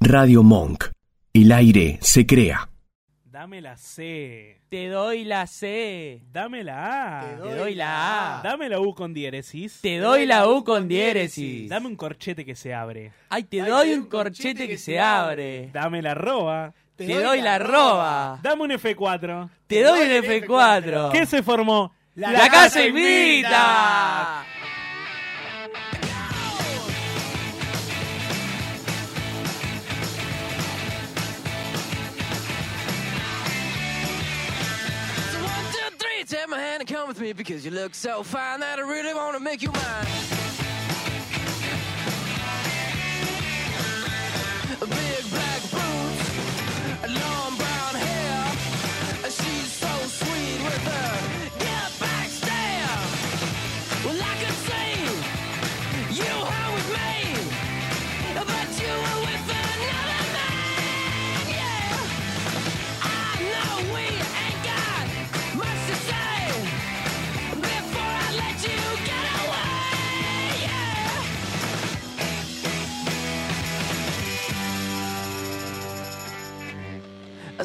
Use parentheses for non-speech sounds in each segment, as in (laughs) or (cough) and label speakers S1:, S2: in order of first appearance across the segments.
S1: Radio Monk. El aire se crea.
S2: Dame la C.
S3: Te doy la C.
S2: Dame la A.
S4: Te
S3: Te doy la A.
S2: Dame la U con diéresis.
S3: Te doy la U con diéresis.
S2: Dame un corchete que se abre.
S3: Ay, te doy un corchete que se abre.
S2: Dame la roba.
S3: Te doy la roba.
S2: Dame un F4.
S3: Te doy un F4.
S2: ¿Qué se formó?
S3: ¡La casa invita!
S5: So one, two, three, take my hand and come with me because you look so fine that I really want to make you mine. Big black boots, long brown hair. She's so sweet with her get back stare. Well, I could see you were with me, but you were with another man. Yeah. I know we ain't got much to say before I let you get away. Yeah. I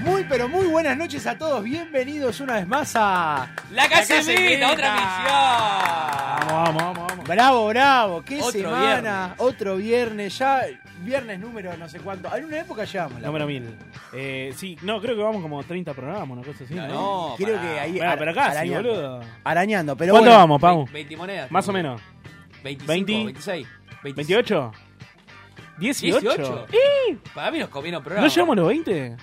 S4: Muy, pero muy buenas noches a todos. Bienvenidos una vez más a.
S3: ¡La casa invita! ¡Otra
S2: Vamos,
S3: misión!
S2: vamos, vamos, vamos.
S4: Bravo, bravo. Qué
S3: Otro
S4: semana. Otro viernes. Ya, viernes número no sé cuánto. En una época llevamos la.
S2: Número 1000. Eh, sí, no, creo que vamos como 30 programas, una cosa así. No,
S3: no.
S4: Creo
S3: pará.
S4: que ahí.
S2: Bueno,
S4: ara-
S2: pero casi,
S4: arañando.
S2: boludo.
S4: Arañando, pero
S2: ¿Cuánto
S4: bueno.
S2: vamos, Pau?
S3: 20 monedas.
S2: Más o menos.
S3: 25,
S2: 20,
S3: 26. 25.
S2: ¿28? ¿18?
S3: 18. Para mí nos comieron
S2: ¿No
S3: programas.
S2: llegamos a los 20?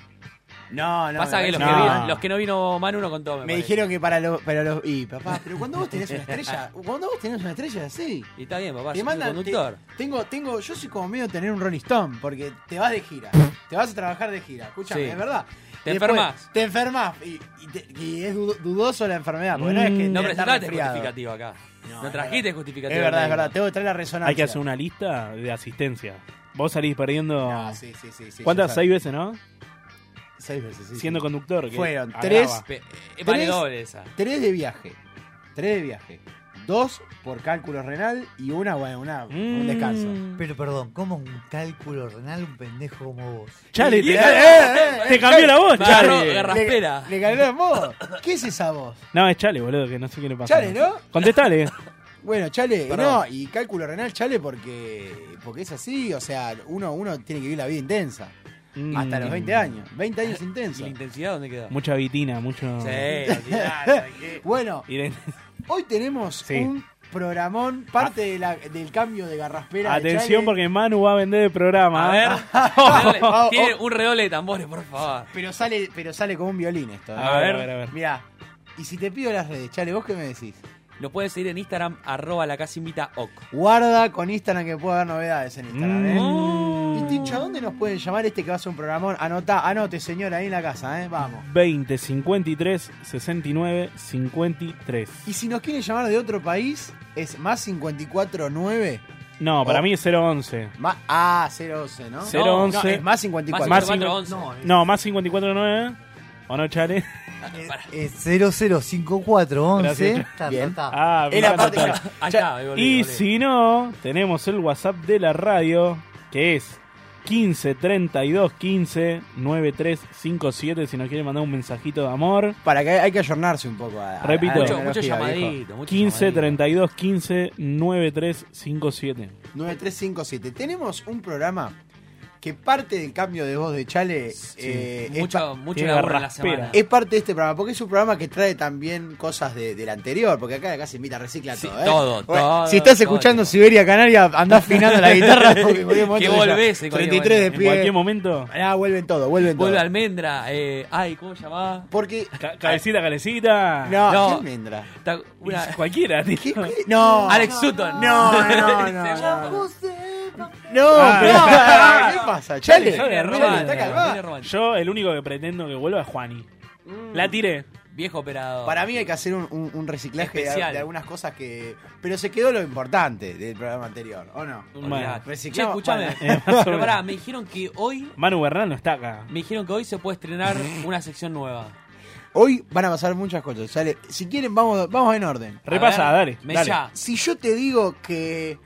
S4: No, no.
S3: Pasa
S4: me
S3: que los,
S4: parece-
S3: que
S2: No.
S3: vino, los que no vino Manu no contó. Me,
S4: Me parece.
S3: parece.
S4: dijeron que para los. Para los
S3: (laughs)
S4: y papá, pero cuando vos tenés una estrella. Cuando vos tenés una estrella, sí.
S3: Y está bien, papá.
S4: Te
S3: Te
S4: mandan.
S3: conductor.
S4: te- tengo, tengo, yo soy como medio tener un Ronnie Stone, porque te vas de gira. Te vas a trabajar de gira. Escuchame,
S3: Sí.
S4: es verdad.
S3: Te
S4: Después,
S3: enfermas.
S4: Te enfermas. Y, y te- y es du- dudoso la enfermedad. Porque no es que
S3: No
S4: estar
S3: presentaste
S4: resfriado.
S3: justificativo acá.
S4: No,
S3: No,
S4: es
S3: trajiste
S4: Es
S3: justificativo.
S4: verdad, es
S3: médico.
S4: verdad. Tengo que traer la resonancia.
S2: Hay que hacer una lista de asistencia. Vos salís perdiendo.
S4: No, sí, sí, sí, sí,
S2: ¿Cuántas?
S4: yo sé.
S2: Seis veces, ¿no?
S4: Seis veces, sí.
S2: Siendo
S4: sí.
S2: conductor. que
S4: Fueron
S2: agrava.
S4: tres.
S3: Pe- eh, Vale
S4: Tres-
S3: doble esa.
S4: Tres de viaje. Tres de viaje. Dos por cálculo renal y una, bueno, una, un
S2: Mm.
S4: descanso.
S6: Pero perdón, ¿cómo un cálculo renal un pendejo como vos?
S2: Chale, te,
S4: Y-
S2: eh, eh, te cambió la voz,
S3: Va, no,
S2: Chale.
S3: agarra- Raspera.
S4: Le, le gané la moda. ¿Qué es esa voz?
S2: No, es Chale, boludo, que no sé qué le pasa.
S4: Chale, ¿no?
S2: Contestale.
S4: Bueno, chale,
S3: Perdón.
S4: no, y cálculo renal, chale, porque porque es así, o sea, uno, uno tiene que vivir la vida intensa. Hasta
S2: Mm,
S4: los 20 años. 20 años
S3: ¿Y la
S4: intensos.
S3: intensidad dónde quedó?
S2: Mucha vitina, mucho.
S3: Sí,
S4: (laughs) Bueno,
S2: Y de-
S4: hoy tenemos
S2: Sí.
S4: un programón, parte de la- del cambio de garraspera. de
S2: Atención,
S4: Chale.
S2: porque Manu va a vender el
S4: (laughs)
S2: programa. ¿eh?
S3: A ver.
S4: oh,
S3: Dale, Tiene
S4: oh.
S3: un redoble de tambores, por favor.
S4: Pero sale, pero sale como un violín esto. ¿eh?
S2: A ver, a ver, a ver.
S4: Mirá, y si te pido las redes, chale, ¿vos qué me decís?
S3: Nos pueden seguir en Instagram, arroba la casa invita oc.
S4: Guarda con Instagram que pueda haber novedades en Instagram, ¿eh?
S2: Mm.
S4: Y Tincho, ¿a dónde nos pueden llamar este que va a ser un programón? Anota, anote, señora, ahí en la casa, ¿eh? Vamos.
S2: 20, 53, 69, 53.
S4: Y si nos quieren llamar de otro país, es más 549.
S2: No, para
S4: Oh.
S2: mí es 011.
S4: Más, ah, 011, ¿no?
S2: Cero
S4: No,
S2: once.
S4: no, es más 54.
S2: Más
S3: Más
S2: cinco-
S3: 411.
S2: No, más 549. ¿O no,
S4: Eh,
S2: Chale?
S6: Es 005411.
S2: Gracias.
S6: Ta,
S4: Bien.
S6: ta, ta.
S2: Ah,
S4: Es la
S2: mirá,
S4: parte-
S2: total.
S3: Ahí
S4: Ya-
S3: está, me volví,
S2: Y
S3: volví.
S2: si no, tenemos el WhatsApp de la radio, que es 15 32 15 9357 si nos quiere mandar un mensajito de amor.
S4: Para que hay que ayornarse un poco. A, a-
S2: Repito.
S4: a la
S2: Mucho-
S3: Mucho,
S4: tecnología,
S3: mucho
S4: viejo.
S3: llamadito. mucho
S2: 15
S3: llamadito.
S2: 32 15 9357.
S4: 9357. Tenemos un programa que parte del cambio de voz de Chale eh, es, pa-
S3: Mucho, mucho
S2: tiene
S3: laburo en la
S2: raspera.
S3: semana.
S4: es parte de este programa, porque es un programa que trae también cosas de- del anterior, porque acá, acá se invita, recicla
S3: Sí,
S4: todo, ¿eh?
S3: todo, todo,
S4: si estás
S3: todo,
S4: escuchando
S3: todo.
S4: Siberia Canaria, andá afinando la guitarra porque
S3: Que volvés en cualquier
S4: 33 de
S2: En
S4: pie.
S2: cualquier momento,
S4: Ah, vuelven todo, vuelven todo.
S3: Vuelve almendra. Eh, ay, ¿cómo llamaba?
S4: Porque.
S2: ca- cabecita, cabecita.
S4: No,
S3: No.
S4: ¿qué almendra?
S3: Ta- una-
S2: Cualquiera, tío.
S4: ¿Qué- qué? No.
S3: Alex Sutton.
S4: No, no, no, no.
S3: Se llama.
S4: No,
S2: Ah,
S4: pero-
S2: no.
S4: (laughs) ¿Qué pasa?
S2: Chale,
S3: Viene
S4: Chale,
S2: Viene
S4: Mira,
S2: robando,
S4: está
S3: robando,
S4: calvado.
S3: viene robando.
S2: Yo, el único que pretendo que vuelva es Juani.
S4: Mm.
S2: La tiré.
S3: Viejo operador.
S4: Para mí hay que hacer un, un- un reciclaje de,
S3: Especial.
S4: de algunas cosas que... Pero se quedó lo importante del programa anterior, ¿o no?
S2: Bueno,
S3: Olvidate. Che,
S4: reciclamos-
S3: escúchame.
S2: Eh, más o
S3: (laughs) Pero
S2: menos.
S3: pará, me dijeron que hoy.
S2: Manu Bernal no está acá.
S3: Me dijeron que hoy se puede estrenar una sección nueva.
S4: Hoy van a pasar muchas cosas. Sale. Si quieren, vamos, vamos en orden.
S3: A
S2: Repasa,
S3: ver,
S2: dale.
S3: me
S2: dale.
S3: ya.
S4: Si yo te digo que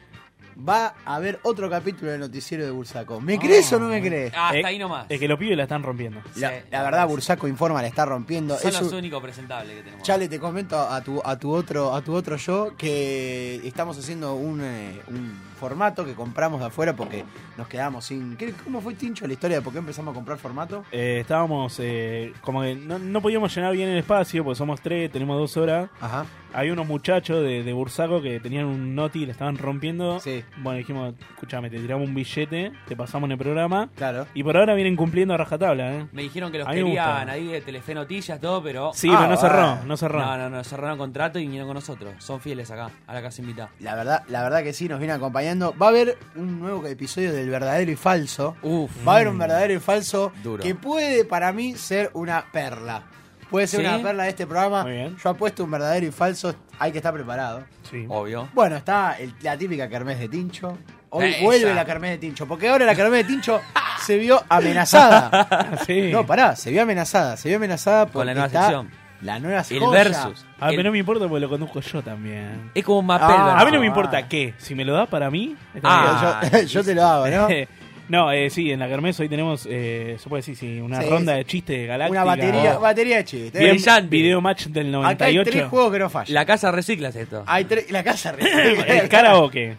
S4: va a haber otro capítulo del noticiero de Bursaco,
S3: Ah.
S4: ¿me crees o no me crees?
S3: Hasta
S2: Eh,
S3: ahí nomás.
S2: Es que los pibes la están rompiendo.
S4: La,
S3: Ah, sí,
S4: la
S3: la
S4: verdad,
S3: verdad.
S4: Bursaco Informa la está rompiendo.
S3: Son
S4: Es
S3: los
S4: un-
S3: únicos presentables que tenemos.
S4: Chale, te comento a tu, a tu otro, a tu otro yo que estamos haciendo un, eh, un formato que compramos de afuera porque nos quedamos sin. ¿Qué- ¿Cómo fue Tincho la historia de por qué empezamos a comprar formato?
S2: Eh, estábamos eh, como que no, no podíamos llenar bien el espacio, porque somos tres, tenemos dos horas.
S4: Ajá.
S2: Había unos muchachos de, de Bursaco que tenían un noti y le estaban rompiendo.
S4: Sí.
S2: Bueno, dijimos, escúchame, te tiramos un billete, te pasamos en el programa.
S4: Claro.
S2: Y por ahora vienen cumpliendo a rajatabla, ¿eh?
S3: Me dijeron que los
S2: A mí me
S3: querían
S2: gusta.
S3: ahí de Telefe Noticias, todo, pero.
S2: Sí,
S4: Ah,
S2: pero no
S4: bueno.
S2: cerró, no cerró.
S3: No, no, no, cerraron contrato y vinieron con nosotros. Son fieles acá, a la casa invitada.
S4: La verdad, la verdad que sí, nos viene acompañando. Va a haber un nuevo episodio del verdadero y falso.
S3: Uf. Mm.
S4: Va a haber un verdadero y falso
S3: Duro.
S4: que puede para mí ser una perla. Puede ser
S3: ¿Sí?
S4: una perla de este programa.
S2: Muy bien.
S4: Yo apuesto un verdadero y falso. Hay que estar preparado.
S2: Sí.
S3: Obvio.
S4: Bueno, está el- la típica kermés de Tincho. Hoy
S3: Esa.
S4: vuelve la kermés de Tincho. Porque ahora la kermés de Tincho (laughs) se vio amenazada.
S2: (laughs) Sí.
S4: No, pará, se vio amenazada. Se vio amenazada porque
S3: Con la nueva
S4: está
S3: sección.
S4: La nueva
S3: El
S4: joya.
S3: versus.
S2: a mí
S3: El-
S2: no me importa porque lo conduzco yo también.
S3: Es como un mapel,
S4: Ah,
S2: A mí no me
S4: ah.
S2: importa qué. Si me lo das para mí, está
S3: Ah,
S2: bien.
S3: Ah,
S4: yo, (laughs) yo te lo hago, ¿no?
S2: Eh, (laughs) No, eh, sí, en la Kermés hoy tenemos, eh, se puede decir, sí, una
S4: Sí,
S2: ronda
S4: sí.
S2: de chistes galácticos.
S4: Una batería, batería de ¿eh? chistes.
S2: Oh. Bien,
S3: Oh. Brillante.
S2: video match del
S4: Acá hay
S2: 98.
S4: tres juegos que no fallan.
S3: La casa reciclas esto.
S4: Hay tres- la casa
S2: (laughs) el karaoke,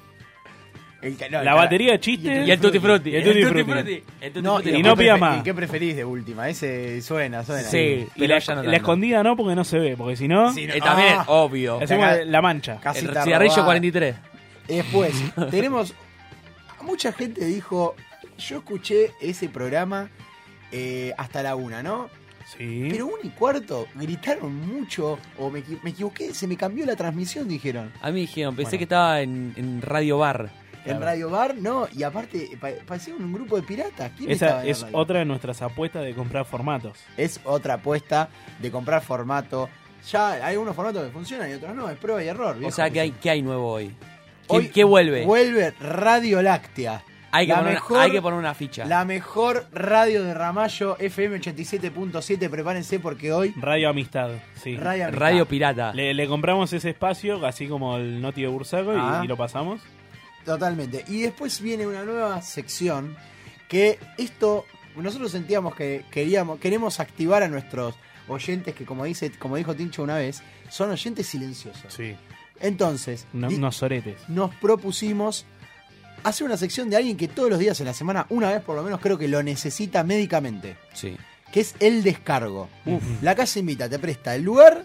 S4: El ca- no, el
S2: la
S4: cara-
S2: batería de chistes
S3: Y el Tutti Frutti.
S2: Y el Tutti Frutti.
S3: El Tutti
S4: No,
S3: Frutti.
S2: y
S4: el
S2: no
S4: que
S2: pidas
S4: prefe-
S2: más.
S4: el que preferís de última? Ese suena, suena.
S3: Sí,
S2: Y
S3: pero
S2: la,
S3: ya no
S2: la
S3: tanto.
S2: escondida no, porque no se ve, porque si no,
S4: Sí,
S3: Eh, también
S4: Ah.
S3: es obvio.
S4: Es
S2: hacemos
S4: Acá-
S2: la mancha.
S4: Acá-
S3: El
S4: casita
S3: cigarrillo
S4: robada.
S3: 43.
S2: (laughs)
S4: Después, pues, tenemos. Mucha gente dijo. Yo escuché ese programa eh, hasta la una, ¿no?
S2: Sí.
S4: Pero un y cuarto gritaron mucho. O me, equi- me equivoqué, se me cambió la transmisión, dijeron.
S3: A mí dijeron, pensé
S2: Bueno.
S3: que estaba en, en Radio Bar.
S4: En
S2: Claro.
S4: Radio Bar, no. Y aparte, pa- parecía un grupo de piratas. ¿Quién estaba
S2: Esa
S4: en
S2: es
S4: Radio Bar?
S2: otra de nuestras apuestas de comprar formatos.
S4: Es otra apuesta de comprar formato. Ya hay algunos formatos que funcionan y otros no. Es prueba y error.
S3: O
S4: viejo.
S3: sea, ¿qué hay, qué hay nuevo hoy? ¿Qué,
S4: Hoy
S3: qué vuelve?
S4: Vuelve Radio Láctea.
S3: hay, que
S4: La
S3: poner
S4: mejor-
S3: una, hay que poner una ficha.
S4: La mejor radio de Ramallo, FM 87.7. Prepárense porque hoy
S2: Radio Amistad, sí.
S4: Radio, Amistad.
S3: Radio Pirata.
S2: Le, le compramos ese espacio, así como el Noti de Bursaco, y-
S4: Ah.
S2: y, lo pasamos.
S4: Totalmente. Y después viene una nueva sección que esto nosotros sentíamos que queríamos queremos activar a nuestros oyentes que como dice como dijo Tincho una vez, son oyentes silenciosos.
S2: Sí.
S4: Entonces,
S2: No,
S4: di-
S2: unos soretes.
S4: nos propusimos hacer una sección de alguien que todos los días en la semana, una vez por lo menos creo que lo necesita médicamente.
S3: Sí.
S4: que es el descargo. La casa invita, te presta el lugar,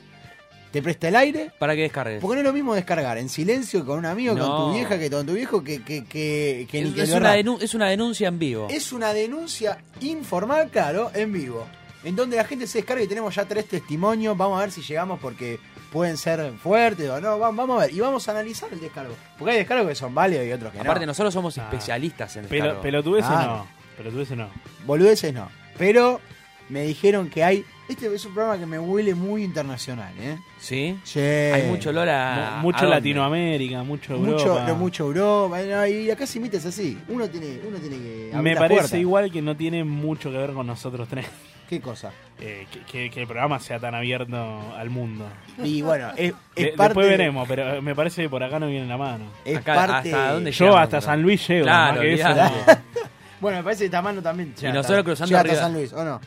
S4: te presta el aire.
S3: ¿Para qué descargues?
S4: Porque no es lo mismo descargar en silencio que con un amigo, que con
S3: No.
S4: tu vieja, que con tu viejo, que, que, que, que ni
S3: Es,
S4: que
S3: es
S4: lo
S3: una
S4: erra.
S3: denu- es una denuncia en vivo.
S4: Es una denuncia informal, claro, en vivo. En donde la gente se descarga y tenemos ya tres testimonios. Vamos a ver si llegamos porque pueden ser fuertes o no. va- Vamos a ver. Y vamos a analizar el descargo. Porque hay descargos que son válidos y otros que
S3: Aparte,
S4: no.
S3: nosotros somos
S2: Ah.
S3: especialistas en
S2: Pero,
S3: descargo.
S2: pelotudece
S4: Claro.
S2: no. Pelotudece no.
S4: Boludeces no. Pero me dijeron que hay... Este es un programa que me huele muy internacional, ¿eh?
S3: ¿Sí?
S4: Che.
S3: Hay mucho olor a...
S2: Mu-
S3: ¿a
S2: mucho
S3: dónde?
S2: Latinoamérica, mucho Europa.
S4: mucho, no, mucho Europa, no, y acá se imita es así. Uno tiene, uno tiene que abrir
S2: Me
S4: las
S2: parece
S4: puertas.
S2: igual que no tiene mucho que ver con nosotros tres.
S4: ¿Qué cosa?
S2: Eh, que, que- que el programa sea tan abierto al mundo.
S4: Y bueno, es, es
S2: De-
S4: parte.
S2: Después veremos, pero eh, me parece que por acá no viene la mano.
S4: Es
S3: Acá,
S4: parte.
S3: ¿Hasta dónde
S2: Yo
S3: llegamos,
S2: hasta
S3: bro?
S2: San Luis llego.
S3: Claro,
S2: más que eso,
S3: olvidate.
S2: no.
S4: Bueno, me parece que Tamano también. llega
S3: nosotros
S4: hasta-
S3: cruzando
S4: llega hasta
S3: arriba.
S4: San Luis, ¿o no?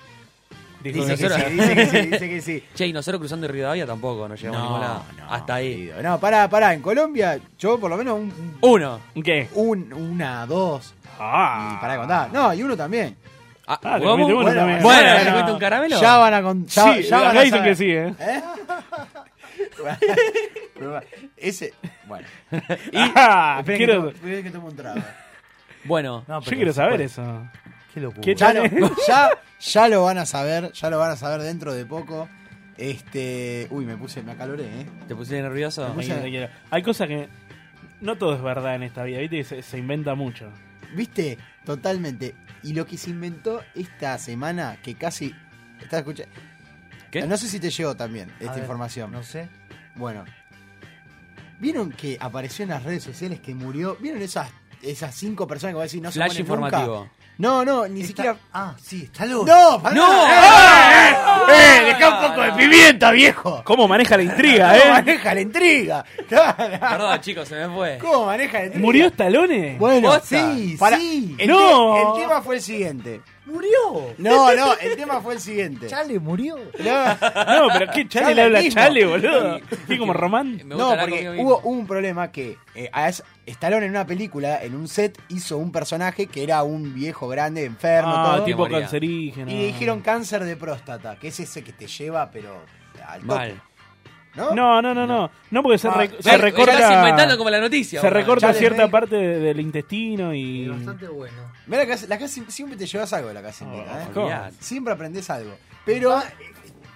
S2: Dijo
S4: dice,
S2: que
S4: que (laughs)
S3: nosotros-
S4: sí, dice que sí, dice que sí.
S3: Che, y nosotros cruzando el Rivadavia tampoco nos llegamos a ningún lado. Hasta ahí.
S4: querido. No, pará, pará. En Colombia, yo por lo menos un,
S3: Uno.
S2: sí. ¿Qué?
S4: un- una, dos.
S2: Ah.
S4: Y pará de contar. No, y uno también.
S3: Ah,
S2: Ah, te
S3: ¿vamos?
S2: comiste uno
S3: bueno,
S2: también.
S3: bueno,
S2: Bueno.
S3: ¿te comiste un caramelo?
S4: Ya van a contar.
S2: sí,
S4: ya van
S2: acá
S4: a
S2: dicen
S4: saber. ¿Eh?
S2: que sí, ¿eh?
S4: Pero, Ese.
S2: (laughs)
S4: Bueno.
S2: Ah,
S4: Esperen que
S2: quiero,
S4: tomo- esperen que tomo un trago.
S3: Bueno,
S6: No,
S2: yo
S6: pero
S2: quiero
S6: se
S2: saber
S6: puede.
S2: eso.
S6: Qué locura.
S2: ¿Qué
S4: ya
S2: Dale.
S4: lo, (laughs) ya, ya lo van a saber, ya lo van a saber dentro de poco. (laughs) Este, uy, me puse, me acaloré, ¿eh?
S3: ¿te pusiste nervioso?
S4: Me puse-
S2: Imagínate que- Hay cosas que no todo es verdad en esta vida, ¿viste? Que Se, se inventa mucho.
S4: ¿Viste? Totalmente. Y lo que se inventó esta semana, que casi. ¿Estás escuchando?
S3: ¿Qué?
S4: No sé si te llegó también
S6: A
S4: esta
S6: ver,
S4: información.
S6: No sé.
S4: Bueno. ¿Vieron que apareció en las redes sociales que murió? ¿Vieron esas, esas cinco personas que va a decir no
S3: Flash
S4: se mueren nunca?
S3: informativo.
S4: No, no, ni
S6: Está-
S4: siquiera.
S6: Ah, sí, está loco.
S4: ¡No! pará!
S3: ¡No!
S4: ¡Eh! ¡Deja un poco de pimienta, viejo!
S2: Ah, ¿Cómo maneja la
S4: (laughs)
S2: intriga,
S4: ¿Cómo
S2: eh?
S4: maneja la intriga? (laughs)
S3: (laughs)
S4: Claro.
S3: Perdón, chicos, se me fue.
S4: ¿Cómo maneja la intriga?
S2: ¿Murió Stallone?
S4: Bueno,
S6: Posta. Sí,
S4: pará.
S6: sí.
S4: El,
S2: No.
S4: te- el tema fue el siguiente.
S6: ¡Murió!
S4: No, no, el tema fue el siguiente.
S6: Chale, murió.
S2: (laughs)
S4: No.
S2: No, pero ¿qué? Chale
S4: Chale
S2: le habla
S4: mismo.
S2: Chale, boludo. Fui como Román.
S3: Me gusta
S4: No,
S3: hablar
S4: porque
S3: conmigo
S4: hubo
S3: mismo.
S4: un problema que eh, a es- Stallone en una película, en un set, hizo un personaje que era un viejo grande, enfermo,
S2: Ah,
S4: todo.
S2: tipo
S3: Memoria.
S2: cancerígeno.
S4: Y le dijeron cáncer de próstata, que es ese que te lleva, pero al toque,
S3: Mal.
S4: ¿no?
S2: No, no, no, no. No, porque se,
S4: Ah,
S2: rec-
S4: ve-
S2: se
S3: Ves, Estás inventando
S2: recorta.
S3: como la noticia.
S2: Se
S3: boludo.
S2: recorta
S4: Chale,
S2: cierta
S4: Rey.
S2: parte de- del intestino y.
S6: Bastante bueno.
S4: Mm. Mirá, la casa, la casa- siempre te llevas algo de la casa entera, ¿eh?
S2: ¿cómo?
S3: Oh, Olvidate.
S4: Siempre aprendes algo. Pero.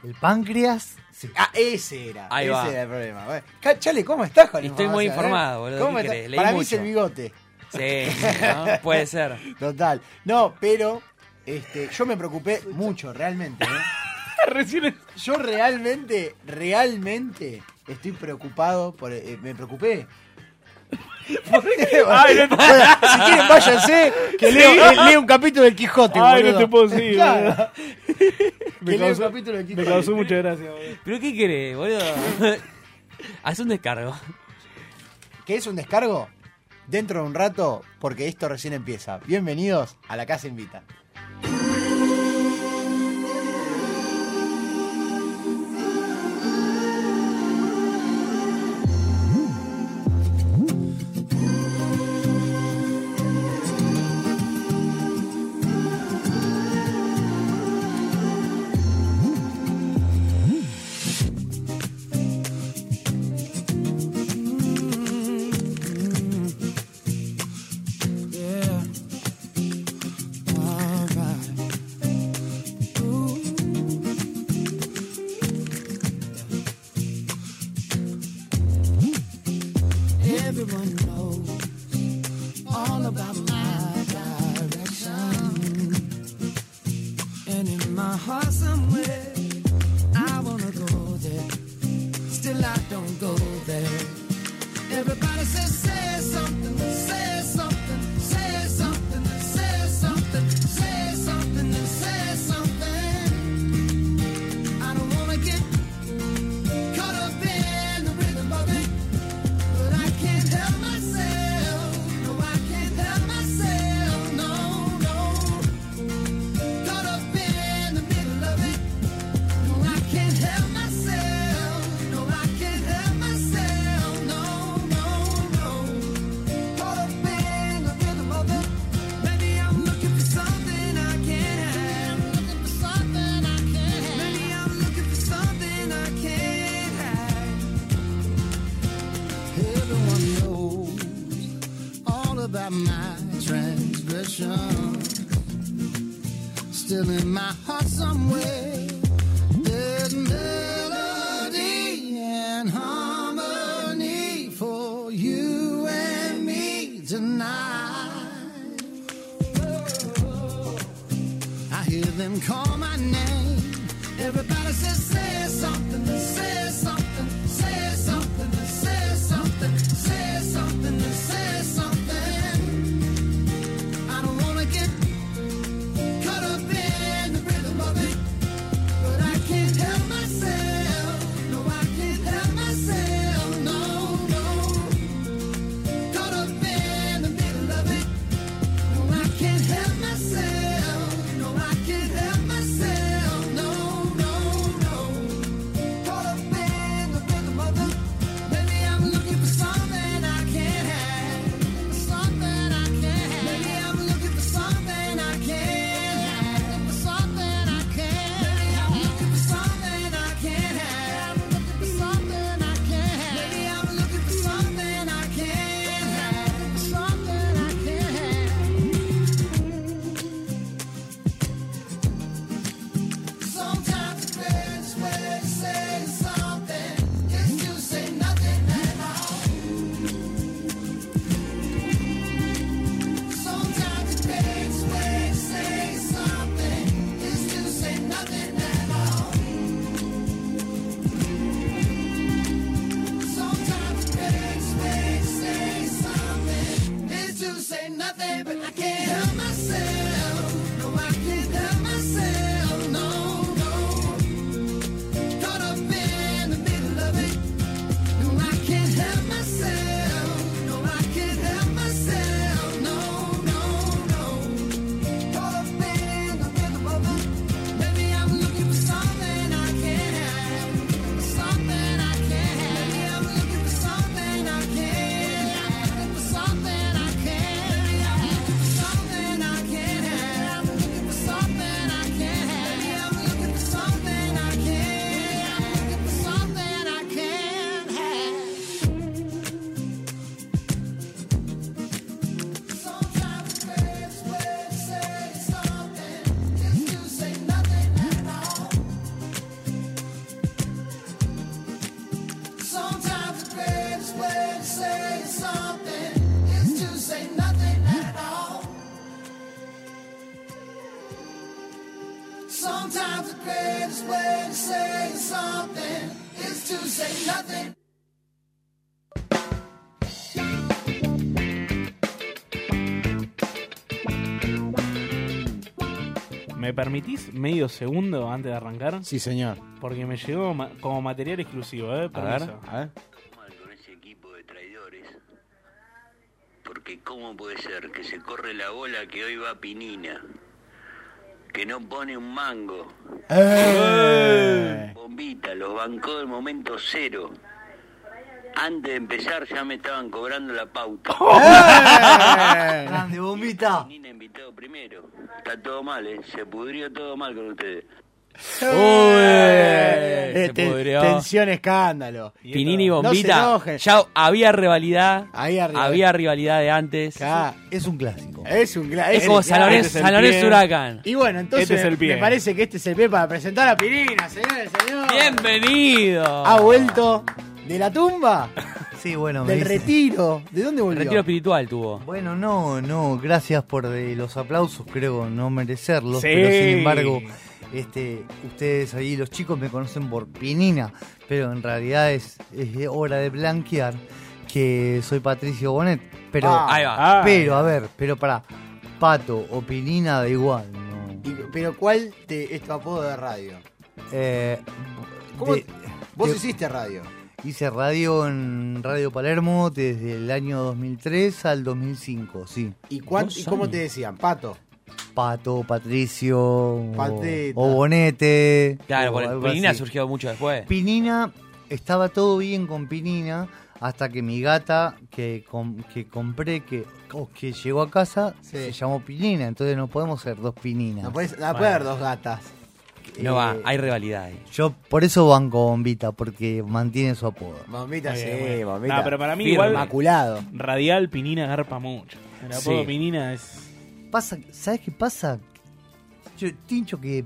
S6: El páncreas. Sí.
S4: Ah, ese era.
S3: Ahí
S4: ese
S3: va.
S4: era el problema. Bueno, Ca- Chale, ¿cómo estás con la
S3: Estoy muy
S4: información, eh?
S3: informado, boludo,
S4: ¿Cómo
S3: ¿qué
S4: estás?
S3: querés? Leí
S4: Para mí es
S3: mucho.
S4: el bigote.
S3: Sí,
S2: Ah,
S3: ¿no? puede ser.
S4: Total. No, pero. Este, yo me preocupé mucho, realmente. ¿eh?
S2: (laughs) Recién es-
S4: Yo realmente, realmente estoy preocupado por. eh, me preocupé. (laughs)
S2: Ay, no te-
S4: Bueno, si quieren, váyanse. Que leo, eh, leo un capítulo del Quijote.
S2: Ay, no
S4: boludo. (laughs)
S2: te puedo decir,
S4: Claro.
S2: boludo.
S4: Que
S2: Me
S4: leo un
S2: causó,
S4: capítulo del
S2: me
S4: Quijote.
S2: causó mucha gracia, boludo.
S3: ¿Pero qué querés, boludo? (laughs) Haz un descargo.
S4: ¿Qué es un descargo? Dentro de un rato, porque esto recién empieza. Bienvenidos a La Casa Invita.
S7: Everyone knows all about my direction. And in my heart somewhere, I wanna go there. Still I don't go there. Everybody says, say something, say something, say something, say something, say something, and say something. I don't wanna get caught up in the rhythm of it. But I can't help myself. No, I can't help myself. No, no. Caught up in the middle of it. No, I can't help myself. No, I can't help myself. No, no, no. Caught up in the rhythm of it. Maybe I'm looking for something I can't have. Looking for something I can't have. Maybe I'm looking for something I can't have. Everyone knows all about my transgression. Still in my heart somewhere, there's melody and harmony for you and me tonight. I hear them call my name. Everybody says, say something, say something, say something, say something, say something, say something. I don't wanna get caught up in the rhythm of it, but I can't help myself. No, I can't help myself. No, no. Caught up in the middle of it. No, I can't help myself. No, I can't help myself. No, no, no. Sometimes the greatest way to say something is to say nothing.
S2: ¿Me permitís medio segundo antes de arrancar?
S4: Sí, señor.
S2: Porque me llegó ma- como material exclusivo, ¿eh? Permiso.
S4: A ver.
S8: mal con ese equipo de traidores. Porque ¿cómo puede ser que se corre la bola que hoy va Pinina? Que no pone un mango.
S4: ¡Eh!
S8: Bombita, los bancó del momento cero. Antes de empezar ya me estaban cobrando la pauta.
S6: ¡Eh! Grande, bombita.
S8: Pinina invitado primero. Está todo mal, ¿eh? Se pudrió todo mal con ustedes.
S4: Eh,
S3: Se
S4: ten-
S3: pudrió.
S4: tensión, escándalo.
S3: Pinini y
S4: No se
S3: Bombita.
S4: enojen.
S3: ya había rivalidad.
S4: Había rivalidad.
S3: Había rivalidad de antes.
S4: Acá.
S6: Es un clásico.
S4: Es un gran.
S3: Es como San Lorenzo,
S2: este es el
S3: San Lorenzo
S2: pie.
S3: Huracán.
S4: Y bueno, entonces
S2: Este es el pie.
S4: me parece que este es el pie para presentar a Pirina, señores, señores.
S3: Bienvenido. Ah,
S4: Ha vuelto de la
S2: (laughs)
S4: tumba,
S6: Sí, bueno, me
S4: del
S6: dice-
S4: retiro. ¿De dónde volvió?
S3: Retiro espiritual tuvo.
S6: Bueno, no, no, gracias por eh, los aplausos, creo no merecerlos,
S2: Sí.
S6: pero sin embargo, este, ustedes ahí, los chicos me conocen por Pinina, pero en realidad es, es hora de blanquear que soy Patricio Bonet, pero,
S4: Ah.
S3: Ahí va.
S2: Ah,
S6: pero, a ver, pero para Pato o Pinina da igual, ¿no?
S4: Y- pero ¿cuál te- es tu apodo de radio?
S6: Eh,
S4: ¿Cómo
S6: de-
S4: Vos
S6: de-
S4: hiciste radio.
S6: Hice radio en Radio Palermo desde el año 2003 al 2005, sí.
S4: ¿Y, cuán-
S3: Dos
S4: y cómo
S3: años.
S4: te decían? Pato.
S6: Pato, Patricio, o-
S4: Pateta.
S6: o Bonete.
S3: Claro,
S6: o
S3: porque
S6: algo
S3: Pinina
S6: así.
S3: surgió mucho después.
S6: Pinina, estaba todo bien con Pinina hasta que mi gata que, com- que compré, que, o que llegó a casa,
S4: Sí.
S6: se llamó Pinina. Entonces no podemos ser dos Pininas.
S4: No puedes no puede haber dos gatas.
S3: No
S6: Eh,
S3: va, hay rivalidad ahí.
S6: Yo por eso banco Bombita, porque mantiene su apodo.
S4: Bombita,
S2: Muy
S4: sí,
S2: bien, muy bien.
S4: bombita.
S2: No, pero para mí
S3: Firme.
S2: igual
S4: Inmaculado.
S2: Radial Pinina garpa mucho. El apodo
S6: Sí.
S2: Pinina es...
S6: pasa, ¿sabes qué pasa? Yo, Tincho, que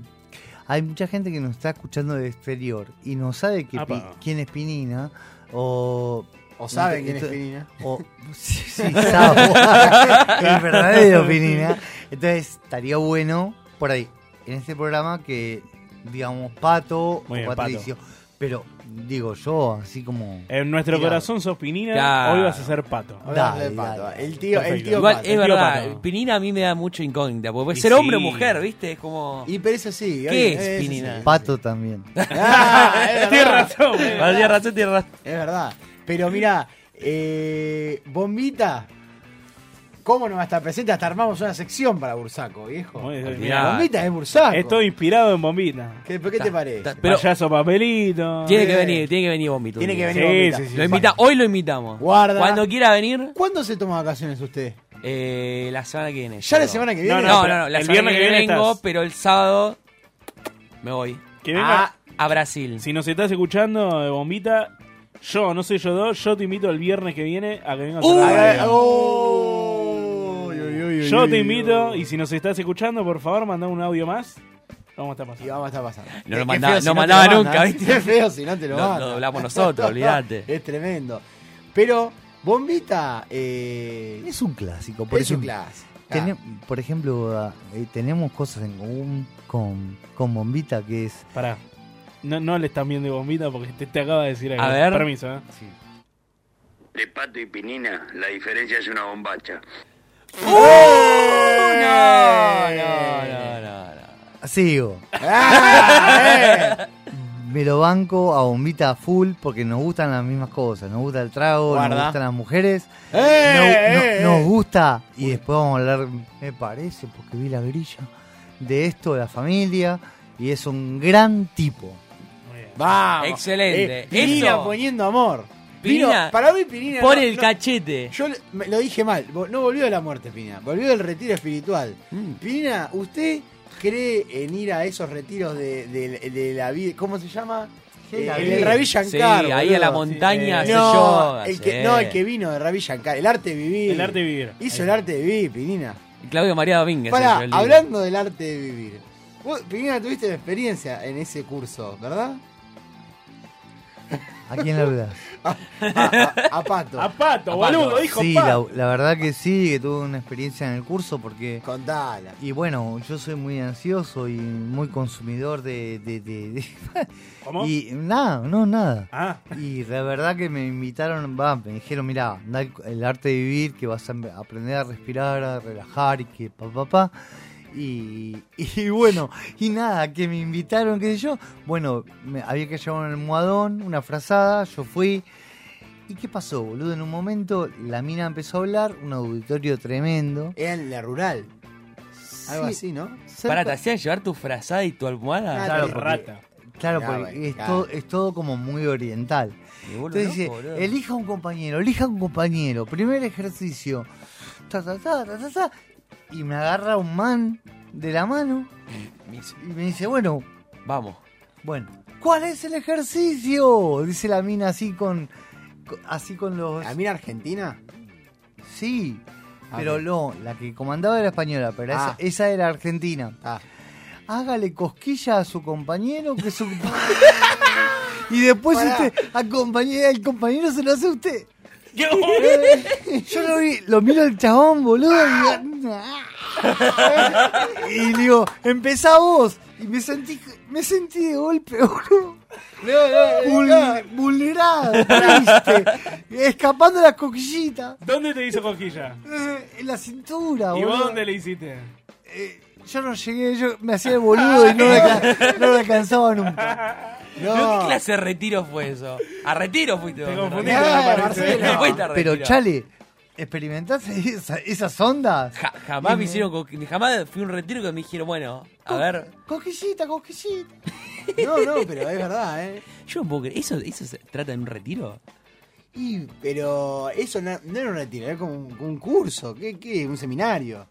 S6: hay mucha gente que nos está escuchando de exterior y no sabe que
S2: Apa.
S6: Pi- quién es Pinina o...
S4: O saben quién es
S6: Entonces-
S4: Pinina.
S2: (laughs)
S6: o- sí, sí, (laughs) sabe, el verdadero Pinina. Entonces estaría bueno por ahí, en este programa, que digamos Pato
S2: Muy
S6: o
S2: bien,
S6: Patricio. Pero digo yo, así como...
S2: En nuestro
S6: Mirá.
S2: corazón sos Pinina,
S3: Claro.
S2: hoy vas a ser Pato.
S4: Hablar
S6: Dale,
S4: de pato.
S6: dale.
S4: El tío, el
S2: Perfecto.
S4: tío
S3: Igual
S4: pato.
S3: es
S2: Tío
S3: verdad,
S2: Pato.
S3: Pinina a mí me da mucho incógnita, porque puede
S2: Y
S3: ser hombre o
S2: sí.
S3: mujer, ¿viste? Es como.
S4: Y pero eso sí.
S3: ¿Qué
S4: hoy-
S3: es
S4: eso
S3: Pinina?
S4: sí.
S6: Pato también.
S3: (laughs)
S4: Ah, es
S2: Tienes
S4: verdad.
S2: razón. eh.
S3: Vale, tiene razón, tiene razón.
S4: Es verdad. Pero mira, eh, Bombita, ¿cómo no va a estar presente? Hasta armamos una sección para Bursaco, viejo.
S2: Muy bien,
S3: Mirá.
S4: Bombita es Bursaco.
S2: Estoy inspirado en Bombita.
S4: ¿Qué, pero qué te parece?
S3: ta- Pero-
S2: Payaso papelito. Eh.
S3: Tiene que
S4: bien.
S3: venir, tiene que venir Bombito.
S4: Tiene
S3: un
S4: que
S3: día.
S4: venir
S2: Sí,
S4: Bombita.
S2: sí, sí.
S3: Lo invita, hoy lo invitamos.
S4: Guarda.
S3: Cuando quiera venir,
S4: ¿Cuándo se toma vacaciones usted?
S3: eh, la semana que viene.
S4: ¿Ya la
S3: llego.
S4: semana que
S2: No,
S4: viene?
S3: No,
S2: pero
S3: no, no, la
S2: el
S3: semana
S2: viernes
S3: que
S2: que
S3: viene
S2: viene
S3: vengo,
S2: estás.
S3: pero el sábado me voy
S2: Que venga.
S4: Ah.
S3: a Brasil.
S2: Si nos estás escuchando, eh, Bombita, yo, no soy yo dos, yo te invito el viernes que viene a que vengas a la
S4: Ah,
S2: radio.
S4: oh, uy, uy, uy, uy,
S2: Yo te
S4: uy,
S2: invito,
S4: uy.
S2: y si nos estás escuchando, por favor, manda un audio más. Vamos a estar
S4: Y
S2: pasando.
S4: vamos a estar pasando.
S3: No lo
S4: Qué
S3: mandaba-
S4: feo si
S3: no
S4: te
S3: mandaba
S4: lo
S3: nunca,
S4: mandan.
S3: ¿viste?
S4: Qué feo si no te lo
S3: Lo,
S4: mandan.
S3: lo hablamos
S4: (laughs)
S3: nosotros, olvídate.
S4: Es tremendo. Pero, Bombita, eh,
S6: Es un clásico. Por
S4: es un
S6: ejemplo.
S4: clásico.
S6: Tene- por ejemplo, ah, eh, tenemos cosas en común con, con Bombita, que es...
S2: Pará. No, no le están viendo Bombita porque te, te acaba de decir algo.
S3: A ver.
S2: Permiso, ¿eh?
S8: De Pato y Pinina, la diferencia es una bombacha.
S3: No, no,
S4: Eh,
S3: no, no, no.
S6: Sigo.
S4: Ah, (laughs) eh.
S6: Me lo banco a Bombita a full porque nos gustan las mismas cosas. Nos gusta el trago,
S4: Guarda.
S6: nos gustan las mujeres.
S4: Eh,
S6: no- no-
S4: eh.
S6: Nos gusta, y después vamos a hablar, me parece, porque vi la grilla, de esto, de la familia, y es un gran tipo.
S4: Vamos. Eh, pues.
S3: Excelente.
S4: Pirina
S3: Eso.
S4: poniendo amor.
S3: Pirina,
S4: Vino- para mí Pirina.
S3: Por
S4: no-
S3: el
S4: no-
S3: cachete.
S4: Yo le- me- lo dije mal. vo- No volvió de la muerte, Pirina. Volvió del retiro espiritual.
S2: Mm.
S4: Pirina, ¿usted cree en ir a esos retiros de, de- de la vida? ¿Cómo se llama?
S6: ¿Qué
S4: Eh,
S6: la
S4: el
S6: vida?
S4: de Ravi
S3: Sí,
S4: Shankar.
S3: ahí
S4: boludo.
S3: a la montaña
S2: Sí,
S3: hace
S4: No,
S3: yoga,
S4: el
S3: sí.
S4: que, no, el que vino de Ravi Shankar. El arte de vivir.
S2: El arte de vivir.
S4: Hizo
S2: Ahí.
S4: el arte de vivir, Pirina.
S3: Claudio María Domínguez.
S4: Pará,
S3: hizo el libro.
S4: hablando del arte de vivir.
S2: (laughs)
S4: Vos, Pinina, tuviste la experiencia en ese curso, ¿verdad?
S6: ¿A quién laudas?
S4: A, a- a Pato.
S2: A Pato,
S3: A Pato.
S2: boludo, dijo
S6: Sí, la,
S2: Pato.
S6: la verdad que sí, que tuve una experiencia en el curso porque...
S4: Contala.
S6: Y bueno, yo soy muy ansioso y muy consumidor de... de- de- de-
S2: ¿Cómo?
S6: Y nada, no, nada.
S2: Ah,
S6: Y la verdad que me invitaron, va, me dijeron, mirá, anda el- el arte de vivir, que vas a em- aprender a respirar, a relajar y que pa, pa, pa. Y, y bueno, y nada, que me invitaron, qué sé yo. Bueno, me- había que llevar un almohadón, una frazada, yo fui. ¿Y qué pasó, boludo? En un momento la mina empezó a hablar, un auditorio tremendo.
S4: Era en la rural. Algo
S6: Sí,
S4: así, ¿no?
S6: cerca-
S3: Pará, te hacían llevar tu frazada y tu almohada.
S4: Claro,
S2: el
S4: porque-
S2: rata.
S6: Claro,
S4: Mirá,
S6: porque
S4: güey,
S6: es,
S4: claro.
S6: todo, es todo como muy oriental.
S3: Me vuelvo
S6: Entonces dice,
S3: loco, boludo.
S6: elija un compañero, elija un compañero, primer ejercicio, ta, ta, ta, ta, ta, ta, y me agarra un man de la mano
S3: Me dice,
S6: y me dice, bueno,
S3: Vamos.
S6: bueno, ¿cuál es el ejercicio? Dice la mina así con, con- así con los...
S4: ¿La mina argentina?
S6: Sí,
S4: Ah,
S6: pero
S4: bien.
S6: no, la que comandaba era española, pero
S4: Ah.
S6: esa, esa era argentina.
S4: Ah.
S6: Hágale cosquilla a su compañero que su... y después
S4: Pará.
S6: usted, acompañe, el compañero se lo hace a usted. Eh,
S3: ¿Qué?
S6: Yo lo vi, lo miro al chabón, boludo, y digo, "Ah". y digo, empezá vos. Y me sentí, me sentí de golpe, boludo.
S4: Eh,
S6: Vul- vulnerado, triste, escapando las coquillitas.
S2: ¿Dónde te hizo coquilla?
S6: eh, En la cintura,
S2: ¿Y
S6: boludo.
S2: vos dónde le hiciste?
S6: Eh, yo no llegué, yo me hacía el boludo y no me, alca- no me alcanzaba nunca.
S3: ¿Pero ¿Qué
S4: No.
S3: clase de retiro fue eso? A retiro fuiste vos.
S2: Te
S3: ¿no?
S2: confundí,
S4: no,
S2: me parece.
S4: Marcelo.
S3: Te (laughs) fuiste a
S6: Pero,
S3: retiro.
S6: Chale, ¿experimentaste esa- esas ondas?
S3: Ja- jamás me hicieron co- jamás fui a un retiro que me dijeron, bueno, a ver.
S6: Coquillita, coquillita.
S4: No, no, pero es verdad, ¿eh?
S3: (laughs) Yo no puedo creer. ¿Eso, ¿Eso se trata de un retiro?
S4: Y, pero eso no, no era un retiro, era como un, un curso, ¿qué, qué? Un seminario.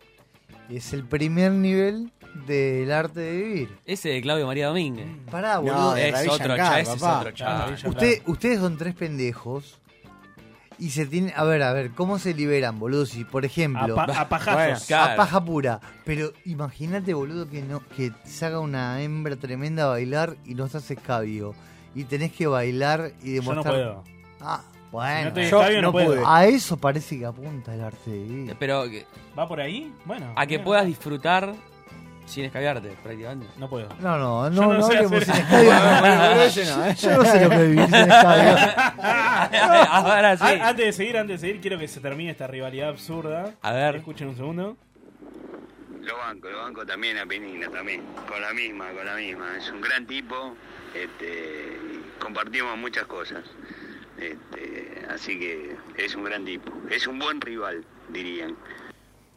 S6: Es el primer nivel del arte de vivir.
S3: Ese de Claudio María Domínguez.
S6: Pará,
S4: No,
S6: boludo.
S4: de
S3: es
S4: Ravi
S3: otro
S4: Shankar,
S3: chá, ese es
S4: papá.
S3: otro
S2: Ah,
S3: chá.
S6: Usted- ustedes son tres pendejos y se tienen... A ver, a ver, ¿cómo se liberan, boludo? Si, por
S2: A,
S6: ejemplo,
S2: pa- a pajazos.
S3: Bueno. Claro.
S6: a paja pura. Pero imagínate, boludo, que no que saca una hembra tremenda a bailar y no estás escabio. Y tenés que bailar y
S2: Yo no
S6: demostrar...
S2: puedo.
S6: Ah, bueno.
S2: no te-
S4: Yo
S2: está bien,
S4: no
S2: no puedo.
S4: pude.
S6: A eso parece que apunta el arte de vivir.
S3: Pero que-
S2: ¿Va por ahí? Bueno.
S3: a que
S2: bien.
S3: puedas disfrutar sin escabearte, prácticamente.
S2: No puedo.
S6: No, no, no,
S2: Yo no
S6: no
S2: sé
S6: hablemos
S2: hacer
S6: sin
S2: eso.
S6: escabio.
S4: Bueno, ese no, ¿eh?
S6: Yo no sé lo que es vivir sin escabio.
S3: (laughs) Ahora sí.
S2: A- antes de seguir, antes de seguir, quiero que se termine esta rivalidad absurda.
S3: A ver.
S2: Escuchen un segundo.
S8: Lo banco, lo banco también a Penina, también. Con la misma, con la misma. Es un gran tipo. Este, y compartimos muchas cosas. Este, así que es un gran tipo. Es un buen rival, dirían.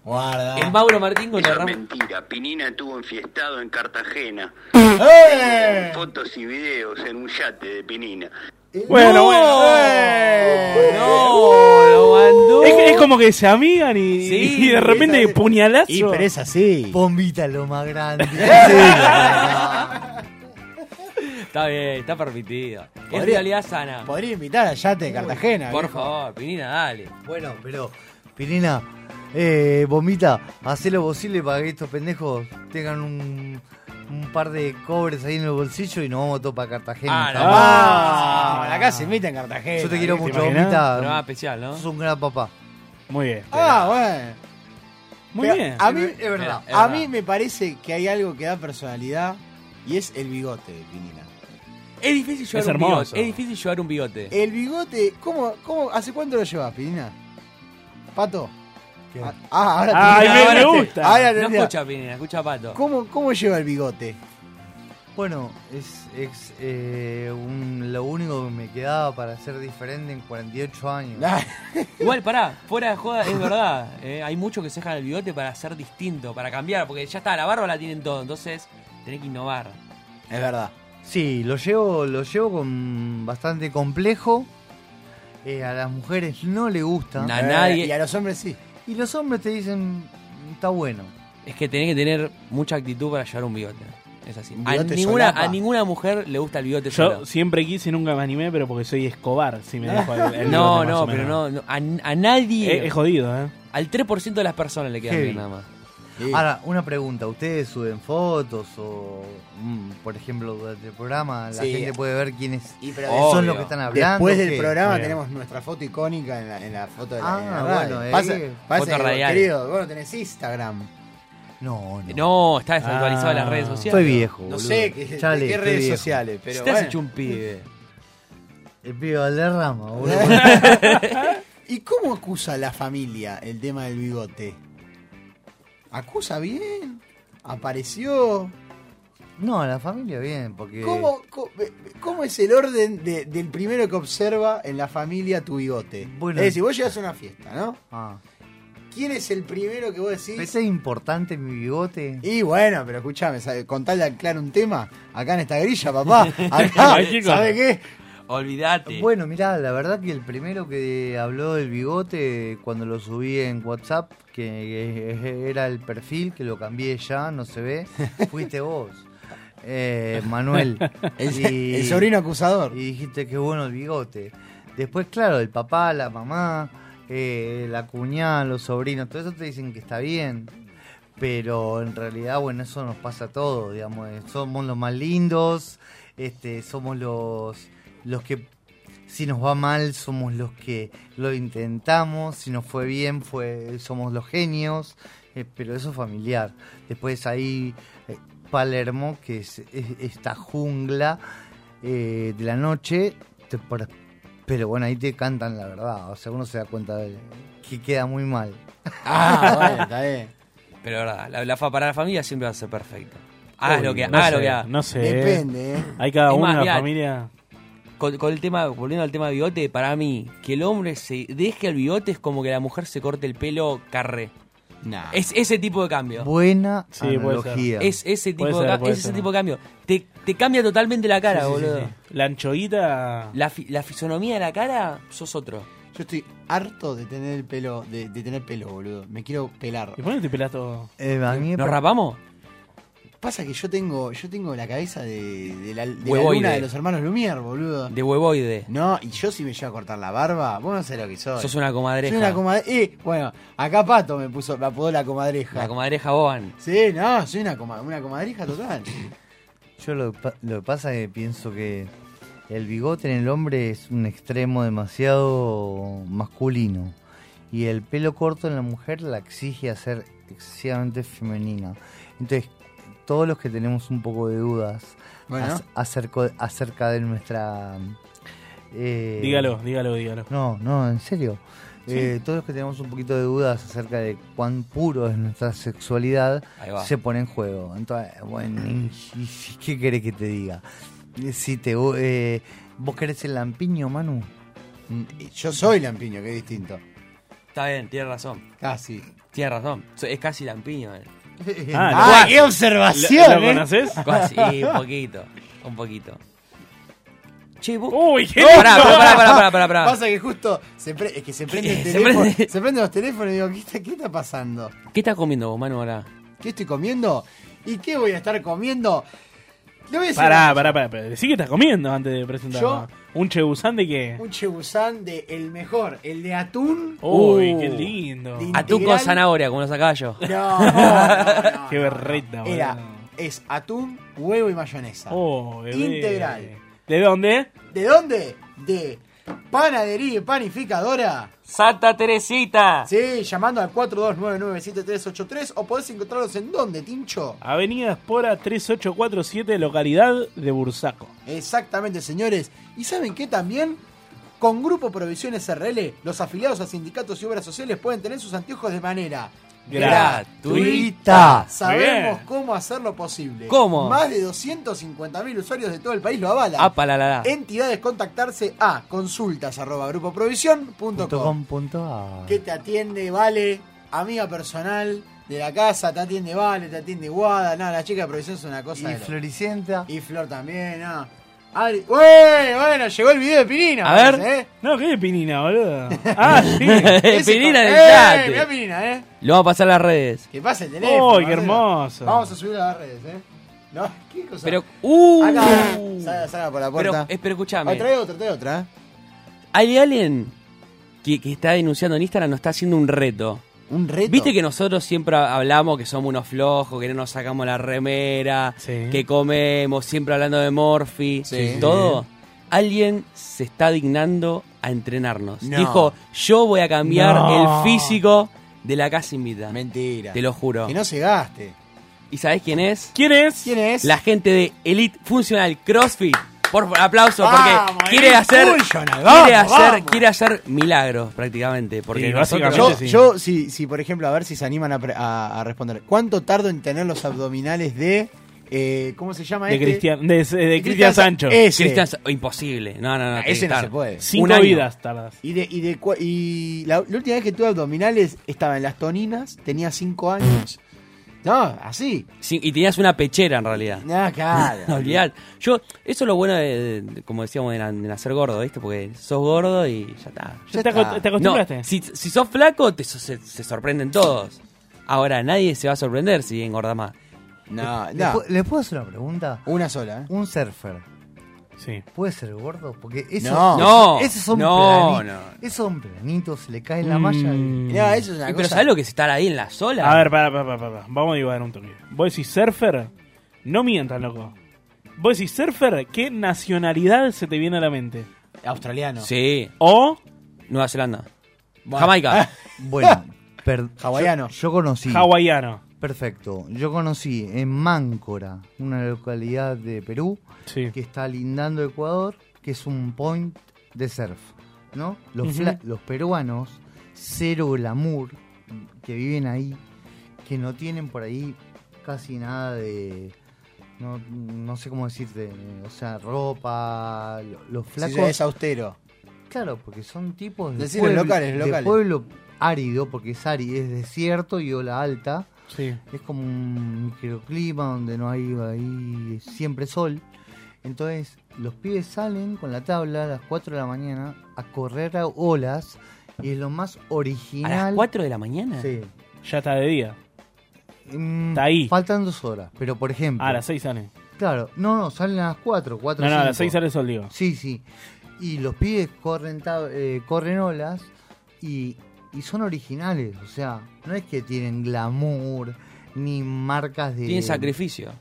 S4: Guarda.
S3: Es Mauro Martín con
S8: Eso
S3: la
S8: es
S3: Ram-
S8: mentira. Pinina estuvo enfiestado en Cartagena.
S4: ¡Eh!
S8: Fotos y videos en un yate de Pinina.
S2: Bueno,
S4: ¡Eh!
S3: No, lo mandó.
S2: Es, es como que se amigan y,
S3: Sí,
S2: y de repente
S4: esa-
S2: puñalazo.
S4: Y pero es así.
S6: Bombita lo más grande. Sí, la verdad.
S3: Está bien, está permitido. Es
S4: Podría-
S3: realidad sana.
S4: (laughs) Podría invitar a Yate de Cartagena.
S3: Por
S4: viejo.
S3: favor, Pinina, dale.
S6: bueno, pero, Pirina, eh, Bombita, hacé lo posible para que estos pendejos tengan un, un par de cobres ahí en el bolsillo y nos vamos todos para Cartagena.
S3: Ah, no.
S6: Capaz.
S4: Ah, la casa invita en Cartagena.
S6: Yo te quiero
S2: ¿te
S6: mucho,
S2: imaginas?
S3: Programa
S6: Bombita.
S3: especial, ¿no?
S6: Sos un gran papá.
S2: Muy bien.
S4: Ah, bueno.
S2: Muy
S4: Pero
S2: bien.
S4: A mí,
S6: es verdad.
S3: Es
S4: a
S3: verdad.
S4: mí me parece que hay algo que da personalidad y es el bigote de Pinina.
S3: Es difícil llevar
S2: Es
S3: un
S2: hermoso.
S3: bigote. Es difícil llevar un bigote.
S4: El bigote, ¿cómo, cómo, ¿hace cuánto lo llevas, Pinina? Pato.
S6: ¿Qué?
S4: Ah, ah, ahora
S2: Ay,
S4: te-
S2: me,
S3: ahora
S2: me
S3: sí.
S2: gusta.
S4: ahora
S3: No
S4: te-
S3: escucha a Pinina, escucha a Pato.
S4: ¿Cómo, ¿Cómo lleva el bigote?
S6: Bueno, es, es eh, un- lo único que me quedaba para ser diferente en 48 años.
S4: Ah,
S3: Igual, pará, fuera de joda, es verdad. eh, hay muchos que se dejan el bigote para ser distinto, para cambiar, porque ya está, la barba la tienen todo, entonces tenés que innovar.
S4: es verdad.
S6: Sí, lo llevo, lo llevo con bastante complejo. Eh, a las mujeres no le gusta.
S3: Nah. A
S4: Eh,
S3: nadie-
S4: Y a los hombres sí.
S6: Y los hombres te dicen, está bueno.
S3: Es que tenés que tener mucha actitud para llevar un bigote. Es así.
S4: Un
S3: A
S4: bigote
S3: ninguna,
S4: solapa.
S3: a ninguna mujer le gusta el bigote
S2: Yo
S3: solo.
S2: siempre quise y nunca me animé, pero porque soy Escobar, si me dejo el,
S3: (laughs) No,
S2: el bigote, más
S3: no,
S2: o menos.
S3: pero no, no, a, a
S2: Es,
S3: nadie.
S2: es jodido, ¿eh?
S3: al 3% de las personas le queda
S6: Heavy.
S3: bien nada más.
S4: Sí.
S6: Ahora, una pregunta, ¿ustedes suben fotos o, mm, por ejemplo, durante el programa la
S4: Sí.
S6: gente puede ver quiénes
S4: Y pero
S3: Oh,
S6: son
S3: Obvio.
S6: los que están hablando?
S4: Después del
S6: ¿Qué?
S4: programa
S2: Bien.
S4: tenemos nuestra foto icónica en la, en la foto de la,
S6: Ah,
S4: en la
S6: bueno,
S4: radio.
S6: ahí-
S4: Pasa- pasa
S3: Foto
S4: que,
S3: radial.
S4: querido, vos no tenés
S6: (laughs)
S4: Instagram.
S6: No, no.
S3: No, está desactualizado
S2: Ah.
S3: en las redes sociales.
S6: Estoy viejo,
S4: No
S6: boludo.
S4: sé qué,
S6: Chale,
S4: de
S3: (laughs)
S4: qué
S6: estoy
S4: redes
S6: este viejo.
S4: sociales, pero
S3: Estás
S4: bueno.
S3: hecho un pibe.
S6: El pibe Valderrama, boludo.
S4: (laughs) ¿Y cómo acusa la familia el tema del bigote? ¿Acusa bien? ¿Apareció?
S6: No, la familia bien, porque...
S4: ¿Cómo, co- cómo es el orden de- del primero que observa en la familia tu bigote?
S6: Bueno.
S4: es decir, vos llegas a una fiesta, ¿no?
S6: Ah.
S4: ¿Quién es el primero que vos
S6: ¿Pero
S4: decís?
S6: ¿Es importante mi bigote?
S4: Y bueno, pero escuchame, ¿sabe? con tal de aclarar un tema, acá en esta grilla, papá,
S2: (laughs)
S6: (laughs)
S4: acá,
S2: Cualquier cosa.
S4: ¿sabe qué?
S3: Olvídate.
S6: Bueno, mirá, la verdad que el primero que habló del bigote cuando lo subí en WhatsApp, que era el perfil, que lo cambié ya, no se ve, fuiste vos, eh, Manuel.
S4: (laughs) El,
S6: Y-
S4: el sobrino acusador.
S6: Y dijiste que bueno el bigote. Después, claro, el papá, la mamá, eh, la cuñada, los sobrinos, todo eso te dicen que está bien. Pero en realidad, bueno, eso nos pasa a todos, digamos. eh, Somos los más lindos, este, somos los, los que, si nos va mal, somos los que lo intentamos, si nos fue bien, fue, somos los genios, eh, pero eso es familiar. Después ahí, eh, Palermo, que es, es- esta jungla eh, de la noche, te por- pero bueno, ahí te cantan la verdad, o sea, uno se da cuenta de que queda muy mal.
S4: Ah, bueno, está bien.
S3: Pero de verdad, la, la fa- para la familia siempre va a ser perfecta. Haz lo que
S2: no
S3: hagas,
S2: sé,
S3: lo que hagas.
S2: No sé.
S4: Depende, ¿eh?
S2: Hay cada
S3: Es
S2: uno
S3: más,
S2: en la
S3: mirá,
S2: familia.
S3: Con, con el tema, volviendo al tema de bigote, para mí, que el hombre se deje el bigote es como que la mujer se corte el pelo carré.
S4: Nah.
S3: Es ese tipo de cambio.
S6: Buena
S2: Sí, puede
S6: analogía.
S3: Es ese tipo,
S2: Puede
S3: de,
S2: ser,
S3: ca-
S2: puede
S3: es ese
S2: ser.
S3: tipo de cambio. Te, te cambia totalmente la cara,
S2: Sí, sí, sí,
S3: boludo.
S2: sí. La anchoita.
S3: La, fi- la fisonomía de la cara, sos otro.
S4: Yo estoy harto de tener el pelo, de, de tener pelo, boludo. Me quiero pelar.
S2: ¿Y por qué te pelás todo?
S6: (laughs) Eh, a mí me
S3: ¿Nos
S6: pa-
S3: rapamos?
S4: Pasa que yo tengo, yo tengo la cabeza de, de la, de la
S3: Huevoide.
S4: luna de los hermanos Lumière, boludo.
S3: De huevoide.
S4: No, y yo si me llevo a cortar la barba, vos no sé lo que soy.
S3: Sos una comadreja.
S4: Soy una comadreja. Eh, bueno, acá Pato me puso, me apodó la comadreja.
S3: La comadreja Boban.
S4: sí, no, soy una, coma- una comadreja
S2: (laughs)
S4: total.
S6: Yo lo, que pa- lo que pasa es que pienso que el bigote en el hombre es un extremo demasiado masculino y el pelo corto en la mujer la exige a ser excesivamente femenina. Entonces, todos los que tenemos un poco de dudas
S4: Bueno.
S6: ac- acerco- acerca de nuestra... eh,
S2: Dígalo, dígalo, dígalo.
S6: No, no, en serio. Eh, todos los que tenemos un poquito de dudas acerca de cuán puro es nuestra sexualidad
S3: Ahí va.
S6: se pone en juego. Entonces, bueno, y- y- ¿qué querés que te diga? Si te, gu- eh, ¿Vos querés el lampiño, Manu?
S4: Mm, y Yo soy lampiño, que es distinto.
S3: Está bien, tiene razón.
S4: Casi.
S3: Tiene razón. So- Es casi lampiño.
S4: (laughs)
S3: eh.
S2: Ah,
S4: qué observación!
S2: ¿Lo, lo
S4: eh!
S3: (laughs)
S2: conoces?
S3: Casi, sí, un poquito. Un poquito. Che, vos.
S2: Uy, qué
S3: Pará, pará, pará, pará, pará, pará, pará.
S4: Pasa que justo se pre- es que se
S2: (laughs)
S4: prende el
S3: Se
S4: teléfono, se
S3: prende-
S4: prende, los teléfonos y digo, ¿qué está, qué está pasando?
S3: ¿Qué estás comiendo vos, Manu, ahora?
S4: ¿Qué estoy comiendo? ¿Y qué voy a estar comiendo? Le voy a decir
S2: Pará,
S4: una cosa.
S2: pará, pará, pará. Decí que estás comiendo antes de presentar.
S4: Yo-
S2: Un chebusán de qué.
S4: un chebusán de el mejor, el de atún.
S2: Uy,
S3: Uh.
S2: qué lindo.
S4: Di-
S3: Atún con
S4: Integral.
S3: zanahoria, como lo sacaba yo.
S4: (laughs) No, no, no, no.
S2: Qué berreta, boludo.
S4: Era, es atún, huevo y mayonesa.
S2: Oh, bebé.
S4: Integral.
S2: ¿De dónde?
S4: ¿De dónde? De panadería y panificadora.
S3: ¡Santa
S2: Ah.
S3: Teresita!
S4: Sí, llamando al 42997383 o podés encontrarlos en dónde, Tincho.
S2: Avenida Espora 3847, localidad de Bursaco.
S4: Exactamente, señores. ¿Y saben qué también? Con Grupo Provisiones RL, los afiliados a sindicatos y obras sociales pueden tener sus anteojos de manera
S6: Gratuita.
S4: Sabemos
S2: Bien.
S4: cómo hacerlo posible.
S3: Ah, ¿Cómo?
S4: Más de 250.000 usuarios de todo el país lo avalan.
S3: ¡Apa la la la!
S4: Entidades contactarse a consultas arroba
S6: Punto
S4: grupoprovision.com
S6: com, punto a.
S4: que te atiende, vale, amiga personal de la casa, te atiende, vale, te atiende, guada, nada, la chica de provisión es una cosa
S6: Y
S4: de lo-
S6: Floricienta.
S4: Y Flor también, no. Adri- ¡Ué! Bueno, llegó el video de Pirina.
S3: A ver.
S4: parece, ¿eh?
S2: No, qué de pinina, boludo. Ah,
S3: (laughs)
S2: sí.
S4: Ese
S3: Pirina
S4: con-
S3: del
S4: ¡Eh!
S3: yate.
S4: Mirá Pirina, ¿eh?
S3: Lo vamos a pasar a las redes.
S4: Que pase el teléfono.
S2: ¡Oh, qué
S4: Marcelo.
S2: hermoso!
S4: Vamos a subir a las redes, ¿eh? No, (laughs) qué cosa.
S3: Pero. ¡Uh!
S4: Acá, salga, salga por la
S3: Pero,
S4: puerta.
S3: eh, pero
S4: Ah, trae
S3: escúchame.
S4: otra, trae otra, ¿eh?
S3: Hay alguien que, que está denunciando en Instagram, nos está haciendo un reto.
S4: Un reto.
S3: Viste que nosotros siempre hablamos que somos unos flojos, que no nos sacamos la remera,
S2: Sí.
S3: que comemos, siempre hablando de Morphy,
S4: Sí.
S3: todo. Alguien se está dignando a entrenarnos.
S4: No.
S3: Dijo, yo voy a cambiar
S2: No.
S3: el físico de la casa invita.
S4: Mentira.
S3: Te lo juro.
S4: Que no se gaste.
S3: ¿Y sabés quién es?
S2: ¿Quién es?
S4: ¿Quién es?
S3: La gente de Elite Funcional CrossFit. Por favor, aplauso,
S4: Vamos,
S3: porque quiere
S4: Elite
S3: hacer,
S4: Funcional,
S3: quiere,
S4: vamos,
S3: hacer
S4: vamos.
S3: quiere hacer milagros prácticamente. Porque
S2: Sí,
S3: nosotros-
S2: básicamente
S4: Yo,
S2: sí.
S4: yo si, si, por ejemplo, a ver si se animan a, pre- a- a responder. ¿Cuánto tardo en tener los abdominales de. eh, ¿Cómo se llama
S2: De
S4: este?
S2: Cristian, de, de Cristian
S4: Sa-
S2: Sancho.
S4: Ese.
S3: Cristian, Sa- imposible. No, no, no.
S4: Ah,
S3: tiene
S4: ese
S3: que
S4: no
S3: estar.
S4: se puede.
S2: Cinco
S3: un año.
S2: vidas tardas.
S4: Y, de, y, de cua- y la, la última vez que tuve abdominales estaba en las toninas, tenía 5 años. No, así.
S3: Sí, y tenías una pechera en realidad. (laughs)
S4: Nada,
S3: No,
S4: claro.
S3: olvidate. Yo, eso es lo bueno de, de- como decíamos, de, na- de nacer gordo, ¿viste? Porque sos gordo y ya está.
S2: ¿Te,
S4: está.
S2: aco- te acostumbraste?
S3: No, si, si sos flaco, te, so- se, se sorprenden todos. Ahora, nadie se va a sorprender si engorda más.
S4: No,
S6: ¿Les,
S4: Ah, no.
S6: pu- les puedo hacer una pregunta?
S4: Una sola, ¿eh?
S6: Un surfer.
S2: Sí.
S6: ¿Puede ser gordo? Porque eso,
S4: No.
S3: No.
S6: esos son
S3: No,
S6: plani-
S3: no.
S6: Esos son planitos, se le cae en la malla. y-
S2: Mm.
S4: Mirá, eso es una
S3: Eh, pero
S4: cosa-
S3: ¿sabes lo que es estar ahí en la sola?
S2: A ver, pará, pará, pará, pará. Vamos a divagar un toque. Vos decís surfer, no mientas, loco. Vos decís surfer, ¿qué nacionalidad se te viene a la mente?
S4: Australiano.
S3: Sí,
S2: O
S3: Nueva Zelanda.
S4: Bueno. Ah. (laughs)
S3: Jamaica.
S6: Bueno, per-
S4: Hawaiano.
S6: Yo, yo conocí.
S2: hawaiano.
S6: Perfecto. Yo conocí en Máncora, una localidad de Perú,
S2: Sí.
S6: que está lindando Ecuador, que es un point de surf, ¿no? Los,
S2: Ujú.
S6: fla- los peruanos, cero glamour, que viven ahí, que no tienen por ahí casi nada de... No, no sé cómo decirte, o sea, ropa, lo- los
S4: Si
S6: flacos...
S4: es austero.
S6: Claro, porque son tipos de,
S4: Decirle
S6: pueblo,
S4: locales,
S6: de
S4: locales.
S6: pueblo árido, porque es árido, es desierto y ola alta.
S2: Sí.
S6: Es como un microclima donde no hay ahí siempre sol. Entonces, los pibes salen con la tabla a las 4 de la mañana a correr a olas y es lo más
S3: ¿A
S6: original.
S3: las 4 de la mañana?
S6: Sí.
S2: Ya está de día.
S6: Mm,
S2: Está ahí.
S6: Faltan dos horas, pero por ejemplo.
S2: Ah, a las 6 sale.
S6: Claro, no, no, salen a las 4, 4
S2: No, no, a las 6 sale el sol, digo.
S6: Sí, sí. Y los pibes corren, tab- eh, corren olas y, y son originales. O sea, no es que tienen glamour ni marcas de.
S3: Tiene sacrificio.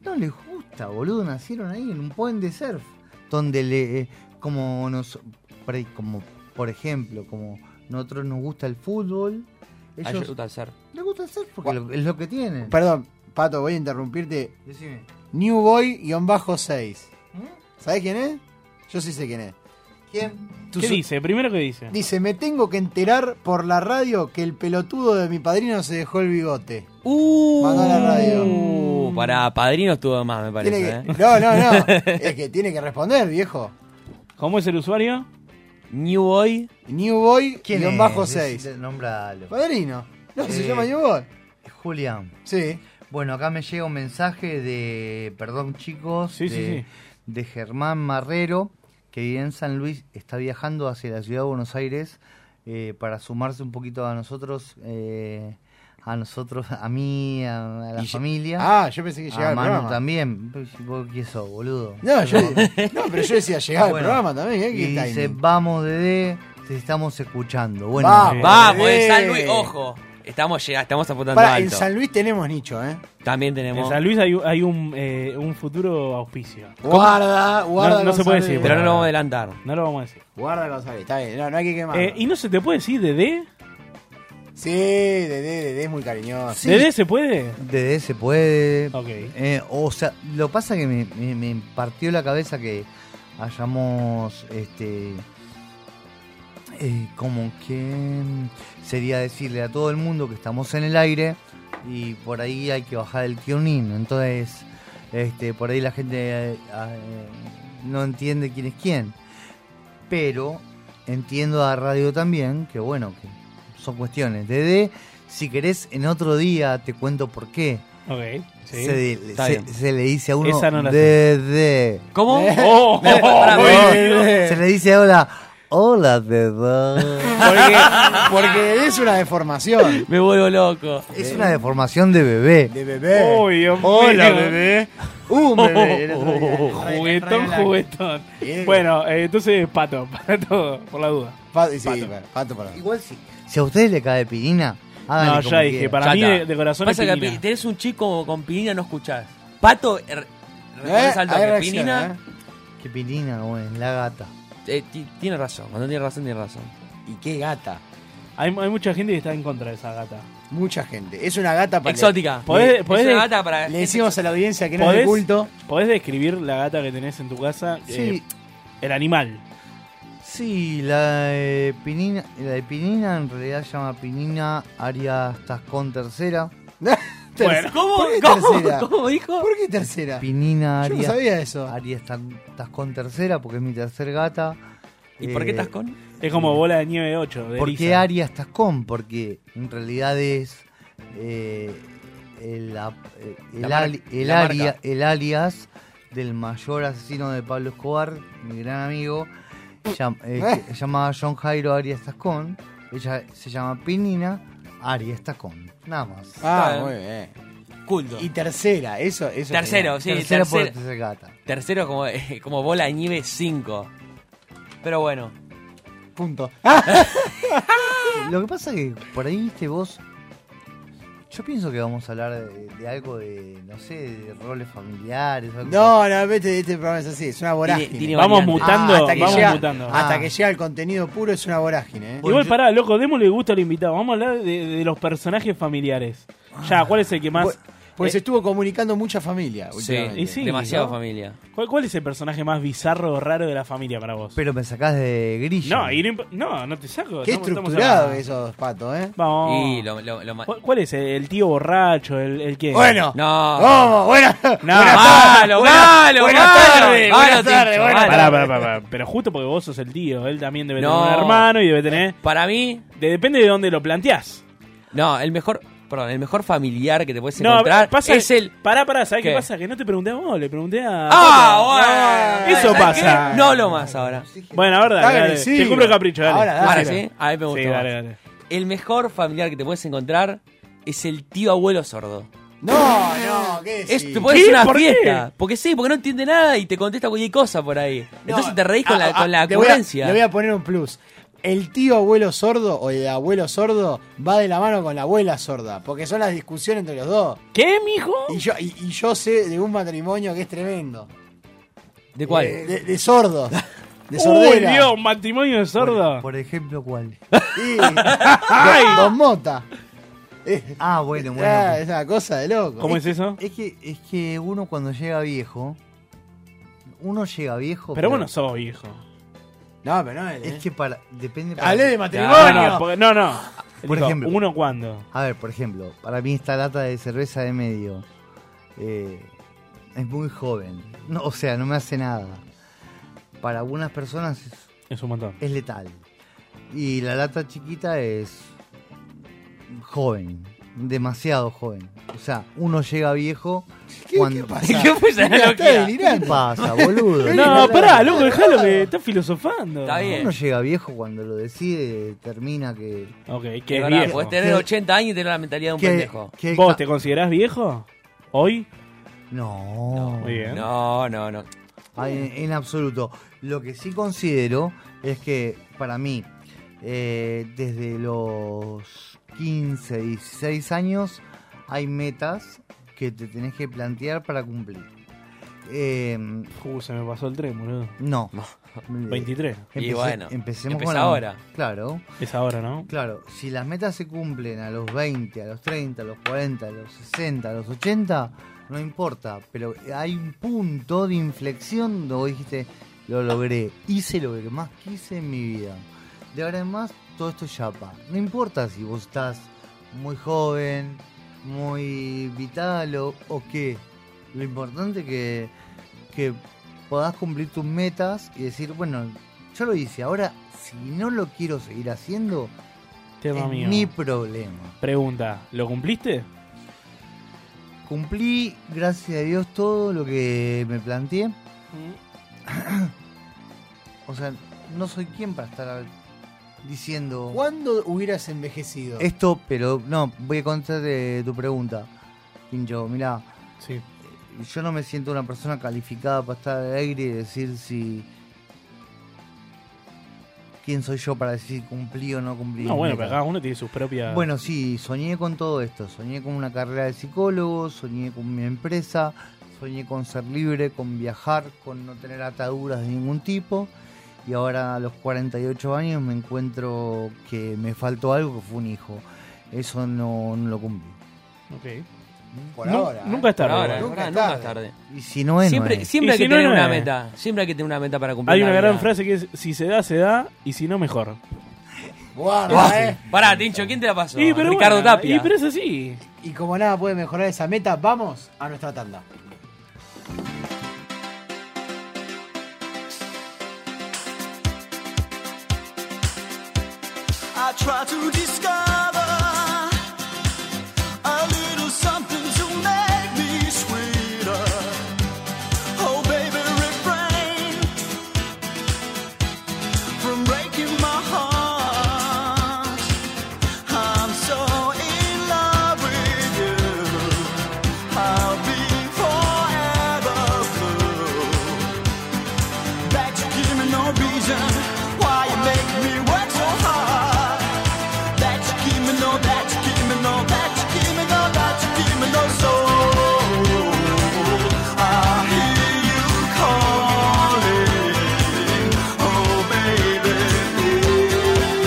S6: No les gusta, boludo. Nacieron ahí en un point de surf. Donde le. eh, como nos. Por ahí, como, por ejemplo, como nosotros nos gusta el fútbol.
S3: Ellos...
S6: Ellos
S3: Ayuda al ser.
S6: les gusta el surf porque lo- es lo que tienen.
S4: Perdón, Pato, voy a interrumpirte.
S6: Decime.
S4: New Boy-6.
S6: ¿Mm?
S4: ¿Sabés quién es? Yo sí sé quién es.
S6: ¿Quién?
S4: Tu
S2: ¿Qué
S4: su-
S2: dice? Primero, ¿qué dice?
S4: Dice, me tengo que enterar por la radio que el pelotudo de mi padrino se dejó el bigote.
S3: Uh,
S4: Mandó a la radio.
S3: Para padrino estuvo más, me parece.
S4: Tiene que-
S3: ¿eh?
S4: No, no, (laughs)
S2: (laughs)
S4: no. es que tiene que responder, viejo.
S2: ¿Cómo es el usuario?
S3: New Boy.
S4: New Boy, guión bajo
S6: es?
S4: 6.
S6: Decí- Nómbralo.
S4: Padrino. No, se
S6: Eh.
S4: llama New Boy.
S6: Julián.
S4: Sí.
S6: Bueno, acá me llega un mensaje de, perdón chicos,
S2: Sí,
S6: de,
S2: sí, sí.
S6: de Germán Marrero, que vive en San Luis, está viajando hacia la ciudad de Buenos Aires eh, para sumarse un poquito a nosotros, eh, a nosotros, a mí, a, a la
S4: Y lle-
S6: familia,
S4: Ah, yo pensé que llegaba
S6: a
S4: al
S6: Manu
S4: programa.
S6: también. ¿Vos qué sos, boludo?
S4: No, yo, (laughs) no, pero yo decía llegaba
S6: Bueno,
S4: al programa también. ¿eh? ¿Qué
S6: Y dice,
S4: timing?
S6: vamos Dede, te estamos escuchando. Bueno,
S4: Vamos.
S3: Vamos,
S4: Eh.
S3: de San Luis. Ojo. Estamos, llega- estamos apuntando
S4: Pará, en
S3: alto.
S4: San Luis tenemos nicho, ¿eh?
S3: También
S2: En
S3: tenemos.
S2: San Luis hay, hay un, eh, un futuro auspicio.
S4: Guarda, guarda.
S2: No- no se puede
S4: González.
S2: decir,
S3: Pero no lo vamos a adelantar.
S2: No lo vamos a decir.
S4: Guarda, González. Está bien, no, no hay que quemar.
S2: Eh, ¿Y no se te puede decir Dedé?
S4: Sí, Dede, Dede es muy cariñoso.
S6: Sí.
S2: ¿Dedé se puede?
S6: Dede se puede.
S2: Ok.
S6: Eh, o sea, lo pasa que me, me- me partió la cabeza que hayamos, este, eh, como que sería decirle a todo el mundo que estamos en el aire y por ahí hay que bajar el tuning. Entonces, este, por ahí la gente eh, eh, no entiende quién es quién. Pero entiendo a radio también que bueno, que son cuestiones. Dede, si querés, en otro día te cuento por qué
S2: Ok. Sí.
S6: se, di-
S3: Está
S6: se-
S3: bien.
S6: se le dice a uno
S2: Esa no la sé.
S6: Dede.
S2: (laughs)
S3: ¿Cómo?
S2: Oh,
S3: Pará, pará,
S2: oh,
S3: pará.
S6: Se le dice hola. Hola, Dede.
S4: Porque, porque Dede es una deformación.
S3: Me vuelvo loco.
S6: es una deformación de bebé.
S4: De bebé.
S2: oh, Dios
S4: Hola,
S2: mío.
S4: bebé. Uh,
S2: (laughs)
S4: bebé. el otro día.
S2: Oh, Juguetón, juguetón.
S4: Bien.
S2: Bueno, eh, entonces (laughs) pato, para todo, por la duda.
S4: Pato, sí, pato, para.
S6: Si a ustedes le cae pirina, Háganle
S2: no,
S6: como
S2: ya dije,
S6: quieran.
S2: para
S3: Ya
S2: mí
S3: está.
S2: de, de corazón es
S3: Ah. Pasa que
S2: Pinina.
S3: pi- tenés un chico con Pinina no escuchás. Pato, er,
S4: Eh,
S3: respondes al
S4: hay
S3: toque.
S4: reacción,
S3: Pinina
S6: Qué pirina, güey, la gata.
S3: eh, ti- tiene razón. Cuando tiene razón, tiene razón.
S4: ¿eh? Y qué gata.
S2: Hay, hay mucha gente que está en contra de esa gata.
S4: Mucha gente. Es una gata para.
S3: Exótica.
S2: Podés-
S3: Es
S2: podés-
S3: una gata para.
S4: Le decimos a la audiencia que no es de
S2: ¿Podés?
S4: culto.
S2: ¿Podés describir la gata que tenés en tu casa?
S6: Sí,
S2: Eh, el animal.
S6: sí, la de pinina, la de pinina en realidad se llama pinina Arias Tascón (laughs) tercera.
S4: Tercera.
S3: ¿Cómo,
S4: ¿Por qué
S6: (laughs)
S4: tercera?
S3: ¿Cómo, ¿Cómo dijo?
S4: ¿Por qué tercera?
S6: Pinina
S4: Yo no
S6: Arias,
S4: sabía eso.
S6: Arias Tan- Tascón tercera porque es mi tercer gata.
S3: ¿Y por qué
S6: Eh,
S3: estás con?
S2: Es como bola de nieve 8. De
S6: ¿Por qué
S2: Elisa.
S6: Arias Tascón? Porque en realidad es eh, el, ap- eh, el
S3: La mar-
S6: ali- el
S3: la
S6: alia-
S3: marca.
S6: el alias del mayor asesino de Pablo Escobar, mi gran amigo, llam- eh,
S4: (laughs)
S6: que se llama John Jairo Arias Tascón. Ella se llama Pinina Arias Tascón. Nada más.
S4: Ah,
S3: Está
S4: muy bien.
S3: Culto.
S4: Y tercera, eso, eso.
S3: tercero, sí,
S6: tercera por
S3: tercero.
S6: tercer gata.
S3: Tercero como, eh, como bola de nieve 5. Pero bueno.
S4: sería. Punto. (laughs) Ah,
S6: (laughs) Lo que pasa que por ahí viste vos. Yo pienso que vamos a hablar de, de algo de, no sé, de roles familiares. algo
S4: no, no, vete, este programa es así. Es una vorágine.
S3: Tiene- tiene
S2: Vamos
S3: variante.
S2: mutando,
S4: Ah, hasta que
S2: vamos
S4: llega-
S2: mutando.
S4: Hasta
S6: Ah.
S4: que llega el contenido puro es una vorágine. ¿eh?
S2: Igual pará, loco, démosle gusto al invitado. Vamos a hablar de, de los personajes familiares. Ya, ¿cuál es el que más... eh?
S4: Pues, pues estuvo comunicando mucha familia. últimamente.
S2: Y sí,
S3: demasiado
S2: ¿no?
S3: familia.
S2: ¿Cuál, cuál es el personaje más bizarro o raro de la familia para vos?
S6: Pero me sacás de grillo.
S2: No, y no, imp- no, no te saco.
S4: Qué
S2: estamos- estamos
S4: estructurado
S2: hablando.
S4: esos patos, ¿eh?
S2: Vamos.
S3: Y lo, lo, lo ma-
S2: ¿Cuál, cuál es? ¿El, el tío borracho? ¿El, el qué?
S4: Bueno.
S3: No.
S4: Vamos, buena.
S2: No,
S4: buenas
S3: malo,
S4: tardes,
S3: malo,
S4: buenas
S3: malo, malo,
S4: tardes, buenas tardes,
S3: Tincho,
S4: buenas
S3: malo.
S2: Pará,
S4: tardes.
S2: pará, pará, pará. Pero justo porque vos sos el tío, él también debe
S3: No.
S2: tener un hermano y debe tener...
S3: Para mí,
S2: de- depende de dónde lo planteás.
S3: no, el mejor, perdón, el mejor familiar que te puedes
S2: No,
S3: encontrar
S2: pasa...
S3: es el
S2: Pará, pará, ¿sabés qué,
S3: ¿Qué?
S2: pasa? Que no te pregunté a vos, le pregunté a...
S3: Ah, bueno.
S2: Eso
S3: ¿Sabes
S2: pasa.
S3: qué? No lo más ahora.
S2: Bueno, ahora
S4: Está
S2: dale, dale.
S4: agresivo.
S2: Te cumplo el capricho, dale.
S4: Ahora, dale.
S3: Ahora sí, a mí me
S2: Sí,
S3: gustó. más.
S2: dale, dale.
S3: El mejor familiar que te puedes encontrar es el tío abuelo sordo.
S4: No, no, ¿qué
S3: Es,
S4: decís?
S3: te puede
S2: ¿Qué?
S3: hacer una
S2: ¿Por qué?
S3: fiesta. Porque sí, porque no entiende nada y te contesta cualquier cosa por ahí.
S4: No,
S3: Entonces te reís con
S4: ah,
S3: la,
S4: ah,
S3: con la
S4: le voy a-
S3: ocurrencia.
S4: Le voy a poner un plus. El tío abuelo sordo o el abuelo sordo va de la mano con la abuela sorda, porque son las discusiones entre los dos.
S2: ¿Qué, mijo?
S4: Y yo, y, y yo sé de un matrimonio que es tremendo.
S3: ¿De cuál?
S4: Eh, de,
S3: (laughs)
S4: de sordos. De
S2: Uy,
S4: sordera.
S2: Dios, un matrimonio de sordo.
S6: Por, por ejemplo, ¿cuál?
S4: Sí. Don, Don Mota. Eh,
S6: Ah, bueno, bueno.
S4: ah,
S6: pues.
S4: es una cosa de loco.
S2: ¿Cómo es eso?
S6: Es que, es que uno cuando llega viejo. Uno llega viejo.
S2: Pero bueno, sos viejo.
S4: No, Ah, pero no. eh.
S6: Es que para. Depende. para-
S4: Hablé de
S2: No,
S4: matrimonio.
S2: no, porque- no. no.
S6: Por
S2: Digo,
S6: ejemplo.
S2: ¿Uno cuándo?
S6: A ver, por ejemplo, para mí esta lata de cerveza de medio. eh, es muy joven. No, o sea, no me hace nada. Para algunas personas es,
S2: Es un montón.
S6: es letal. Y la lata chiquita es. joven. Demasiado joven. O sea, uno llega viejo.
S4: ¿Qué-
S6: cuando...
S4: ¿Qué pasa?
S2: (laughs)
S3: ¿Qué fue esa
S4: Mira, está
S3: analogía?
S6: ¿Qué
S4: delirando.
S6: pasa,
S4: (laughs)
S6: boludo?
S2: No, pará, loco, dejalo que estás filosofando.
S3: Está bien.
S6: Uno llega viejo cuando lo decide, termina que.
S2: Ok, que
S3: Pero
S2: es
S3: nada,
S2: viejo.
S3: Podés tener
S6: Que-
S3: 80 años y tener la mentalidad de un
S6: que-
S3: pendejo.
S6: que-
S2: ¿Vos te considerás viejo? ¿Hoy?
S6: No,
S2: Muy bien.
S3: No, no, no.
S6: Ay, en, en absoluto. Lo que sí considero es que para mí, eh, desde los 15, 16 años, hay metas que te tenés que plantear para cumplir. Eh,
S2: Uh, se me pasó el tren, boludo.
S6: no. eh,
S2: 23.
S3: Y bueno,
S6: empecemos
S3: empezá
S6: con la-
S3: ahora.
S6: Claro.
S2: Es ahora, ¿no?
S6: Claro, si las metas se cumplen a los 20, a los 30, a los 40, a los 60, a los 80, no importa, pero hay un punto de inflexión donde vos dijiste, lo logré, hice lo que más quise en mi vida. De ahora en más, todo esto es chapa. No importa si vos estás muy joven, muy vital o, o qué. Lo importante es que, que podás cumplir tus metas y decir, bueno, yo lo hice, ahora si no lo quiero seguir haciendo,
S2: Tema
S6: es
S2: mío.
S6: mi problema.
S2: Pregunta, ¿lo cumpliste?
S6: Cumplí, gracias a Dios, todo lo que me planteé. (coughs) O sea, no soy quien para estar diciendo
S4: ¿Cuándo hubieras envejecido?
S6: esto, pero no, voy a contarte tu pregunta. Pincho, mirá, Eh,
S2: Sí.
S6: yo no me siento una persona calificada para estar al aire y decir si ¿Quién soy yo para decir cumplí o no cumplí?
S2: No, bueno,
S6: mi
S2: pero
S6: meta?
S2: cada uno tiene sus propias.
S6: Bueno, sí, soñé con todo esto. Soñé con una carrera de psicólogo, soñé con mi empresa, soñé con ser libre, con viajar, con no tener ataduras de ningún tipo. Y ahora a los 48 años me encuentro que me faltó algo, que fue un hijo. Eso no, no lo cumplí.
S2: Ok.
S4: Por
S2: Nun-
S4: ahora. ¿eh?
S2: Nunca es
S3: Por
S2: tarde.
S3: ahora,
S2: igual.
S4: nunca
S3: nunca,
S4: es
S3: nunca es
S4: tarde.
S3: tarde.
S6: Y si no es,
S3: Siempre,
S6: no es.
S3: siempre
S2: Y
S3: hay que
S2: si no,
S3: tener
S2: no
S3: una
S2: es.
S3: meta. Siempre hay que tener una meta para cumplir.
S2: Hay una
S3: la
S2: gran
S3: vida.
S2: frase que es: si se da, se da, y si no, mejor.
S4: Guarda, ¿eh?
S3: Pará, Tincho, ¿quién te la pasó?
S2: Y, pero
S3: Ricardo
S2: bueno,
S3: Tapia.
S2: Y pero es así.
S4: Y como nada puede mejorar esa meta, vamos a nuestra tanda.
S5: I try to discover a little something to make me sweeter. Oh, baby, refrain from breaking my heart. I'm so in love with you. I'll be forever blue back to give me no reason why you make me work so hard. That you give me no, that you give me no, that you give me no, that you give me no soul. I hear you calling, oh baby. please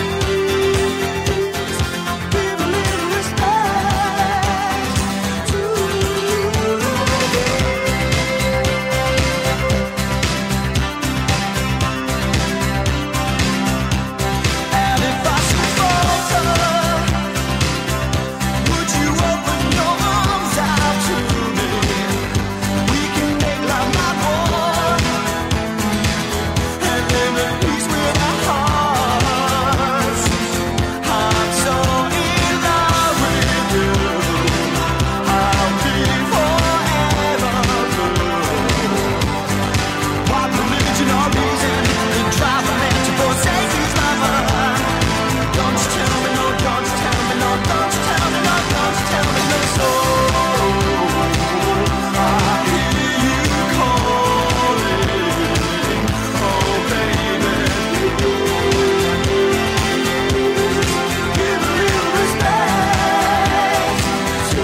S5: Give a little respect to you. And if I should falter, would you open your arms out to me? We can make love not war and live in peace with our hearts. I'm so in love with you. I'll be forever What religion or reason could drive a man to forsake his lover? Don't you tell me no, don't you tell me no, don't you tell me no, don't you tell me no, so I hear you calling, oh baby, please give a little respect to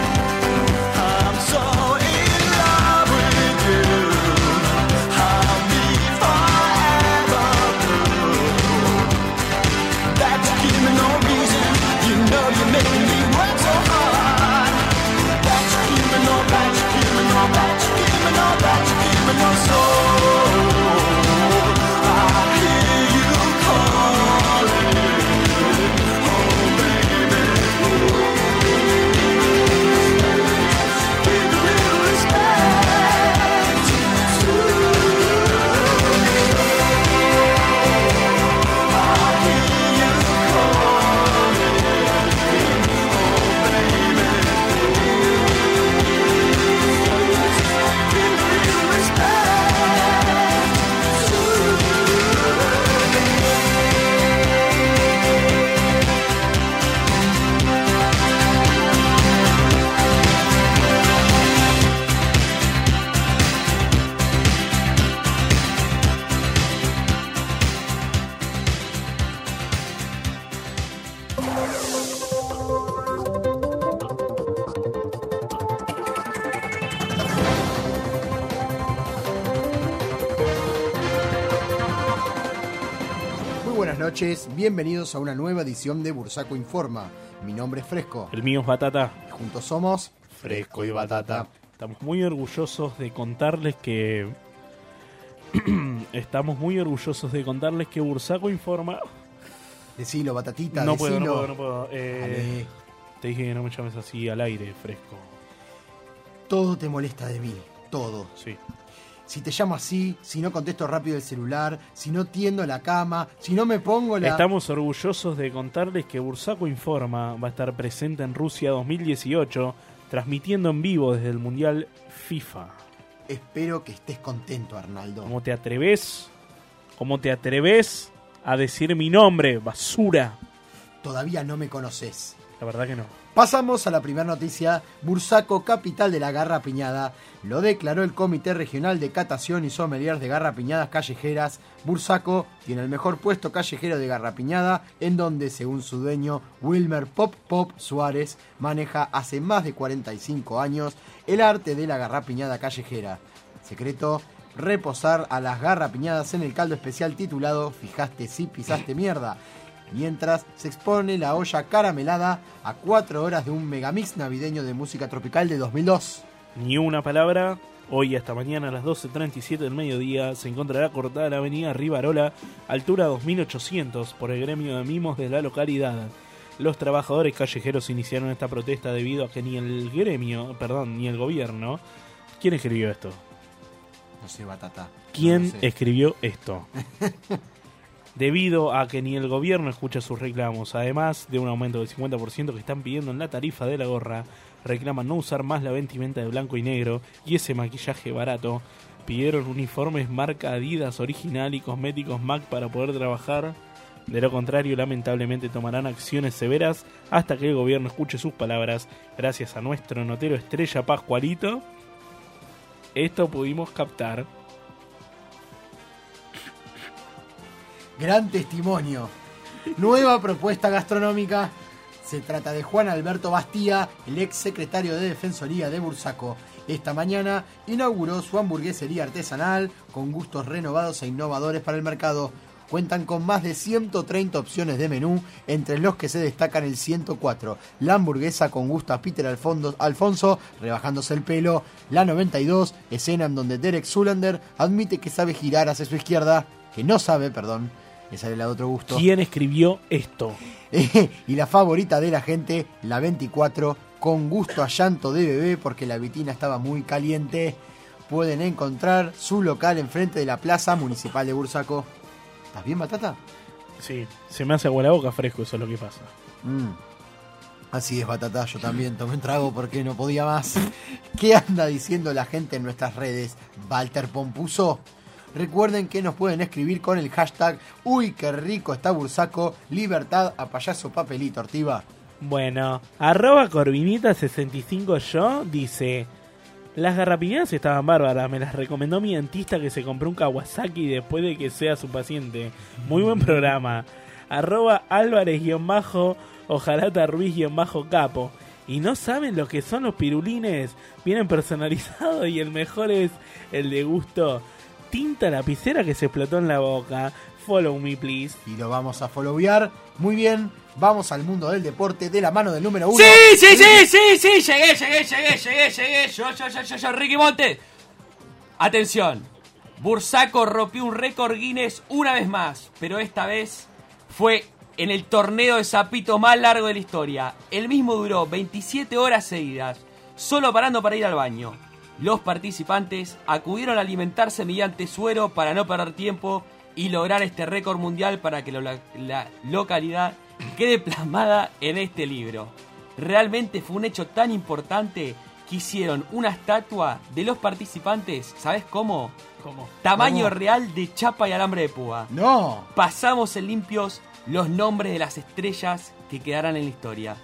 S5: I'm so in love with you. I'll be forever blue. That you give me no reason. You know you're making me work so hard. That you give me no, that you give me no, that you give me no, that you give me no soul. I hear you calling. Give a little respect to me.
S4: Muy buenas noches, bienvenidos a una nueva edición de Bursaco Informa. Mi nombre es Fresco.
S2: El mío es Batata.
S4: Juntos somos
S2: Fresco y Batata. Estamos muy orgullosos de contarles que. (clears throat) Estamos muy orgullosos de contarles que Bursaco Informa.
S4: Decilo, batatita,
S2: no puedo,
S4: decilo.
S2: no puedo, no puedo. Eh,
S4: Ale,
S2: te dije que no me llames así al aire, fresco.
S4: todo te molesta de mí, todo.
S2: Sí.
S4: Si te llamo así, si no contesto rápido el celular, si no tiendo la cama, si no me pongo la...
S2: Estamos orgullosos de contarles que Bursaco Informa va a estar presente en Rusia 2018, transmitiendo en vivo desde el Mundial FIFA.
S4: Espero que estés contento, Arnaldo.
S2: ¿Cómo te atreves? ¿Cómo te atreves a decir mi nombre, basura.
S4: Todavía no me conoces.
S2: La verdad que no.
S4: Pasamos a la primera noticia. Bursaco, capital de la Garra Piñada, lo declaró el Comité Regional de Catación y Sommeliers de Garra Piñadas Callejeras. Bursaco tiene el mejor puesto callejero de Garra Piñada, en donde, según su dueño, Wilmer Pop Pop Suárez, maneja hace más de 45 años el arte de la Garra Piñada Callejera. Secreto, reposar a las Garra Piñadas en el caldo especial titulado Fijaste si pisaste mierda mientras se expone la olla caramelada a 4 horas de un megamix navideño de música tropical de 2002.
S2: Ni una palabra. Hoy hasta mañana a las 12.37 del mediodía se encontrará cortada la avenida Rivarola, altura 2800, por el gremio de mimos de la localidad. Los trabajadores callejeros iniciaron esta protesta debido a que ni el gremio, perdón, ni el gobierno... ¿Quién escribió esto?
S4: No sé, batata.
S2: ¿Quién
S4: No lo sé.
S2: escribió esto? Debido a que ni el gobierno escucha sus reclamos, además de un aumento del 50% que están pidiendo en la tarifa de la gorra, reclaman no usar más la vestimenta de blanco y negro y ese maquillaje barato. Pidieron uniformes marca Adidas original y cosméticos MAC para poder trabajar. De lo contrario, lamentablemente tomarán acciones severas hasta que el gobierno escuche sus palabras. Gracias a nuestro notero estrella Pascualito, esto pudimos captar.
S4: Gran testimonio. Nueva propuesta gastronómica. Se trata de Juan Alberto Bastía, el ex secretario de Defensoría de Bursaco. Esta mañana inauguró su hamburguesería artesanal con gustos renovados e innovadores para el mercado. Cuentan con más de 130 opciones de menú, entre los que se destacan el 104, la hamburguesa con gusto a Peter Alfondo- Alfonso, rebajándose el pelo, la 92, escena en donde Derek Zulander admite que sabe girar hacia su izquierda, que no sabe, perdón, esa era la de otro gusto.
S2: ¿Quién escribió esto?
S4: (laughs) y la favorita de la gente, la 24, con gusto a llanto de bebé porque la vitina estaba muy caliente. Pueden encontrar su local enfrente de la Plaza Municipal de Bursaco. ¿Estás bien, Batata?
S2: Sí, se me hace agua la boca fresco, eso es lo que pasa.
S4: Mm. Así es, Batata, yo también tomé un trago porque no podía más. (laughs) ¿Qué anda diciendo la gente en nuestras redes? Walter Pompuso. Recuerden que nos pueden escribir con el hashtag Uy, qué rico está Bursaco, libertad a payaso papelito, Ortiva.
S2: Bueno, arroba corvinita65 yo dice... Las garrapiñadas estaban bárbaras, me las recomendó mi dentista que se compró un Kawasaki después de que sea su paciente. Muy buen programa. Arroba Álvarez-bajo, ojalata Ruiz-capo. Y no saben lo que son los pirulines. Vienen personalizados y el mejor es el de gusto. Tinta lapicera que se explotó en la boca. Follow me please.
S4: y lo vamos a followear. Muy bien, vamos al mundo del deporte de la mano del número uno.
S3: Sí, sí, sí, sí, sí, llegué, llegué, llegué, llegué, llegué. Yo, yo, yo, yo, yo, Ricky Montes. Atención. Bursaco rompió un récord Guinness una vez más, pero esta vez fue en el torneo de zapitos más largo de la historia. El mismo duró 27 horas seguidas, solo parando para ir al baño. Los participantes acudieron a alimentarse mediante suero para no perder tiempo y lograr este récord mundial para que lo- la- la localidad quede plasmada en este libro. Realmente fue un hecho tan importante que hicieron una estatua de los participantes, ¿sabes cómo?
S2: ¿Cómo?
S3: Tamaño
S4: ¿Cómo?
S3: real de chapa y alambre de púa.
S4: No,
S3: Pasamos en limpios los nombres de las estrellas que quedarán en la historia.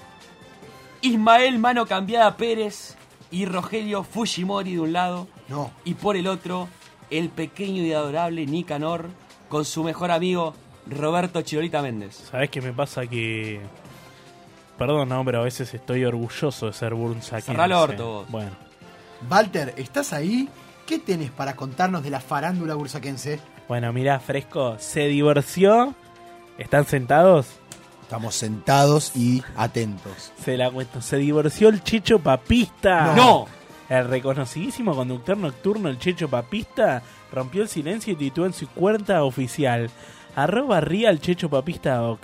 S3: Ismael Mano Cambiada Pérez y Rogelio Fujimori de un lado
S4: no.
S3: y por el otro el pequeño y adorable Nicanor con su mejor amigo Roberto Chirolita Méndez.
S2: ¿Sabes qué me pasa? Que. Perdón, no, pero a veces estoy orgulloso de ser Burnsaquense.
S3: Cerrá el orto, vos.
S2: Bueno,
S4: Walter, ¿estás ahí? ¿Qué tenés para contarnos de la farándula bursaquense?
S2: bueno, mirá, fresco, se divorció. ¿Están sentados?
S4: Estamos sentados y atentos.
S2: Se la cuento. Se divorció el Checho Papista.
S3: No.
S2: El reconocidísimo conductor nocturno, el Checho Papista, rompió el silencio y tituló en su cuenta oficial. Arroba ría al Checho Papista Doc.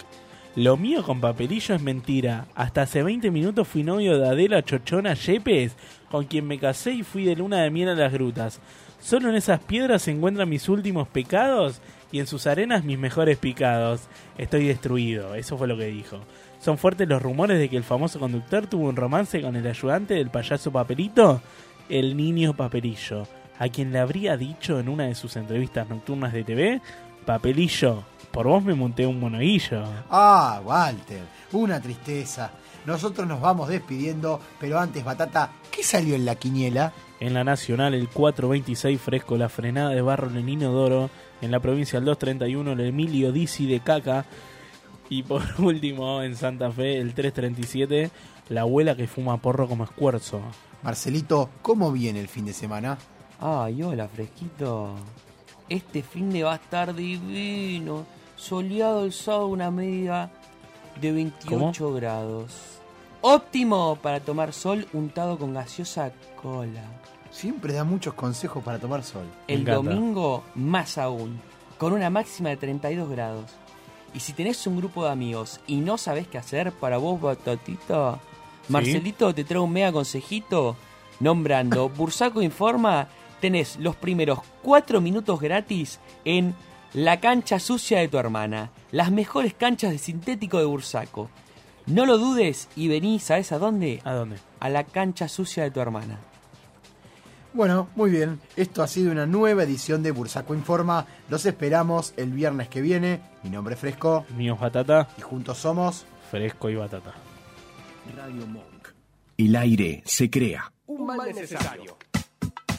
S2: Lo mío con papelillo es mentira. Hasta hace 20 minutos fui novio de Adela Chochona Yepes, con quien me casé y fui de luna de miel a las grutas. Solo en esas piedras se encuentran mis últimos pecados y en sus arenas mis mejores picados. Estoy destruido, eso fue lo que dijo. Son fuertes los rumores de que el famoso conductor tuvo un romance con el ayudante del payaso papelito, el niño papelillo, a quien le habría dicho en una de sus entrevistas nocturnas de TV, papelillo, Por vos me monté un monoguillo.
S4: Ah, Walter, una tristeza. Nosotros nos vamos despidiendo, pero antes, Batata, ¿qué salió en la quiniela?
S2: En la Nacional, el 426 fresco, la frenada de barro en el Inodoro. En la provincia, el 231, el Emilio Dizzi de Caca. Y por (laughs) último, en Santa Fe, el 337, la abuela que fuma porro como escuerzo.
S4: Marcelito, ¿cómo viene el fin de semana?
S3: Ay, hola, fresquito. Este fin de va a estar divino. Soleado el sábado, una media de 28 grados. Óptimo para tomar sol untado con gaseosa cola.
S4: Siempre da muchos consejos para tomar sol.
S2: Me
S3: El
S2: encanta.
S3: domingo, más aún, con una máxima de 32 grados. Y si tenés un grupo de amigos y no sabés qué hacer para vos, Batatita, Marcelito te trae un mega consejito
S2: (laughs)
S3: nombrando Bursaco Informa. Tenés los primeros cuatro minutos gratis en la cancha sucia de tu hermana. Las mejores canchas de sintético de Bursaco. No lo dudes y vení, ¿sabés a dónde?
S2: ¿A dónde?
S3: A la cancha sucia de tu hermana.
S4: Bueno, muy bien. Esto ha sido una nueva edición de Bursaco Informa. Los esperamos el viernes que viene. Mi nombre es Fresco
S2: Míos batata,
S4: y juntos somos
S2: fresco y batata.
S9: Radio Monk.
S10: El aire se crea.
S9: Un mal necesario.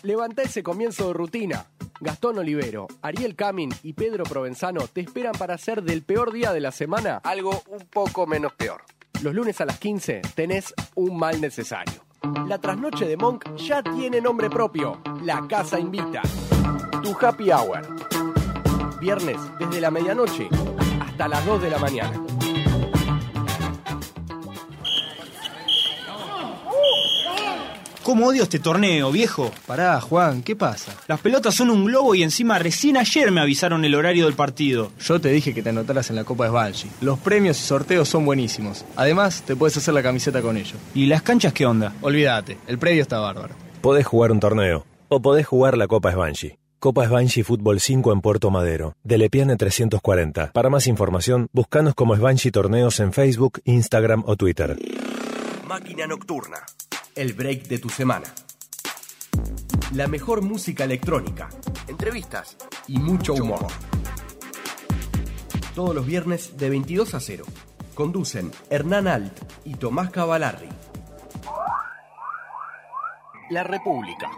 S9: Levanta ese comienzo de rutina. Gastón Olivero, Ariel Camin y Pedro Provenzano te esperan para hacer del peor día de la semana algo un poco menos peor. Los lunes a las 15 tenés un mal necesario. La trasnoche de Monk ya tiene nombre propio. La Casa Invita. Tu Happy Hour. Viernes desde la medianoche hasta las 2 de la mañana.
S11: ¿Cómo odio este torneo, viejo? Pará, Juan, ¿qué pasa? Las pelotas son un globo y encima recién ayer me avisaron el horario del partido.
S9: Yo te dije que te anotaras en la Copa Sbalji. Los premios y sorteos son buenísimos. Además, te puedes hacer la camiseta con ello.
S11: ¿Y las canchas qué onda?
S9: Olvídate, el predio está bárbaro.
S12: Podés jugar un torneo o podés jugar la Copa Sbanji. Copa Sbanji Fútbol 5 en Puerto Madero, de Lepiane 340. Para más información, buscanos como Sbanji Torneos en Facebook, Instagram o Twitter.
S9: Máquina Nocturna. El break de tu semana. La mejor música electrónica. Entrevistas. Y mucho humor. Todos los viernes de 22 a 0. Conducen Hernán Alt y Tomás Cavalarri. La República.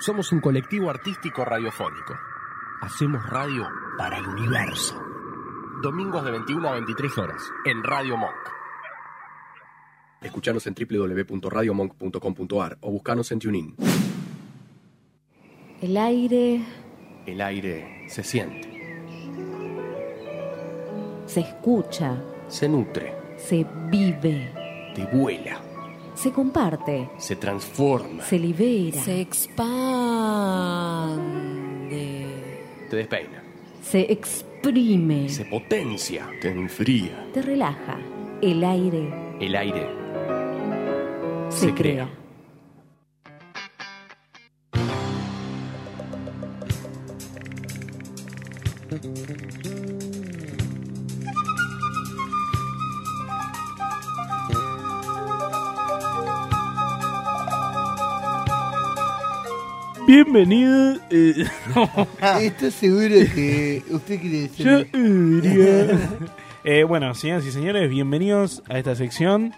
S9: Somos un colectivo artístico radiofónico. Hacemos radio para el universo. Domingos de 21 a 23 horas en Radio Monk. Escuchanos en www.radiomonk.com.ar o buscanos en TuneIn.
S13: El aire
S9: El aire se siente,
S13: se escucha,
S9: se nutre,
S13: se vive,
S9: te vuela,
S13: se comparte,
S9: se transforma,
S13: se libera,
S14: Se expande.
S9: te despeina,
S13: se exprime,
S9: se potencia, te enfría.
S13: te relaja. El aire
S9: El aire
S13: se,
S9: Se crea.
S13: crea.
S2: Bienvenido.
S4: (laughs)
S2: eh,
S4: ¿Estás seguro que usted quiere decir?
S2: yo, eh, diría. Eh, bueno, señoras y señores, bienvenidos a esta sección.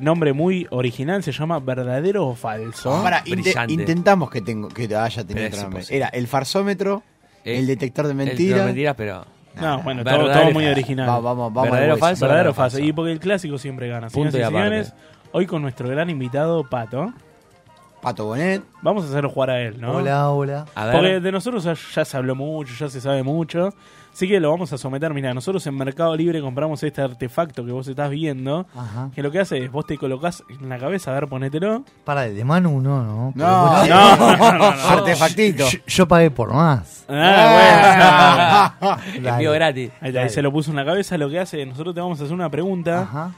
S2: Nombre muy original, se llama Verdadero o Falso.
S4: Para, inte-
S3: Ah, Brillante.
S4: intentamos que, tengo, que haya tenido
S3: Pero es
S4: otra vez.
S3: imposible.
S4: Era el farsómetro,
S3: Eh,
S4: el detector de
S3: El de
S4: mentiras.
S3: las mentiras, pero.
S2: No, bueno, todo,
S3: Verdadero
S2: todo
S3: y
S2: muy
S3: falso.
S2: original.
S4: Va- vamos, vamos.
S3: Verdadero
S4: al hueso.
S3: falso.
S2: Verdadero o
S3: Verdadero
S2: falso.
S3: falso.
S2: Y porque el clásico siempre gana.
S3: Punto
S2: Señoras y
S3: y aparte.
S2: señores, hoy con nuestro gran invitado Pato,
S4: Pato Bonet.
S2: vamos a hacerlo jugar a él, ¿no?
S6: Hola, hola.
S3: A ver.
S2: Porque de nosotros ya, ya se habló mucho, ya se sabe mucho. Así que lo vamos a someter. Mira, nosotros en Mercado Libre compramos este artefacto que vos estás viendo.
S6: Ajá.
S2: Que lo que hace es vos te colocás en la cabeza, a ver, ponételo.
S6: Para el de Manu, no, no. Pero
S4: No,
S6: bueno,
S2: No, no, no, no.
S4: Artefactito.
S6: yo, yo pagué por más.
S2: Ah, bueno.
S6: (laughs) Dale.
S2: (laughs)
S3: Envío gratis.
S2: Ahí, ahí se lo puso en la cabeza. Lo que hace, nosotros te vamos a hacer una pregunta:
S6: Ajá.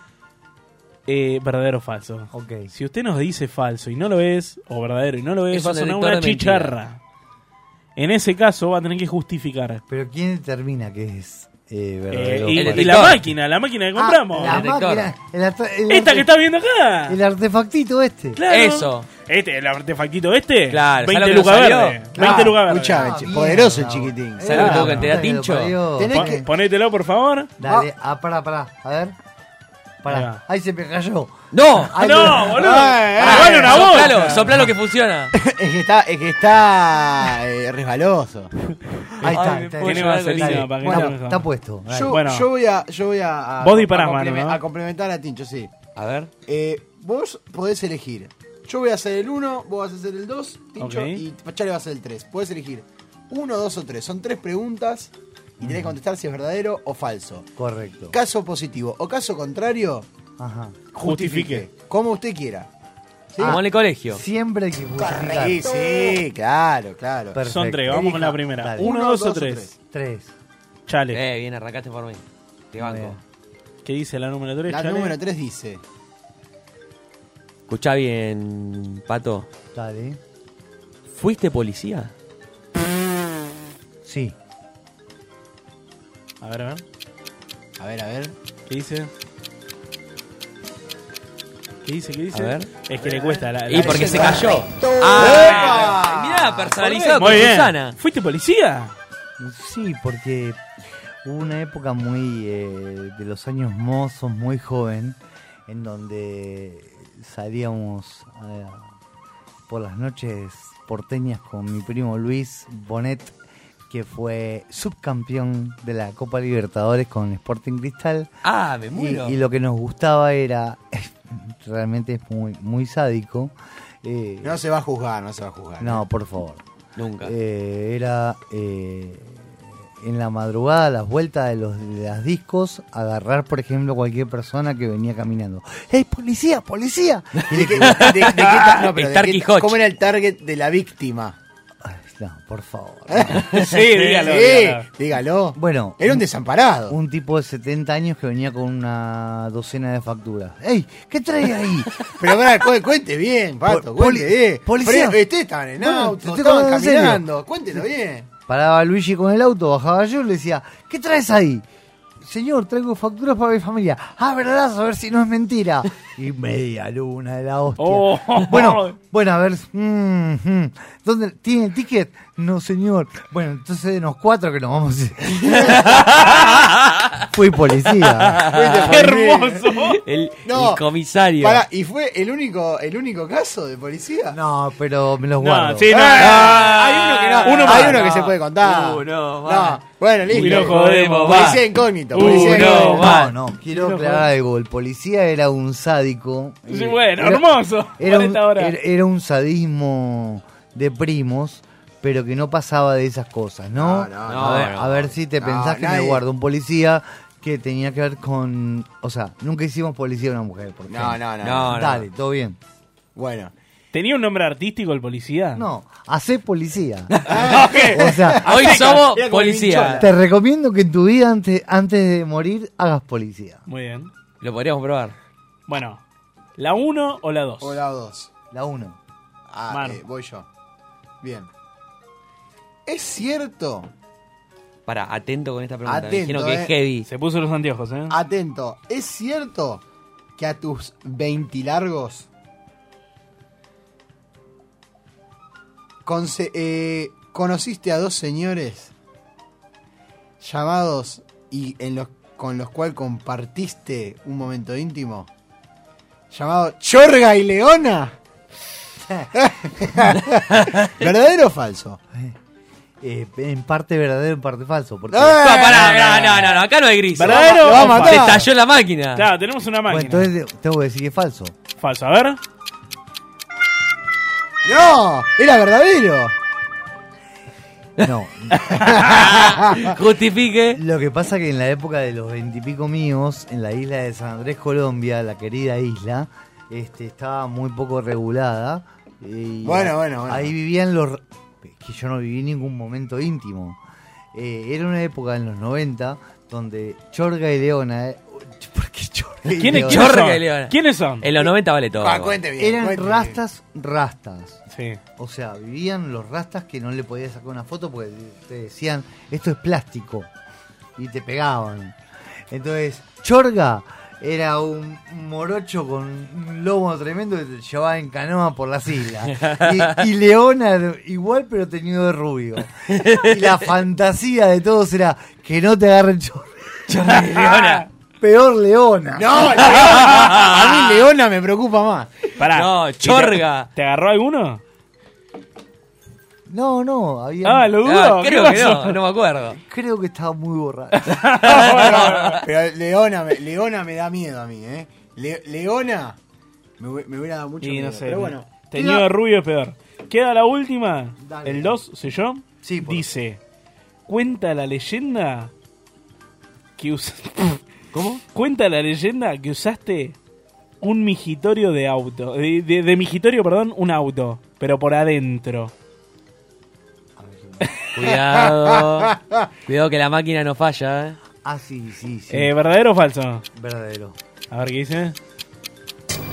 S2: eh, ¿verdadero o falso?
S6: Ok.
S2: Si usted nos dice falso y no lo es, o verdadero y no lo es,
S3: Es
S2: va a
S3: un
S2: sonar
S3: detector
S2: una
S3: de mentira.
S2: chicharra. En ese caso va a tener que justificar.
S6: Pero ¿quién determina que es eh,
S2: Eh,
S6: verdadero?
S2: y,
S6: o
S3: El
S6: falso?
S2: y la
S3: detector.
S2: máquina, la máquina que
S6: Ah,
S2: compramos.
S6: la
S3: detector.
S6: máquina, el arte- el
S2: Esta que
S6: arte-
S2: está viendo acá.
S6: El artefactito este.
S2: Claro.
S3: Eso.
S2: Este, el artefactito este.
S15: Claro, ¿sabes
S2: 20
S15: lo que
S2: lucas
S15: nos salió?
S2: verdes. 20
S15: Claro.
S2: lucas verdes.
S4: Escuchá, Ah,
S11: Ah,
S4: che, poderoso el chiquitín. Ah,
S15: ¿Sabes lo que tengo que te da, Tincho?
S6: Tenés
S2: Pon-
S6: que-
S2: Ponételo, por favor.
S6: Dale, ah, pará, pará. A ver. Pará.
S2: Ahí
S6: Ahí,
S2: va.
S6: se me cayó. Ah,
S15: ¡No!
S2: Ah,
S6: Ay,
S15: ¡No,
S6: me-
S15: boludo!
S3: Eh,
S6: Ay,
S15: Ah,
S6: ay,
S15: bueno,
S6: ay.
S15: soplalo, soplalo que funciona.
S4: (laughs) Es que está, es que está eh,
S2: (laughs)
S4: resbaloso.
S6: Ahí está, está,
S2: Tiene
S6: está,
S2: vaselina
S6: está,
S2: para que
S6: está,
S2: no me joda.
S6: está puesto. dale.
S4: Yo,
S2: Bueno.
S4: yo voy a. Yo voy a, a-
S2: Vos disparás,
S4: a,
S2: mano, ¿no?
S4: a complementar a Tincho, sí.
S15: A ver.
S4: Eh, vos podés elegir. Yo voy a hacer el 1, vos vas a hacer el 2, Tincho,
S2: Ok.
S4: y Pachale va a hacer el 3. Podés elegir 1, 2 o 3. Son tres preguntas y
S2: Mm.
S4: tenés que contestar si es verdadero o falso.
S6: Correcto.
S4: Caso positivo o caso contrario,
S6: Ajá.
S2: Justifique.
S4: como usted quiera. ¿Sí?
S15: Como en el colegio.
S6: Siempre hay que justificar.
S4: Sí, sí, claro, claro.
S6: Perfecto.
S2: Son tres, vamos con la
S4: Elija.
S2: primera.
S6: Dale.
S2: Uno, dos o tres.
S6: Tres.
S2: Chale.
S15: Eh, bien, arrancaste por mí. Te banco.
S6: Bien.
S2: ¿Qué dice la número tres,
S4: La
S2: Chale?
S4: número 3 dice:
S15: Escuchá bien, Pato.
S6: Dale.
S15: ¿Fuiste policía?
S6: Sí.
S2: A ver, a ver.
S4: A ver, a ver.
S2: ¿Qué dice? ¿Qué dice? ¿Qué dice?
S15: A ver.
S2: Es que le cuesta la.
S15: Y
S2: la-
S15: porque se
S4: ¡Epa!
S15: cayó. Ah, mirá, personalizado con
S2: Muy bien.
S15: Susana.
S2: ¿Fuiste policía?
S6: Sí, porque hubo una época muy eh, de los años mozos, muy joven, en donde salíamos eh, por las noches porteñas con mi primo Luis Bonet, que fue subcampeón de la Copa Libertadores con Sporting Cristal.
S15: Ah, me
S6: Y,
S15: muero.
S6: y lo que nos gustaba era, (laughs) realmente es muy, muy sádico. eh,
S4: No se va a juzgar, no se va a juzgar.
S6: no, por favor.
S15: Nunca.
S6: Eh, era eh, en la madrugada, a las vueltas de los de las discos, agarrar, por ejemplo, cualquier persona que venía caminando. ¡Ey, policía, policía! Y
S4: ¿De
S6: le-
S4: qué- de- de qué ta-
S6: (laughs)
S4: no, pero
S15: El
S4: de
S15: Tarky
S4: qué-
S15: Hodge.
S4: ¿Cómo era el target de la víctima?
S6: Ay, no, por favor.
S2: (laughs) Sí, dígalo.
S4: Sí,
S2: dígalo.
S4: dígalo.
S6: Bueno,
S4: Era un desamparado.
S6: un tipo de 70 años que venía con una docena
S4: (laughs)
S6: de facturas. ¡Ey, qué trae ahí!
S4: Eh, Pero pará, cu- cuente bien, Pato,
S6: Poli-
S4: cuente bien.
S6: policía.
S4: eh. Pero, ustedes estaban en
S6: Bueno, te
S4: auto,
S6: estoy
S4: estaban
S6: hablando en serio.
S4: caminando. Cuéntelo bien.
S6: Paraba Luigi con el auto, bajaba yo y le decía, ¿qué traes ahí? Señor, traigo facturas para mi familia. Ah, verdad, a ver si no es
S15: (laughs)
S6: mentira. Y media luna de la hostia.
S2: Oh.
S6: Bueno, bueno, a ver. mm, mm. ¿Dónde tiene el ticket? No, señor. Bueno, entonces de los cuatro que nos
S2: (laughs)
S6: vamos a ir. Fui policía.
S2: ¡Qué hermoso!
S15: El,
S4: No.
S15: el comisario.
S4: Pará, ¿y fue el único, el único caso de policía?
S6: No, pero me los guardo. Ah,
S2: No, sí, no.
S4: Eh,
S2: no.
S4: hay uno que no.
S2: Uno
S4: hay
S2: más. Uh,
S4: uno que
S2: No.
S4: se puede contar.
S15: Uno más.
S4: no. Bueno, listo.
S2: Uy, no jodemos, va. Uh,
S4: policía incógnito. Policía
S15: Uno
S4: incógnito.
S15: más.
S6: no, no, quiero aclarar algo. El policía era un sádico.
S2: Sí,
S6: Eh,
S2: bueno,
S6: era-
S2: hermoso.
S6: Era un,
S2: 40 horas.
S6: era- era un sadismo de primos, pero que no pasaba de esas cosas, ¿no?
S4: No, no,
S6: a,
S15: no,
S6: ver,
S15: no.
S6: a ver si te
S4: No,
S6: pensás que me
S4: nadie-
S6: guarda un policía que tenía que ver con... O sea, nunca hicimos policía a una mujer, por
S4: No,
S6: ejemplo.
S4: no, no.
S15: No, no.
S6: Dale, todo bien.
S4: Bueno.
S2: ¿Tenía un nombre artístico el policía?
S6: No,
S15: (laughs)
S6: hacé policía.
S2: ok.
S6: o sea, (laughs)
S15: Hoy somos
S4: Mira como el
S15: policía.
S6: te recomiendo que en tu vida antes, antes de morir hagas
S15: (laughs)
S6: policía.
S2: Muy bien.
S15: Lo podríamos probar.
S2: Bueno, ¿la 1 o la 2?
S4: O la dos.
S6: La uno.
S4: Ah,
S2: Manu.
S4: eh, voy yo. Bien. ¿Es cierto?
S15: Para, atento con esta pregunta.
S4: Atento,
S15: Me dijeron que
S4: eh.
S15: es heavy.
S2: Se puso los anteojos, ¿eh?
S6: Ah,
S4: Atento. ¿Es cierto que a tus 20 largos conce- eh, conociste a dos señores llamados y en los, con los cuales compartiste un momento íntimo? Llamado Chorga y
S6: (laughs)
S4: Leona. ¿Verdadero o falso?
S6: Eh, en parte verdadero, en parte falso. Porque
S4: ¡Eh!
S15: No, Ah, pará, no, no, no, no, acá
S6: (laughs)
S15: no hay gris.
S2: ¿Verdadero?
S4: Lo va a matar.
S15: Se estalló la máquina.
S2: Claro, tenemos una
S6: Bueno,
S2: máquina.
S6: entonces tengo que decir que es falso.
S2: Falso, a ver.
S4: ¡No! ¡Era verdadero!
S15: (laughs)
S6: No, (laughs)
S15: Justifique.
S6: Lo que pasa que en la época de los veintipico míos, en la isla de San Andrés, Colombia, la querida isla, este, estaba muy poco regulada. y
S4: Bueno, bueno, bueno.
S6: Ahí vivían los... que yo no viví ningún momento íntimo. Eh, era una época en los 90 donde Chorga y Leona... eh, (laughs) ¿Por qué Chorga y
S2: ¿Quién es-
S6: Leona?
S2: ¿Quiénes
S15: Chorra
S2: son?
S15: que le van a-
S2: ¿Quiénes son? Eh,
S15: En los 90 vale todo.
S4: Ah, cuente bien,
S6: Eran
S4: cuente bien.
S6: rastas, rastas.
S2: Sí.
S6: O sea, vivían los rastas que no le podías sacar una foto porque te decían, esto es plástico. Y te pegaban. Entonces, Chorga Era un morocho con un lomo tremendo que te llevaba en canoa por
S4: (laughs)
S6: las islas. Y, y Leona igual, pero tenido de rubio. Y la fantasía de todos era que no te agarren chorro.
S4: Leona.
S6: Peor Leona.
S4: No, Leona. A mí Leona me preocupa más.
S2: Pará.
S4: No,
S2: ¿Y te-
S4: chorga.
S2: ¿Te, agarró alguno?
S6: No, no, había.
S2: Ah, lo dudo, Ah, ¿qué creo que pasó? no, no
S15: me acuerdo.
S6: Creo que estaba muy borracho.
S4: Pero Leona, me- Leona me da miedo a mí, ¿eh? Le- Leona me, hu- me hubiera dado mucho
S2: Y
S4: miedo.
S2: no sé.
S4: pero bueno.
S2: Teñido de rubio es peor. Queda la última.
S4: Dale.
S2: El 2, ¿sé yo?
S6: Sí,
S2: Dice: Cuenta la leyenda que (laughs) usaste.
S15: ¿Cómo?
S2: Cuenta la leyenda que usaste un mijitorio de auto. De, de- de mijitorio, perdón, un auto. Pero por adentro.
S15: Cuidado. Cuidado que la máquina no falla, ¿eh?
S6: Ah, sí, sí, sí.
S2: Eh, ¿Verdadero o falso?
S6: Verdadero.
S2: A ver qué dice.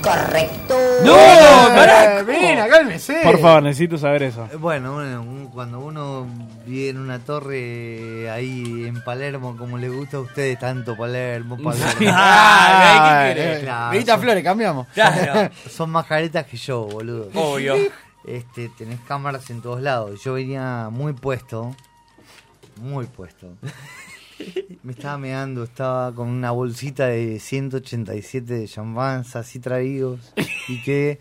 S6: Correcto.
S2: ¡No! ¡Carajo!
S6: ven, acá cálmese.
S2: Por favor, necesito saber eso.
S6: Bueno, bueno, un- cuando uno vive en una torre ahí en Palermo, como le gusta a ustedes tanto Palermo, Palermo.
S4: Ah, ¿qué querés?
S6: Claro,
S4: Benita
S6: son-
S4: Flores, cambiamos.
S6: Claro. Son más caretas que yo, boludo.
S4: Obvio.
S6: Este, tenés cámaras en todos lados. Yo venía muy puesto. Muy puesto. Me estaba meando, estaba con una bolsita de 187 de champanzas así traídos. Y que.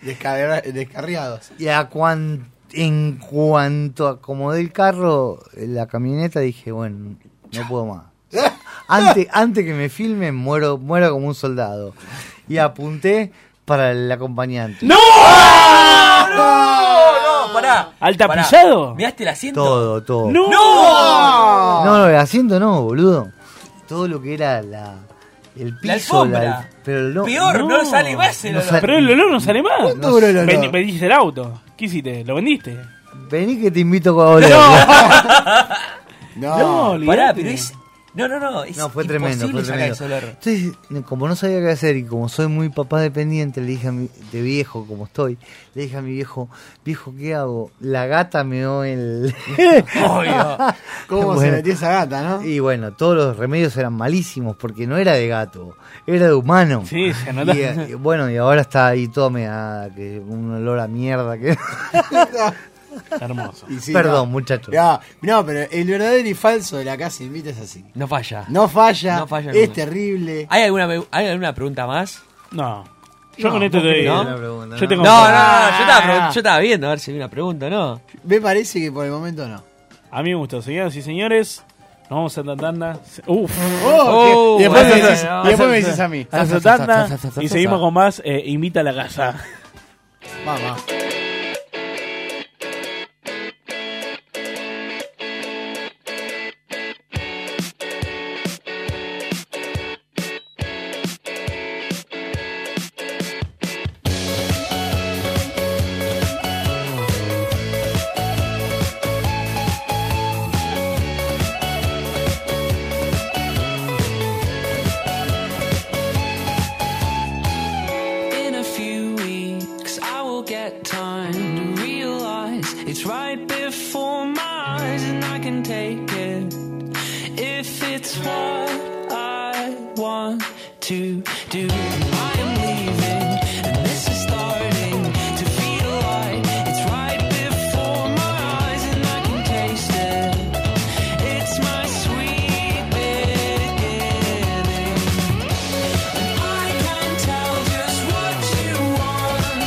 S4: descarriados.
S6: Y a cuan- en cuanto acomodé el carro, la camioneta, dije, bueno, no puedo más. Antes, (laughs) antes que me filmen, muero, muero como un soldado. Y apunté para el acompañante.
S2: ¡No!
S15: ¡No! ¡No! ¡Pará!
S2: ¿Al
S6: tapizado?
S15: ¿Miraste el asiento?
S6: Todo, todo.
S15: ¡No!
S6: ¡No! No, el asiento no, boludo. Todo lo que era la. El
S15: La
S6: piso,
S15: alfombra.
S6: pero no,
S15: Peor, no sale más el olor.
S2: Pero el olor no sale más.
S6: ¿Cuánto duró el olor?
S2: Vendi- vendiste el auto. ¿Qué hiciste? ¿Lo vendiste?
S6: Vení que te invito a oler. (laughs)
S2: No, olvidate.
S15: Pará, pero es. No, no, no. Es
S6: No, fue tremendo, fue
S15: imposible sacar
S6: tremendo.
S15: ese olor.
S6: Entonces, como no sabía qué hacer y como soy muy papá dependiente, le dije a mi, de viejo como estoy, le dije a mi viejo, viejo, ¿qué hago? La gata me dio el...
S4: (laughs) Obvio. ¿Cómo
S6: (laughs)
S4: se metió esa gata, no?
S6: Y bueno, todos los remedios eran malísimos porque no era de gato, era de humano.
S2: Sí, se nota.
S6: Y, eh, y bueno, y ahora está ahí toda meada, que un olor a mierda que...
S2: Hermoso.
S6: (laughs)
S4: Y sí, no.
S6: Perdón, muchachos.
S4: No, (laughs) no, pero el verdadero y falso de la casa invita es así.
S15: No falla.
S4: No falla,
S15: No falla
S4: es
S15: nunca.
S4: terrible.
S15: ¿Hay alguna, pe- ¿Hay alguna pregunta más?
S2: No. Yo con esto te digo.
S15: ¿No?
S2: Yo
S15: no,
S2: tengo
S15: no,
S2: Ah.
S15: no,
S2: pregunta.
S15: yo, estaba, pregun- yo estaba viendo a ver si había una pregunta, ¿no?
S4: Me parece que por el momento no.
S2: A mí me gustó, señoras y señores. Nos vamos a la tanda. Uf.
S4: Oh, ¿qué? Y después me decís- y después me decís a mí.
S2: Vamos a la tanda y seguimos con más. eh, invita a la casa.
S4: Vamos.
S5: In a few weeks, I will get time to realize it's right before my eyes, and I can take it if it's what I want to do. I am leaving, and this is starting to feel like it's right before my eyes, and I can taste it. It's my sweet beginning. I can tell just what you want.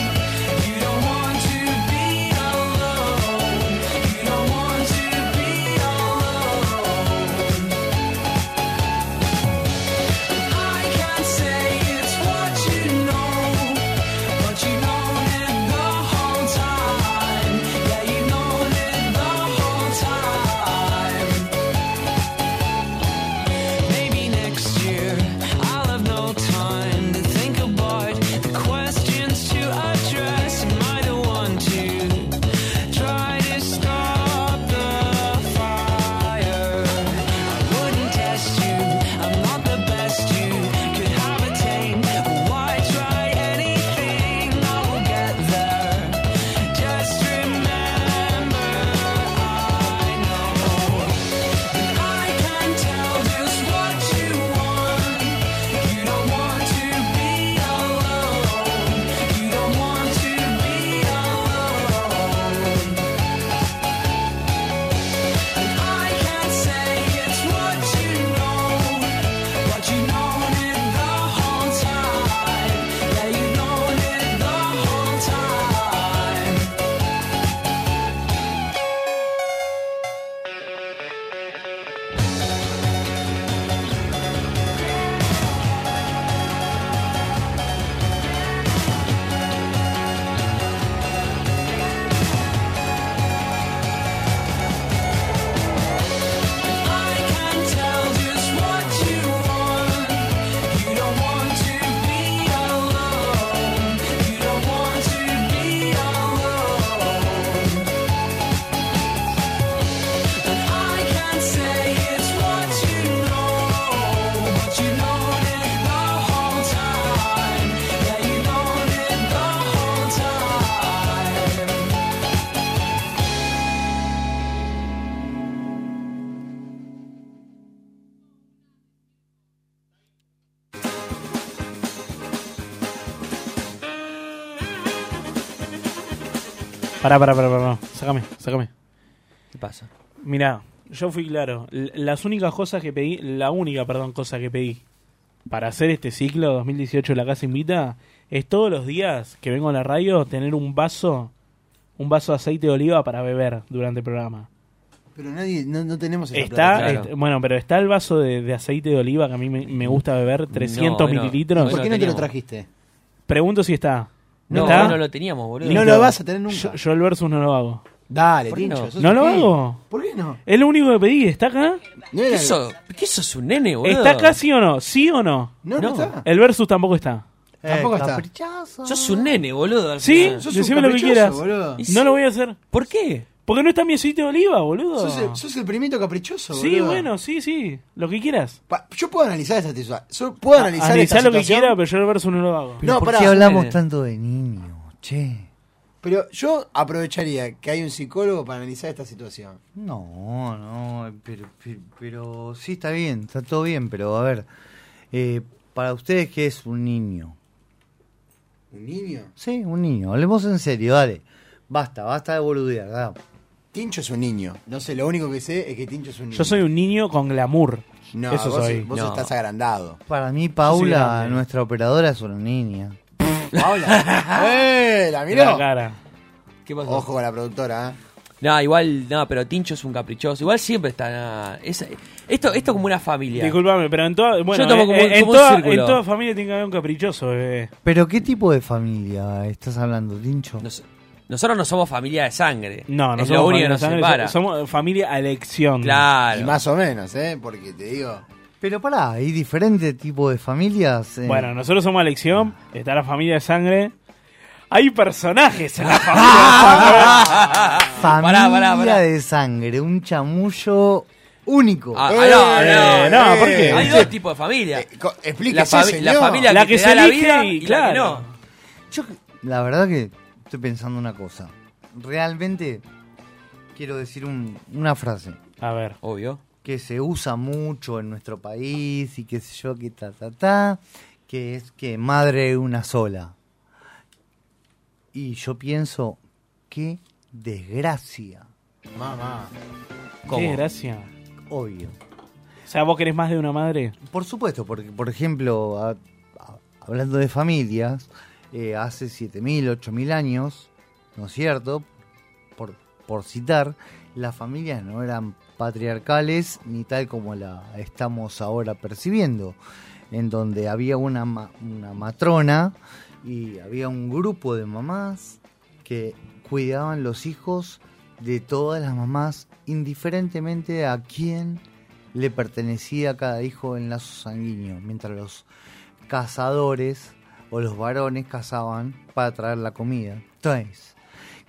S5: You don't want to be alone. You don't want to be alone. I can say it's what you know.
S2: Pará, pará, pará, pará. Sácame, sácame.
S15: ¿Qué pasa?
S2: Mirá, yo fui claro. L- Las únicas cosas que pedí, la única, perdón, cosa que pedí para hacer este ciclo 2018 de La Casa Invita es todos los días que vengo a la radio tener un vaso, un vaso de aceite de oliva para beber durante el programa.
S4: Pero nadie, no, no tenemos esa
S2: Está, este,
S4: plata.
S2: est- bueno, pero está el vaso de, de aceite de oliva que a mí me, me gusta beber, 300
S15: no,
S2: mililitros.
S15: hoy no ¿Por qué no te lo teníamos.
S4: trajiste?
S2: Pregunto si está.
S15: No,
S2: ¿Está?
S15: hoy no lo teníamos, boludo.
S2: Listo.
S15: No lo vas a tener
S4: nunca.
S2: Yo, yo el versus no lo hago.
S4: Dale,
S15: ¿Por qué Tincho, no? sos
S2: ¿No
S15: un
S2: lo
S15: genio.
S2: hago?
S4: ¿Por qué no?
S2: Es lo único que pedí, ¿está acá?
S15: ¿Qué sos, ¿Qué sos un nene, boludo?
S2: ¿Está acá sí o no? ¿Sí o no?
S15: No, no No. está.
S2: El versus tampoco está.
S3: Eh,
S15: Tampoco está. Sos un nene, boludo. al
S2: Sí,
S15: final.
S2: decime lo que quieras.
S15: Y
S2: No
S15: sí.
S2: lo voy a hacer.
S15: ¿Por qué?
S2: Porque no está mi aceite de oliva, boludo.
S4: Sos el, sos el primito caprichoso,
S2: Sí,
S4: boludo.
S2: bueno, sí, sí. Lo que quieras.
S4: Pa- yo puedo analizar esta situación. Yo Puedo analizar
S2: Analizá
S4: esta
S2: lo que
S4: situación,
S2: quieras, pero yo el versus no lo hago. Eh.
S4: No,
S6: ¿Por
S4: pará,
S6: qué
S4: sos
S6: hablamos
S4: nene.
S6: tanto de niños? Che.
S4: Pero yo aprovecharía que hay un psicólogo para analizar esta situación.
S6: No, no, pero, pero, pero sí está bien, está todo bien, pero a ver, eh, para ustedes, ¿qué es un niño?
S4: ¿Un niño?
S6: Sí, un niño, hablemos en serio, dale. Basta, basta de boludear, dale.
S4: Tincho es un niño. No sé, lo único que sé es que Tincho es un niño.
S2: Yo soy un niño con glamour.
S4: No,
S2: Eso
S4: vos,
S2: soy.
S4: vos
S2: No.
S4: estás agrandado.
S6: Para mí,
S4: Yo soy
S6: Paula,
S4: grande.
S6: nuestra operadora, es una niña.
S4: Paula. ¡Eh! ¿La miró?
S15: La
S2: cara.
S15: ¿Qué pasó?
S4: Ojo con la productora, ¿eh?
S15: No, igual, no, pero Tincho es un caprichoso. Igual siempre está. nah, es- esto, esto como una familia.
S2: Disculpame, pero en toda, bueno,
S15: Yo tomo como-
S2: eh, en,
S15: como un
S2: toda,
S15: círculo.
S2: en toda familia tiene que haber un caprichoso, eh. bebé.
S6: Pero, ¿qué tipo de familia estás hablando, Tincho?
S15: Nosotros no somos familia de sangre.
S2: No, no
S15: es
S2: somos
S15: lo único
S2: familia
S15: que nos
S2: sangre,
S15: separa.
S2: Somos familia a elección.
S15: Claro.
S4: Y más o menos, ¿eh? Porque te digo.
S6: Pero pará, hay diferentes tipos de familias. eh.
S2: Bueno, nosotros somos Alexión, está la familia de sangre. Hay personajes en la familia de sangre.
S6: familia
S2: pará, pará, pará.
S6: de sangre, un chamullo único.
S15: Ah, ah, no,
S2: Eh,
S15: no,
S2: no,
S15: eh.
S2: ¿por qué?
S15: Hay dos tipos de familia. la,
S4: Eh, explíquese,
S15: fami- la
S4: señor.
S15: familia
S2: La
S15: que,
S2: que
S15: te
S2: se
S15: da la
S2: elige
S15: vida
S2: y
S15: y, la que
S2: claro.
S15: no.
S6: La verdad que estoy pensando una cosa. Realmente quiero decir un- una frase.
S2: A ver.
S15: Obvio.
S6: Que se usa mucho en nuestro país y qué sé yo, que ta, ta, ta. Que es que madre es una sola. Y yo pienso, qué desgracia.
S4: Mamá.
S2: Qué gracia.
S6: Obvio.
S2: O sea, vos querés más de una madre.
S6: Por supuesto, porque, por ejemplo, a- a- hablando de familias, eh, hace 7.000, 8.000 años, ¿no es cierto? Por, por citar, las familias no eran patriarcales ni tal como la estamos ahora percibiendo, en donde había una, ma- una matrona y había un grupo de mamás que cuidaban los hijos de todas las mamás, indiferentemente a quién le pertenecía a cada hijo en lazo sanguíneo, mientras los cazadores o los varones cazaban para traer la comida. Entonces,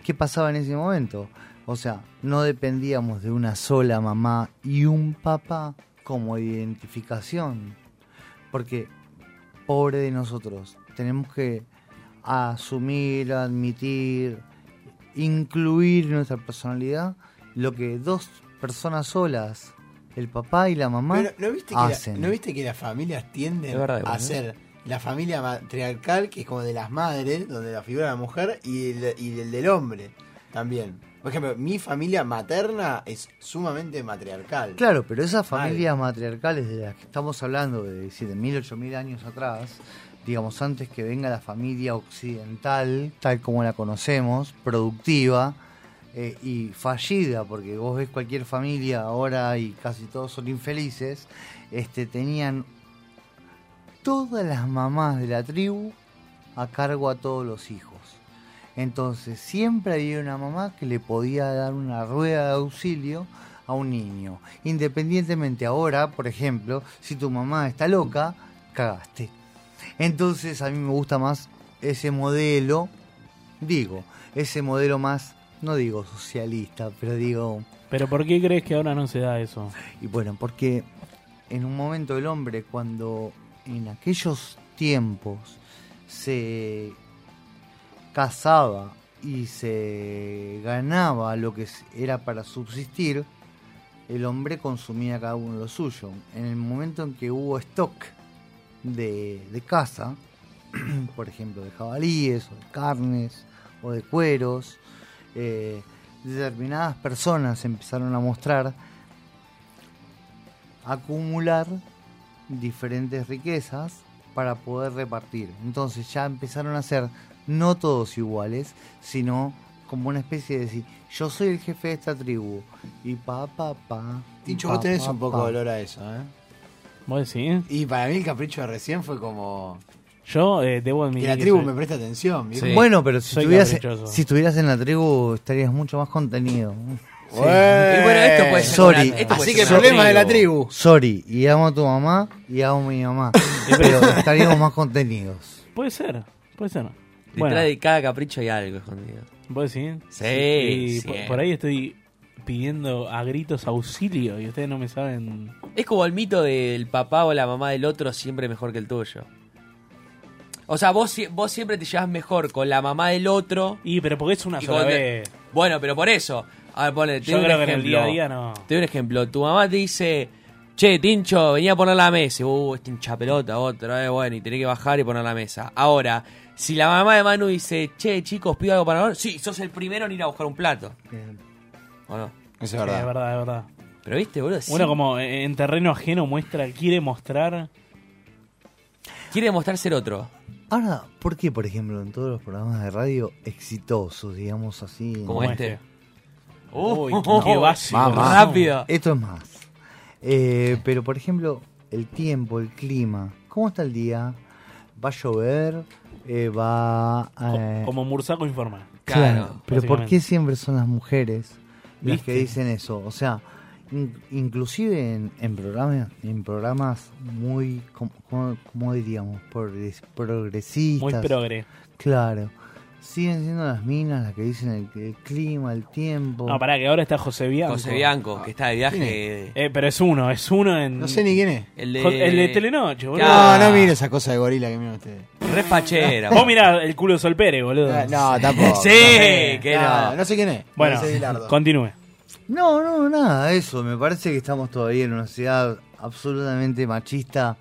S6: ¿qué pasaba en ese momento? O sea, no dependíamos de una sola mamá y un papá como identificación. Porque, pobre de nosotros, tenemos que asumir, admitir, incluir en nuestra personalidad lo que dos personas solas, el papá y la mamá,
S4: Pero, ¿no viste, que la-
S6: hacen.
S4: ¿no viste que las familias tienden
S6: Es verdad,
S4: a
S6: igual, ¿eh?
S4: ser la familia matriarcal, que es como de las madres, donde la figura de la mujer, y el, y el del hombre también? Por ejemplo, mi familia materna es sumamente matriarcal.
S6: Claro, pero esas familias matriarcales de las que estamos hablando de 7.000, 8.000 años atrás, digamos antes que venga la familia occidental, tal como la conocemos, productiva eh, y fallida, porque vos ves cualquier familia ahora y casi todos son infelices, este, tenían todas las mamás de la tribu a cargo a todos los hijos. Entonces siempre había una mamá que le podía dar una rueda de auxilio a un niño. Independientemente ahora, por ejemplo, si tu mamá está loca, cagaste. Entonces a mí me gusta más ese modelo, digo, ese modelo más, no digo socialista, pero digo...
S2: Pero ¿por qué crees que ahora no se da eso?
S6: Y bueno, porque en un momento el hombre, cuando en aquellos tiempos se cazaba y se ganaba lo que s- era para subsistir, el hombre consumía cada uno lo suyo. En el momento en que hubo stock de, de (clears throat) caza, por ejemplo, de jabalíes, o de carnes, o de cueros, eh, determinadas personas empezaron a mostrar acumular diferentes riquezas para poder repartir. Entonces ya empezaron a ser no todos iguales, sino como una especie de decir, yo soy el jefe de esta tribu. Y pa, pa, pa. y
S4: Tincho,
S6: pa,
S4: vos tenés
S6: pa,
S4: un poco
S6: pa.
S4: de olor a eso, ¿eh?
S2: ¿Vos decís?
S4: Y para mí el capricho de recién fue como.
S2: Yo eh, debo
S4: Que
S2: admitir.
S4: la tribu
S2: soy-
S4: me presta atención. viejo.
S6: Bueno, pero si
S2: Soy
S6: estuvieras,
S2: caprichoso.
S6: si estuvieras en la tribu estarías mucho más contenido.
S4: Sí. Y bueno, esto puede ser
S6: Sorry.
S4: una- esto puede Así ser que una problema tribu. de la tribu.
S6: Sorry, y amo a tu mamá y amo a mi mamá. pero estaríamos más contenidos.
S2: Puede ser, puede ser.
S3: Detrás
S2: Bueno,
S3: de cada capricho hay algo escondido.
S2: ¿Vos decís?
S3: Sí,
S2: Y po-
S3: siempre.
S2: por, ahí estoy pidiendo a gritos auxilio y ustedes no me saben.
S3: Es como el mito del papá o la mamá del otro siempre mejor que el tuyo. O sea, vos, sie- vos siempre te llevas mejor con la mamá del otro.
S2: Y pero porque es una sola vez.
S3: Bueno, pero por eso. A ver, ponle, te
S2: Yo
S3: doy un
S2: creo que en el
S3: ejemplo.
S2: día a día no.
S3: Te doy un ejemplo. Tu mamá te dice, che, Tincho, venía a poner la mesa. Uh, este hincha pelota, otra vez, bueno, y tenés que bajar y poner la mesa. Ahora, si la mamá de Manu dice, che, chicos, pido algo para ahora. Sí, sos el primero en ir a buscar un plato. ¿O no?
S4: Eso
S2: Sí, es verdad, es verdad.
S3: Pero viste, boludo. sí.
S2: Uno como eh, en terreno ajeno muestra, quiere mostrar.
S3: Quiere mostrar ser otro.
S6: Ahora, ¿por qué, por ejemplo, en todos los programas de radio exitosos, digamos así?
S3: Como este.
S2: Uy, qué básico.
S3: Rápido.
S6: Esto es más. Eh, pero, por ejemplo, el tiempo, el clima. ¿Cómo está el día? ¿Va a llover? Eh, ¿Va eh,
S2: Como Mursaco informa.
S6: Claro, pero ¿por qué
S2: básicamente.
S6: siempre son las mujeres las que
S2: ¿Viste?
S6: dicen eso? O sea, in- inclusive en, en programas en programas muy, como, como- como diríamos, Progres- progresistas.
S2: Muy progre.
S6: Claro. Siguen siendo las minas las que dicen el, el clima, el tiempo.
S2: No, pará, que ahora está José Bianco.
S3: José Bianco, que está de viaje.
S2: Eh, pero es uno, es uno en.
S3: No sé
S4: ni quién es.
S3: El de-
S2: Jo- el de Telenoche, boludo.
S4: No, no mire esa cosa de gorila que miran ustedes.
S3: Re fachera.
S2: Vos mirá el culo de Sol Pérez, boludo.
S4: Ah, No,
S3: (laughs)
S4: tampoco.
S2: Sí,
S4: No,
S2: que
S4: no,
S2: no.
S4: no sé quién es.
S2: Bueno,
S4: Parece Bilardo.
S2: continúe.
S6: No, no, nada, eso. Me parece que estamos todavía en una sociedad absolutamente machista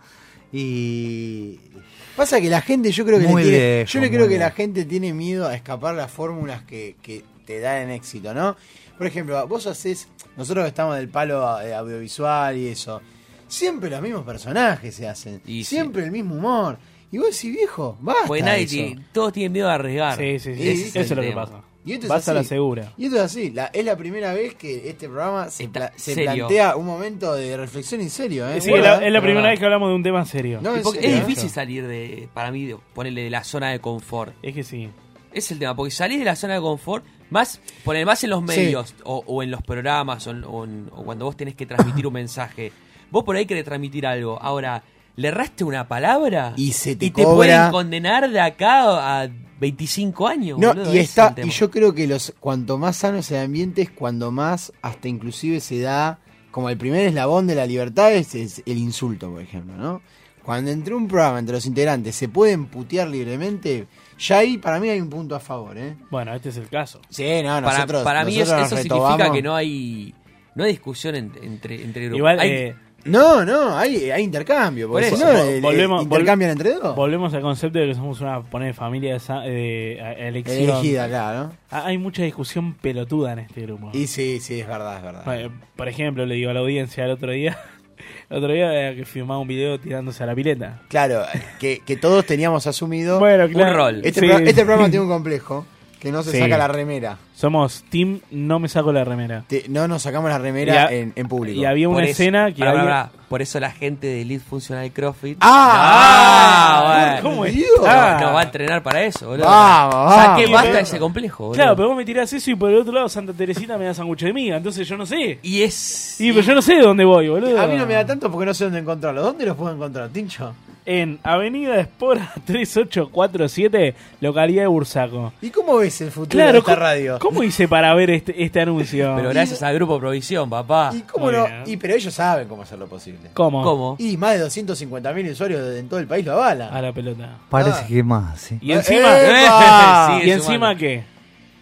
S6: y...
S4: (laughs) Pasa que la gente, yo creo que
S6: Muy
S4: le tiene-
S6: lejos,
S4: yo le creo
S6: muy
S4: que la
S6: lejos.
S4: gente tiene miedo a escapar las fórmulas que, que te dan en éxito, ¿no? Por ejemplo, vos haces, nosotros estamos del palo eh, audiovisual y eso. Siempre los mismos personajes se hacen, siempre el mismo humor. Y vos decís, viejo, basta
S3: Porque Pues nadie
S4: eso.
S3: tiene- todos tienen miedo a arriesgar.
S2: Sí, sí, sí.
S3: Ese
S2: Eso es
S3: el
S2: lo que
S3: tema.
S2: pasa.
S4: Y esto es
S2: Vas a la
S4: así.
S2: segura.
S4: Y esto es así, la- es la primera vez que este programa se, pla- se
S2: serio.
S4: plantea un momento de reflexión en serio, ¿eh?
S2: Sí,
S4: Bueno,
S2: es la, es la
S4: pero-
S2: primera vez que hablamos de un tema serio.
S4: No,
S3: Y
S4: en
S3: porque
S4: serio,
S3: es
S4: ¿eh?
S3: difícil salir de, para mí, de- ponerle de la zona de confort.
S2: Es que sí.
S3: Es el tema, porque salís de la zona de confort, más, poner más en los medios, o, o en los programas, o, en- o en- o cuando vos tenés que transmitir un
S4: (laughs)
S3: mensaje. Vos por ahí querés transmitir algo. Ahora, le erraste una palabra
S4: Y se te
S3: te
S4: cobra-
S3: pueden condenar de acá a 25 años.
S4: No,
S3: boludo, ese es
S4: y
S3: el
S4: está,
S3: tema.
S4: y yo creo que los cuanto más sano es el ambiente es cuando más hasta inclusive se da como el primer eslabón de la libertad es, es el insulto, por ejemplo, ¿no? Cuando entre un programa entre los integrantes se pueden putear libremente, ya ahí para mí hay un punto a favor, ¿eh?
S2: Bueno, este es el caso.
S4: Sí, no,
S3: para,
S4: nosotros-
S3: para mí
S4: nosotros
S3: es-
S4: nos
S3: eso significa
S4: retobamos.
S3: que no hay no hay discusión en- entre, entre grupos.
S2: Igual,
S3: Hay-
S2: eh,
S4: No, no, hay, hay intercambio, porque
S2: Por
S4: si
S2: eso,
S4: no,
S2: vol-
S4: eh, eh, intercambian
S2: vol-
S4: entre dos.
S2: Volvemos al concepto de que somos una poner familia de sa- eh, a- elección.
S4: Elegida, claro, ¿no?
S2: Ah, Hay mucha discusión pelotuda en este grupo.
S4: Y sí, sí, es verdad, es verdad.
S2: Eh, Por ejemplo, le digo a la audiencia el otro día, (laughs) el otro día eh, que filmaba un video tirándose a la pileta.
S4: Claro, que, que todos teníamos asumido
S2: Bueno, claro. Un rol.
S4: Este,
S2: Sí.
S4: pro- este programa tiene un complejo que no se
S2: (laughs) Sí.
S4: saca la remera.
S2: Somos Team No me saco la remera.
S4: Te- no nos sacamos la remera
S2: Y a-
S4: en, en público.
S2: y había una
S3: por eso-
S2: escena que
S3: pará,
S2: había-
S3: pará, pará. por eso la gente de Elite Funcional CrossFit.
S2: ¡Ah!
S3: Ah,
S2: ¿Cómo
S3: bueno.
S2: es? Ah.
S3: No, no va a entrenar para eso, boludo.
S2: Vamos, vamos.
S3: Saqué basta
S2: Pero-
S3: de ese complejo, boludo.
S2: Claro, pero vos me tirás eso y por el otro lado Santa Teresita me da sanguche de miga, entonces yo no sé.
S3: Y es...
S2: Y pero yo no sé de dónde voy, boludo.
S4: A mí no me da tanto porque no sé dónde encontrarlo. ¿Dónde los puedo encontrar, Tincho?
S2: En Avenida Espora (laughs) 3847, localidad de Bursaco.
S4: ¿Y cómo ves el futuro
S2: Claro,
S4: de esta
S2: ¿cómo-
S4: radio?
S2: ¿Cómo hice para ver este, este anuncio?
S3: (laughs) Pero gracias al Grupo Provisión, papá.
S4: ¿Y cómo no? Y, pero ellos saben cómo hacerlo posible.
S2: ¿Cómo?
S3: ¿Cómo?
S4: Y más de 250.000 usuarios en todo el país lo avalan.
S2: A la pelota. Ah.
S6: Parece que más, sí.
S2: Y encima,
S4: (laughs)
S2: (laughs)
S4: ¡Epa!
S2: y
S4: Sigue
S2: encima que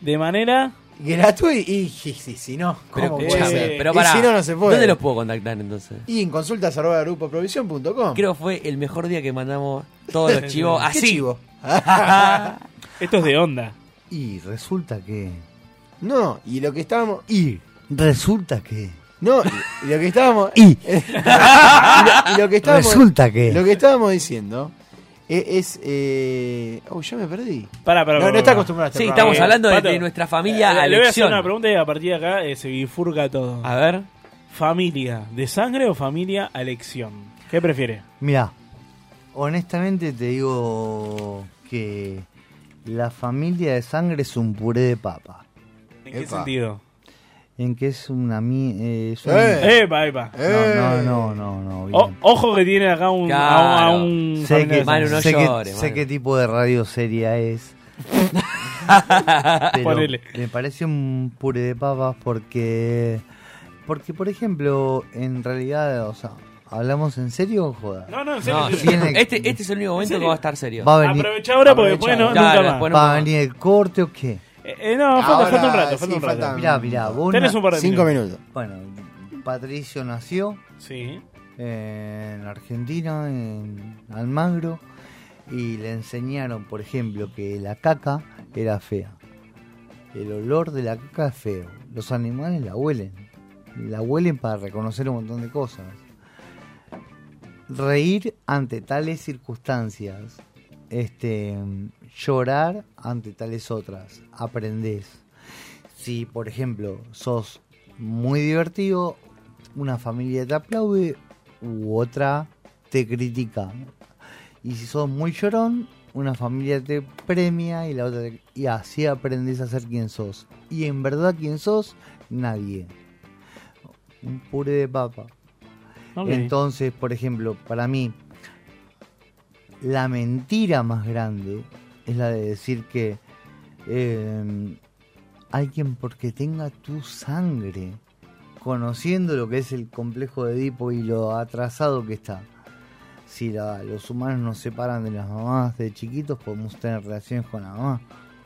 S2: de manera
S4: Gratuito y, y, y si no,
S3: Pero,
S4: ¿cómo puede
S3: escuchame,
S4: ser?
S3: pero
S4: Y
S3: pará,
S4: si no, no se puede.
S3: ¿Dónde los puedo contactar entonces?
S4: Y en consultas arroba grupoprovisión.com.
S3: Creo que fue el mejor día que mandamos todos
S2: (laughs)
S3: los chivos (laughs)
S4: ¿Qué
S3: así.
S4: chivo?
S2: esto es de onda.
S6: Y resulta que
S4: (laughs) No, y lo que estábamos.
S6: Y resulta que.
S4: No, y, y lo que estábamos. (laughs) y, lo, y lo que estábamos.
S6: Resulta que-
S4: Lo que estábamos diciendo e- es. eh, oh, yo me perdí.
S2: Pará, pará,
S4: no,
S2: pará,
S4: no está
S2: pará.
S4: acostumbrado a este
S2: Sí,
S4: programa.
S2: estamos hablando de- de
S15: nuestra familia a
S2: eh, le voy a hacer
S15: elección.
S2: una pregunta y a partir de acá eh, se bifurca todo.
S15: A ver.
S2: ¿Familia de sangre o familia a elección? ¿Qué prefiere?
S6: Mira, honestamente te digo que la familia de sangre es un puré de papa.
S2: ¿En qué sentido?
S6: En que es una mi- eh, es un-
S2: ¡Eh! ¡Epa, epa!
S4: ¡Eh!
S6: No, no, no, no, no, bien.
S2: O- ojo que tiene acá un, a un- a un
S6: sé
S2: familiar
S6: que,
S2: de sangre.
S6: sé que- sé qué tipo de radio seria es. (laughs) Pero
S2: Ponele.
S6: Me parece un puré de papas porque. Porque, por ejemplo, en realidad, o sea, ¿hablamos en serio o joda?
S2: No, no, en
S15: No,
S2: serio.
S6: Tiene-
S15: este, este es el único momento que va a estar serio.
S6: Va a venir-
S2: Aprovecha ahora porque después no-
S15: Claro,
S2: nunca más.
S15: después
S6: ¿Va a venir el corte o qué?
S2: Eh, (laughs) eh, no, falta,
S4: Ahora,
S2: falta un rato,
S4: sí,
S2: falta un
S4: faltan-
S2: rato.
S6: Ah, Mirá, mirá, vos.
S2: Tenés
S6: na-
S2: un par de
S4: Cinco minutos.
S6: Bueno, Patricio nació
S2: Sí.
S6: en Argentina, en Almagro, y le enseñaron, por ejemplo, que la caca era fea. El olor de la caca es feo. Los animales la huelen. La huelen para reconocer un montón de cosas. Reír ante tales circunstancias. Este, llorar ante tales otras. Aprendés. Si, por ejemplo, sos muy divertido, una familia te aplaude u otra te critica. Y si sos muy llorón, una familia te premia y la otra te- y así aprendes a ser quien sos. Y en verdad quien sos, nadie. Un puré de papa.
S2: Ok.
S6: Entonces, por ejemplo, para mí la mentira más grande es la de decir que eh, alguien porque tenga tu sangre, conociendo lo que es el complejo de Edipo y lo atrasado que está. Si la- los humanos nos separan de las mamás de chiquitos, podemos tener relaciones con la mamá.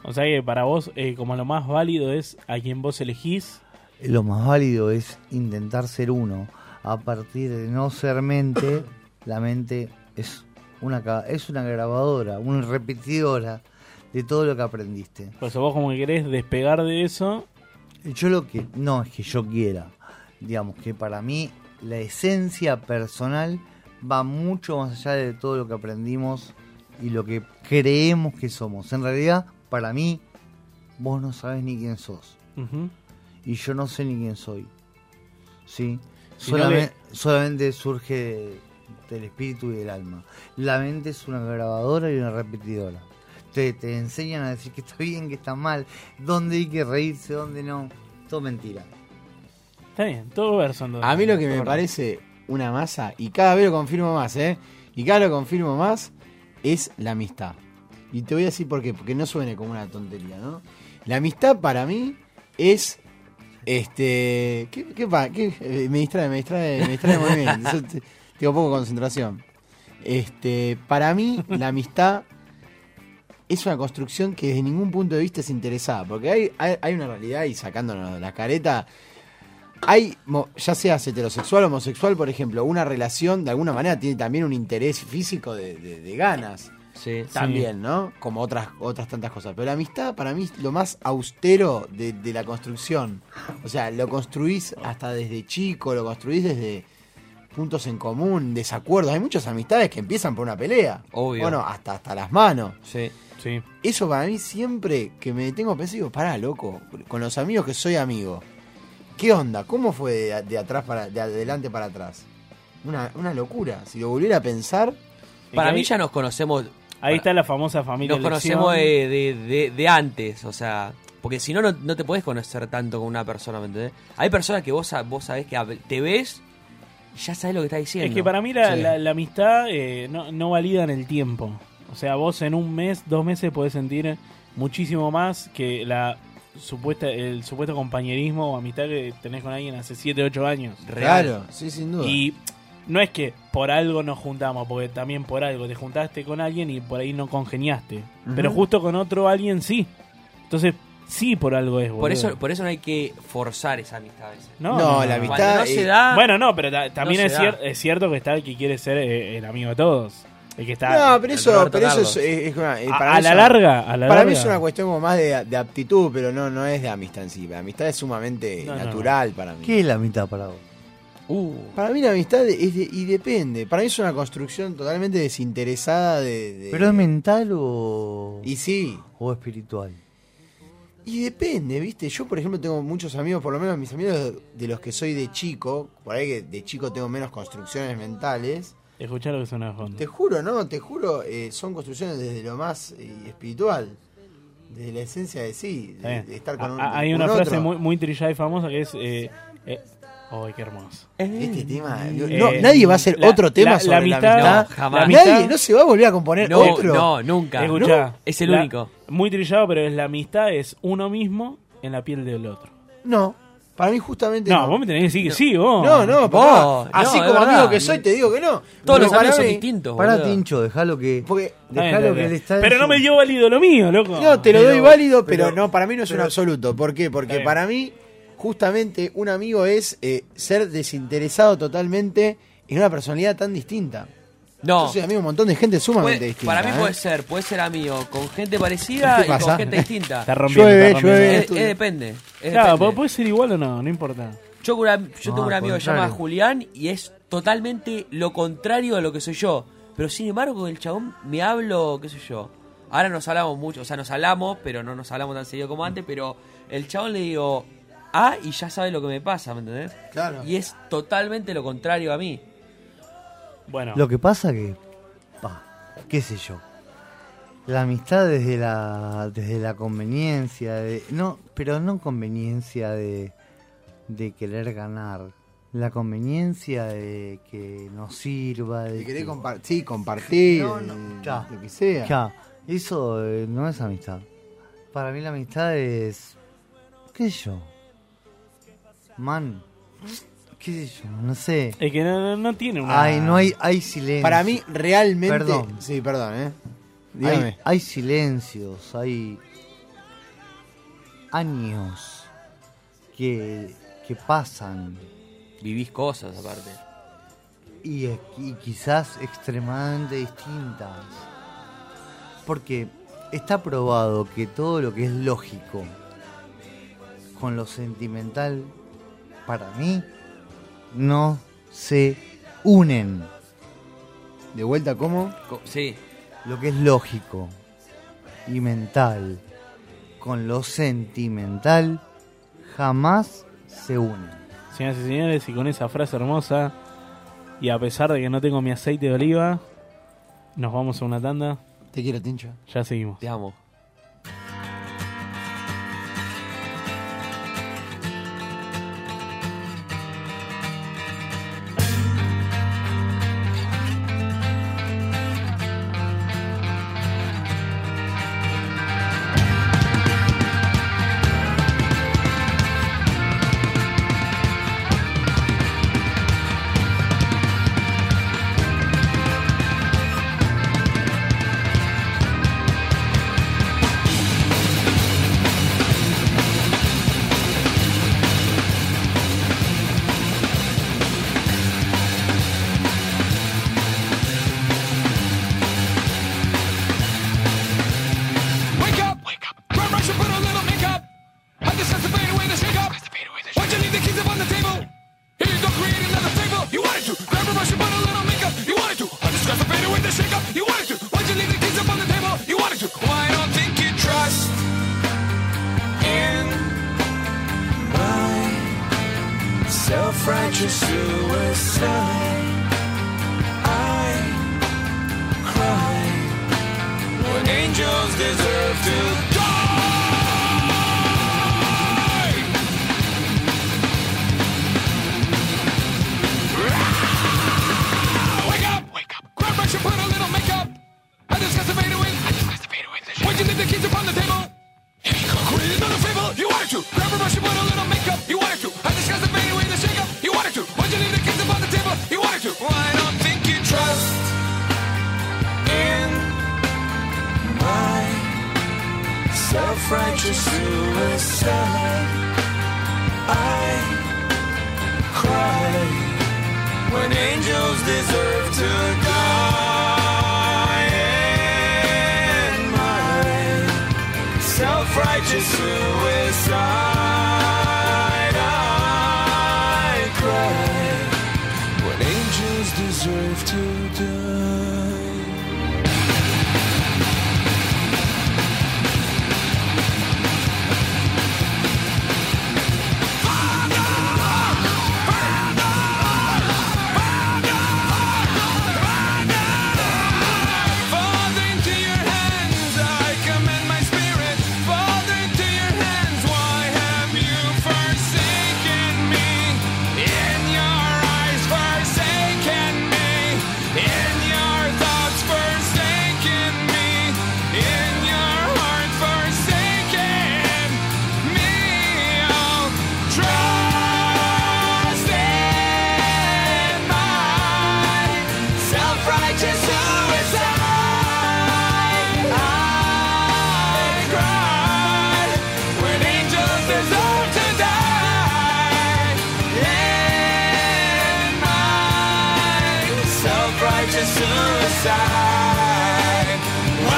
S2: O sea que para vos, eh, como lo más válido es a quien vos elegís.
S6: Lo más válido es intentar ser uno. A partir de no ser mente, (coughs) la mente es una, ca- es una grabadora, una repetidora de todo lo que aprendiste.
S2: Pues vos como que querés despegar de eso.
S6: Yo lo que. No, es que yo quiera. Digamos que para mí la esencia personal va mucho más allá de todo lo que aprendimos y lo que creemos que somos. En realidad, para mí, vos no sabes ni quién sos.
S2: Ujú.
S6: Y yo no sé ni quién soy. ¿Sí?
S2: Si no le-
S6: Solamente, solamente surge del espíritu y del alma. La mente es una grabadora y una repetidora. Te, te enseñan a decir que está bien, que está mal, dónde hay que reírse, dónde no. Todo mentira.
S2: Está bien, todo verso entonces.
S4: A mí lo que me
S2: Todo
S4: parece una masa, y cada vez lo confirmo más, ¿eh? Y cada vez lo confirmo más, es la amistad. Y te voy a decir por qué, porque no suene como una tontería, ¿no? La amistad para mí es. Este. ¿Qué, qué pa- qué- eh, me distrae, me distrae, me distrae muy bien. Eso te- tengo poco concentración. Este. Para mí, la amistad es una construcción que desde ningún punto de vista es interesada. Porque hay, hay, hay una realidad, y sacándonos la careta, hay, mo- ya seas heterosexual o homosexual, por ejemplo, una relación de alguna manera tiene también un interés físico de, de- de ganas. También, ¿no? Como otras, otras tantas cosas. Pero la amistad para mí es lo más austero de, de la construcción. O sea, lo construís hasta desde chico, lo construís desde puntos en común, desacuerdos. Hay muchas amistades que empiezan por una pelea.
S15: Obvio.
S4: Bueno, ah, hasta, hasta las manos.
S15: Sí.
S2: Sí.
S4: Eso para mí siempre que me detengo pensando, digo, pará, loco, con los amigos que soy amigo. ¿Qué onda? ¿Cómo fue de, de atrás para de adelante para atrás? Una, una locura. Si lo volviera a pensar,
S15: Para
S4: Y
S15: mí
S4: ahí-
S15: ya nos conocemos.
S2: Ahí está (laughs) la famosa familia
S15: Nos
S2: elección.
S15: conocemos eh, de, de- de- de antes, o sea. Porque si no, no, no te podés conocer tanto con una persona, ¿me entendés? Hay personas que vos, sa- vos sabés que hab- te ves y ya sabés lo que está diciendo.
S2: Es que para mí la,
S15: Sí.
S2: la- la amistad eh, no, no valida en el tiempo. O sea, vos en un mes, dos meses podés sentir muchísimo más que la supuesta el supuesto compañerismo o amistad que tenés con alguien hace 7, 8 años.
S4: Real. Claro, sí, sin duda.
S2: Y no es que por algo nos juntamos, porque también por algo te juntaste con alguien y por ahí no congeniaste.
S15: Ujú.
S2: Pero justo con otro alguien sí. Entonces, sí por algo es,
S15: Por
S2: boludo.
S15: eso, por eso no hay que forzar esa amistad a veces.
S2: No, No, no, la no.
S15: Cuando
S2: amistad
S15: no
S2: es-
S15: se da.
S2: Bueno, no, pero ta- también
S15: no
S2: es,
S15: se da.
S2: cier- es cierto que está el que quiere ser eh, el amigo de todos. El que está.
S4: No, pero eso, pero eso es, es- es una- eh,
S2: A-
S4: para
S2: a
S4: mí es
S2: la
S4: una-
S2: larga, a la
S4: Para mí
S2: larga.
S4: es una cuestión como más de, de aptitud, pero no, no es de amistad en sí. La amistad es sumamente
S6: No, no,
S4: natural para mí.
S6: ¿Qué es la mitad para vos?
S15: Uh.
S4: Para mí la amistad es de- y depende. Para mí es una construcción totalmente desinteresada de... de-
S6: ¿Pero es mental o.?
S4: Y sí.
S6: ¿O espiritual?
S4: Y depende, ¿viste? Yo, por ejemplo, tengo muchos amigos, por lo menos mis amigos de los que soy de chico, por ahí que de chico tengo menos construcciones mentales.
S2: Escuchá lo que suena de fondo.
S4: Te juro, ¿no? Te juro, eh, son construcciones desde lo más eh, espiritual, desde la esencia de sí,
S2: Está
S4: de,
S2: bien.
S4: de estar con un,
S2: Ah, Hay
S4: con
S2: una frase
S4: otro.
S2: muy, muy trillada y famosa que es. eh, eh, ¡Ay, qué hermoso!
S4: Este tema. no,
S2: Eh,
S4: nadie va a hacer
S2: la-
S4: otro tema
S2: la-
S4: sobre
S2: la
S4: la
S2: mitad-
S4: amistad.
S2: No, jamás.
S4: Nadie, no se va a volver a componer otro.
S2: Escuchá,
S4: No.
S2: la- Muy trillado, pero es la amistad es uno mismo en la piel del otro.
S4: No, para mí justamente.
S2: No, vos me tenés que decir que sí, vos.
S4: No, no, papá. Así como amigo que soy, te digo que no. Pero para mí-
S6: Para Tincho, déjalo que.
S4: Porque.
S6: Déjalo que le está.
S2: Pero no me dio válido lo mío, loco.
S4: No, te lo
S2: Pero-
S4: doy válido, pero,
S2: pero-
S4: no, para mí no es
S2: pero- Eh.
S4: un absoluto. ¿Por qué?
S2: Está
S4: Porque
S2: bien.
S4: para mí, justamente, un amigo es eh, ser desinteresado totalmente en una personalidad tan distinta.
S15: No.
S4: Yo soy amigo de un montón de gente sumamente
S15: Puede-
S4: distinta.
S15: para mí
S4: ¿eh?
S15: puede ser, puede ser amigo con gente parecida
S4: ¿Qué
S15: y con
S4: pasa?
S15: gente distinta.
S4: Está rompiendo, Llueve, está rompiendo. llueve.
S15: Es- es depende. es
S2: Claro,
S15: depende.
S2: vos podés ser igual o no, no importa.
S15: Yo, con una- yo
S2: No,
S15: tengo un
S2: al
S15: amigo que se
S2: contrario.
S15: llama Julián y es totalmente lo contrario a lo que soy yo. Pero sin embargo, con el chabón me hablo, qué sé yo. Ahora nos hablamos mucho, o sea, nos hablamos, pero no nos hablamos tan seguido como antes. Pero el chabón le digo A y ya sabe lo que me pasa, ¿me entendés?
S4: Claro.
S15: Y es totalmente lo contrario a mí.
S2: Bueno,
S6: Lo que pasa que. pa, qué sé yo. La amistad desde la. desde la conveniencia, de. No, pero no conveniencia de. de querer ganar. La conveniencia de que nos sirva. De
S4: Te querés
S6: que-
S4: compar- sí, compartir,
S6: No, no, ya.
S4: lo que sea.
S6: Ya, eso eh, no es amistad. Para mí la amistad es. ¿Qué sé yo? Man. ¿Qué sé yo? No sé.
S2: Es que no, no- no tiene una.
S6: Ay, no hay, hay silencio.
S4: Para mí, realmente.
S6: Perdón.
S4: Sí, perdón, ¿eh?
S6: Hay,
S4: Dígame.
S6: hay silencios, hay años que, que pasan
S15: Vivís cosas aparte.
S6: y, y quizás extremadamente distintas. Porque está probado que todo lo que es lógico con lo sentimental, para mí, no se unen.
S4: ¿De vuelta cómo?
S15: Co- Sí.
S6: Lo que es lógico y mental con lo sentimental jamás se unen.
S2: (laughs) Señoras y señores, y con esa frase hermosa, y a pesar de que no tengo mi aceite de oliva, nos vamos a una tanda.
S4: Te quiero, Tincho.
S2: Ya seguimos.
S15: Te amo.
S5: Wake up! Wake up! Grab brush and put a little makeup. I just have to fade away the shake up. Why'd you leave the keys up on the table? Here you go, create another table. You wanted to. Grab a brush and put a little makeup. You wanted to. I just got to fade away the shake up. You wanted to. Why'd you leave the keys up on the table? You wanted to. Well, I don't think you trust in my self-righteous suicide. I cry when angels deserve to die. Ah, Wake up, wake up, grab brush and put a little makeup. I just got to fade away. I just got to fade away. Why'd you leave the kids upon the table? Here you go, create another fable. You wanted to grab a brush and put a little makeup. You wanted to. I just got to fade away the shake up. You wanted to. Why'd you leave the kids upon the table? You wanted to. Well, I don't think you trust in my self-righteous suicide. I cry when angels deserve to die. righteous suicide. I cry when angels deserve to die. Fall into your hands, I commend my spirit. Fall into your hands, why have you forsaken me? In your eyes, forsaken me. In your thoughts, forsaken me. In your heart, forsaken me. Oh, trust in my self-righteous suicide. I cry when angels deserve to die. In my self-righteous suicide. I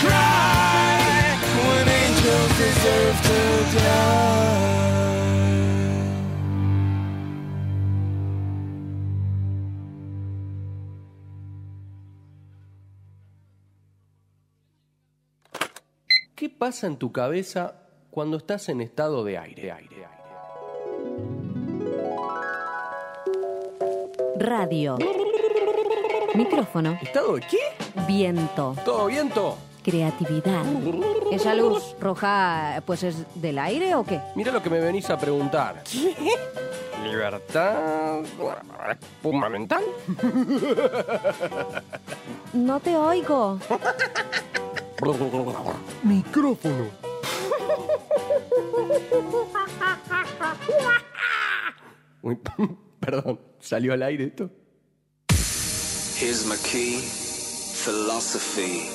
S5: cry when angels deserve to die.
S9: ¿Qué pasa en tu cabeza cuando estás en estado de aire? aire, aire?
S13: Radio. Micrófono.
S9: ¿Estado de qué?
S13: Viento.
S9: ¿Todo viento?
S13: Creatividad. ¿Esa luz roja pues es del aire o qué?
S9: Mira lo que me venís a preguntar. ¿Libertad espuma mental?
S13: No te
S9: (laughs)
S13: oigo.
S9: Micrófono. Uy, (laughs) perdón, ¿salió al aire esto?
S16: Here's my key, philosophy.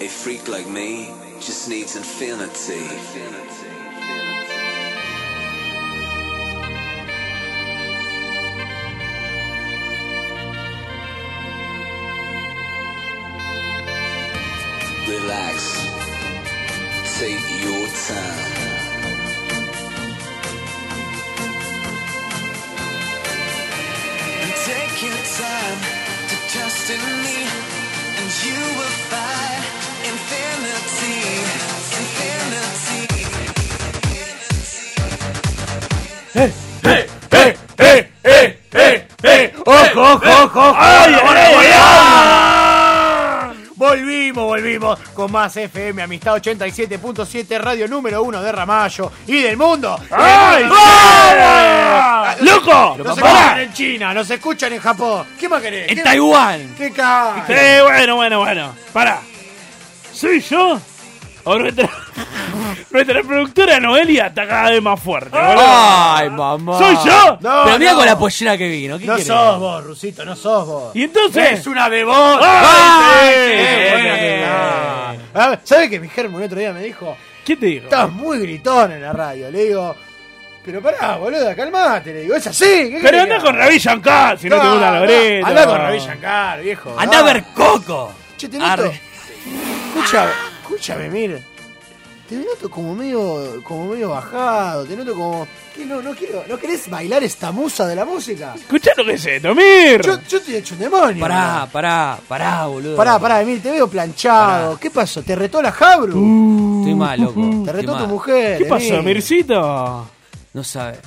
S16: A freak like me just needs infinity. Relax, take your time.
S5: Take your time to trust in me, and you will find infinity. Infinity.
S2: ¡Eh, eh, eh, eh, eh, eh! ¡Ojo, ojo, ojo! ¡Ay,
S4: Volvimos, volvimos con más FM, Amistad 87.7, radio número uno de Ramallo y del mundo.
S5: ¡Ay!
S4: ¡Vamos!
S5: ¡Loco!
S4: Nos
S5: ¡Papá!
S4: escuchan en China, nos escuchan en Japón. ¿Qué más querés?
S2: En
S4: ¿Qué-
S2: Taiwán.
S4: ¡Qué ca...
S2: Eh, bueno, bueno, bueno. Para. ¿Soy yo? O nuestra, (laughs) nuestra productora Noelia está cada vez más fuerte. boludo.
S3: ¡Ay, mamá!
S2: ¿Soy yo?
S3: No, Pero mira con la pollera que vino. ¿qué
S4: Ah, No
S3: querés?
S4: sos vos, Rusito, no sos vos.
S2: ¿Y entonces?
S4: ¡Es una de vos!
S2: ¡Ay, sí!
S4: ¡Qué
S2: Eh,
S4: buena que
S2: eh.
S4: está! Ah, ¿Sabes que mi germo el otro día me dijo?
S2: ¿Qué te dijo?
S4: Estás muy gritón en la radio. Le digo, pero pará, boluda, calmate. Le digo, es así. ¿qué
S2: Pero
S4: querés
S2: anda
S4: que
S2: con
S4: haga?
S2: Ravi Shankar, si no te gusta
S4: Ah,
S2: Loreto.
S4: Anda con Ravi Shankar, viejo. Ah.
S2: Anda a ver
S3: Coco.
S4: Che, te noto.
S2: Arre.
S4: Escúchame, escúchame, mire. Te noto como medio, como medio bajado, te noto como. ¿Qué, no, no, quiero, ¿No querés bailar esta musa de la música?
S2: Escuchá lo que es esto, Mir.
S4: Yo, yo estoy hecho un demonio.
S3: Pará, pará, pará, boludo.
S4: Pará, pará, Emil, te veo planchado. ¿Qué pasó? ¿Te retó la Jabru?
S3: Estoy mal, loco.
S4: Te
S3: estoy
S4: retó
S3: mal.
S4: tu mujer.
S2: Uh. ¿Qué pasó,
S4: Emil?
S2: Mircito?
S3: No sabe.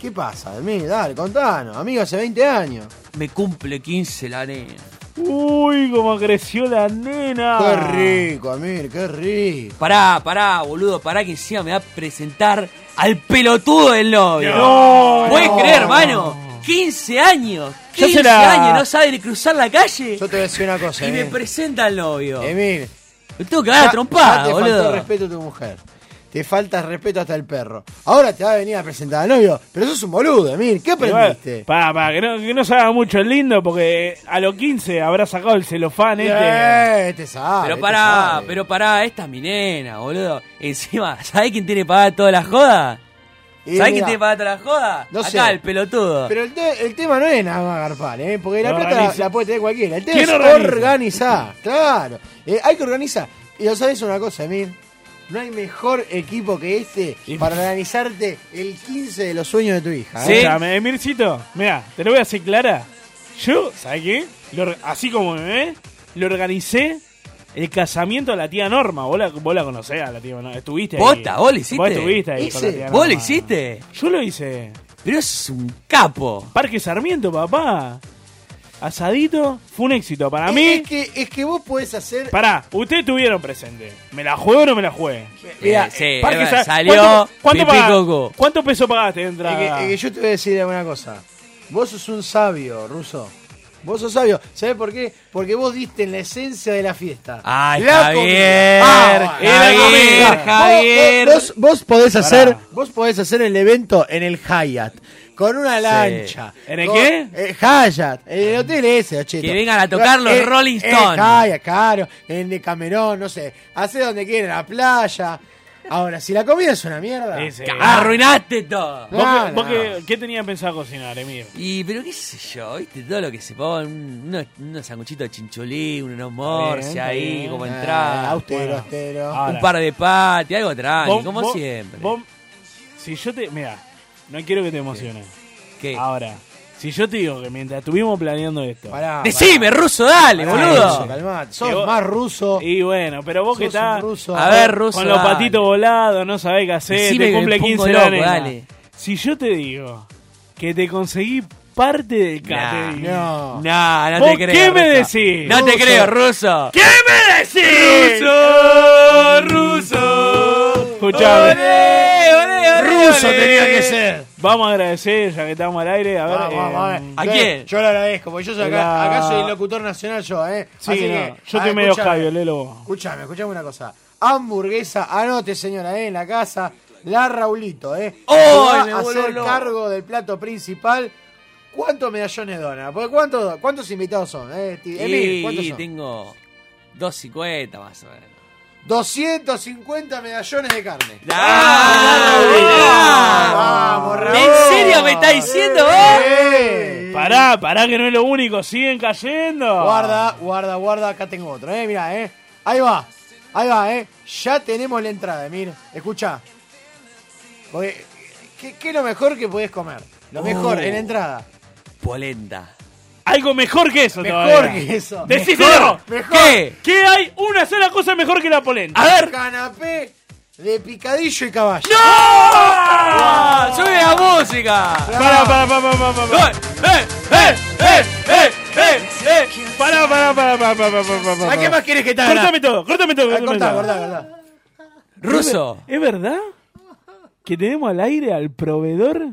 S4: ¿Qué pasa, Emil? Dale, contanos. Amigo hace 20 años.
S3: Me cumple 15 la nena.
S2: Uy, cómo creció la nena.
S4: Qué rico, Emil, qué rico.
S3: Pará, pará, boludo, pará que encima me va a presentar al pelotudo del novio.
S2: No.
S3: ¿Puedes
S4: No.
S3: creer, hermano? 15 años.
S4: Ya
S3: 15
S4: será.
S3: años, no sabe ni cruzar la calle.
S4: Yo te voy a decir una cosa,
S3: Y me
S4: Emil.
S3: presenta al novio.
S4: Emil.
S3: Me tengo que dar a
S4: Ya-
S3: trompada,
S4: ya te faltó
S3: boludo.
S4: respeto a tu mujer. Te falta respeto hasta el perro. Ahora te va a venir a presentar al novio. Pero sos un boludo, Emil. ¿Qué aprendiste?
S2: Pa, pa, que no, que no se haga mucho el lindo porque a los 15 habrá sacado el celofán este.
S4: Eh, te sabe.
S3: Pero
S4: te
S3: pará,
S4: sabe.
S3: pero pará, esta es mi nena, boludo. Encima, ¿sabés quién tiene pagada toda la joda?
S4: Y
S3: ¿Sabés
S4: mirá,
S3: quién tiene pagada toda la joda?
S4: No
S3: Acá,
S4: sé.
S3: el
S2: (laughs)
S3: pelotudo.
S4: Pero el, te- el tema no es nada más garpar, ¿eh? Porque la
S2: No,
S4: plata la,
S2: organiza.
S4: la puede tener cualquiera. El tema
S2: ¿Quién
S4: es
S2: organiza?
S4: organizar. Claro. Eh, hay que organizar. Y lo sabes una cosa, Emir. No hay mejor equipo que este para organizarte el 15 de los sueños de tu hija. ¿eh?
S2: Escúchame, Emircito, mira, te lo voy a hacer clara. Yo, ¿sabes qué? Lo or- así como me ve, le organicé el casamiento de la tía Norma. Vos la, vos la conocés a la tía Norma. Estuviste ahí.
S15: Posta, vos lo hiciste.
S2: Vos estuviste ahí con la tía
S15: Vos lo
S2: Norma.
S15: hiciste.
S2: Yo lo hice.
S15: Pero es un capo.
S2: Parque Sarmiento, papá. Asadito, fue un éxito. Para mí,
S4: Es que, es que vos podés hacer.
S2: Pará, ustedes tuvieron presente. ¿Me la juego o no me la juegue?
S4: Mirá,
S15: sí,
S2: Parque
S15: eh,
S2: Sa-
S15: salió
S2: ¿Cuánto, cuánto,
S15: pipí
S2: pagás?
S15: coco.
S2: ¿Cuánto peso pagaste de entrada?
S4: Es que, es que yo te voy a decir alguna cosa. Vos sos un sabio, ruso. Vos sos sabio. ¿Sabés por qué? Porque vos diste en la esencia de la fiesta.
S15: Ay,
S4: la
S15: Javier,
S4: Ah, bueno.
S15: Javier,
S4: La comida.
S15: Javier.
S4: Vos, vos- vos podés
S15: Pará.
S4: hacer, vos podés hacer el evento en el Hyatt. Con una lancha.
S2: ¿En el
S4: con-
S2: qué?
S4: eh, Hyatt. En el hotel ese, ochito.
S15: Que vengan a tocar los Rolling Stones.
S4: En Hyatt, claro. En el Camerón, no sé. Hacé donde quieran, a la playa. Ahora, si la comida es una mierda.
S15: Arruinaste todo.
S2: ¿Vos,
S4: No,
S2: qué- vos
S4: no.
S2: qué, qué tenías pensado cocinar, Emir?
S15: Y, pero qué sé yo, viste, todo lo que se pone, un- unos, unos sanguchitos de chincholí, unos morse
S2: está
S15: ahí,
S2: bien.
S15: como
S2: Ah,
S15: entrada.
S4: austero, austero.
S15: Un par de pati, algo tranqui,
S2: Vos-
S15: Ah, como
S2: vos-
S15: siempre.
S2: vos- si yo te. Mira, no quiero que te emociones.
S15: ¿Qué?
S2: Ahora, si yo te digo que mientras estuvimos planeando esto.
S4: Pará,
S15: Decime, ruso, dale,
S4: Pará,
S15: boludo.
S4: ruso, calmate. Sos
S2: Y vos-
S4: más ruso.
S2: Y bueno, pero vos que
S4: Sos
S2: estás.
S4: un ruso.
S15: A ver, ruso,
S2: Con los
S15: dale.
S2: patitos volados, no sabés qué hacer,
S15: Decime que
S2: te
S15: me
S2: cumple
S15: pongo
S2: 15 la
S15: loco,
S2: nena.
S15: dale.
S2: Si yo te digo que te conseguí parte del
S15: Nah.
S2: catering.
S4: No.
S15: No, no
S2: ¿Vos
S15: te creo.
S2: qué me
S15: ruso.
S2: decís?
S15: No te
S4: Ruso.
S15: creo, ruso.
S2: ¿Qué me decís?
S15: Ruso, ruso.
S2: Escuchame.
S15: Olé, olé, olé,
S4: Ruso
S15: olé.
S4: tenía que ser.
S2: Vamos a agradecer, ya que estamos al aire. A ver,
S4: Vamos, vamos, a ver.
S2: em,
S15: ¿A
S4: Yo-
S15: quién?
S4: Yo lo agradezco, porque yo soy acá,
S2: Hola.
S4: acá soy el locutor nacional yo, ¿eh?
S2: Sí,
S4: Así
S2: no,
S4: que,
S2: yo
S4: a
S2: estoy
S4: ver,
S2: medio
S4: escuchame.
S2: cabio, Lelo.
S4: Escuchame, escuchame una cosa. Hamburguesa, anote señora, ¿eh? En la casa, la Raulito, ¿eh?
S15: ¡Ay,
S4: Se
S15: me
S4: va a
S15: voló
S4: hacer
S15: loco!
S4: cargo del plato principal. ¿Cuántos medallones dona? Porque ¿cuántos, cuántos invitados son? Eh, Ti- Emil, ¿cuántos
S15: Y
S4: son?
S15: tengo 2.50 más o menos.
S4: 250 medallones de carne.
S15: ¡Ah!
S4: Vamos, Raúl.
S15: ¿En serio me está diciendo vos?
S4: Eh.
S2: Pará, pará, que no es lo único. Siguen
S15: Ah.
S2: cayendo.
S4: Guarda, guarda, guarda, acá tengo otro, eh, mirá, eh. Ahí va, ahí va, eh. Ya tenemos la entrada, mira, escucha. ¿qué, qué es lo mejor que podés comer? Lo mejor,
S15: Oh.
S4: en la entrada.
S15: Polenta.
S2: Algo mejor que eso
S4: Mejor
S2: todavía.
S4: que eso.
S2: Decíselo.
S4: Mejor
S15: ¿Qué?
S2: Que hay una sola cosa mejor que la polenta.
S15: A ver.
S4: canapé de picadillo y caballo.
S15: ¡No! Ah, ¡Sube la música!
S2: Pará, pará, pará, pará, pará, pará.
S15: ¡Eh, eh, eh, eh, eh, eh!
S2: Pará, pará, pará, pará, pará, pará, pará,
S4: ¿A
S2: pará.
S4: qué más querés que te haga?
S2: Cortame todo, cortame todo,
S4: Ah,
S2: cortame
S4: Cortá,
S2: todo.
S4: cortá, cortá.
S15: Ruso.
S2: ¿Es verdad que tenemos al aire al proveedor?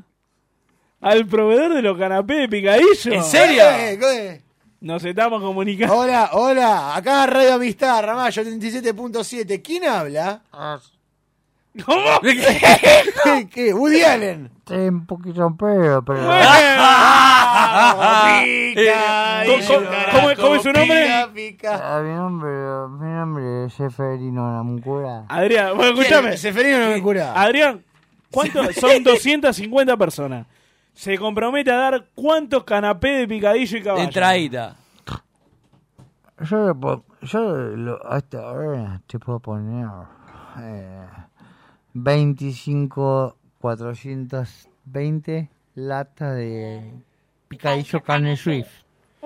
S2: ¿Al proveedor de los canapés de picadillo?
S15: ¿En serio?
S4: Eh, eh.
S2: Nos estamos comunicando.
S4: Hola, hola, acá Radio Amistad, Ramallo 37.7. ¿Quién habla? (laughs)
S2: ¿Cómo?
S4: ¿Qué? ¿Qué? Woody Allen.
S6: Un poquito en pedo, pero.
S4: (laughs)
S2: ¿Cómo- cómo- cómo es- cómo es su nombre?
S4: Pica, pica.
S6: Ah, mi nombre, mi nombre es Seferino Namucura.
S2: Adrián, bueno, escúchame.
S4: Seferino no me cura.
S2: Adrián, ¿cuánto? son 250 personas. Se compromete a dar cuántos canapés de picadillo y caballo.
S15: Entradita.
S6: Yo, le puedo- yo lo- hasta ahora te puedo poner eh, 25.420 latas de picadillo carne Swift.
S7: ¡Eh!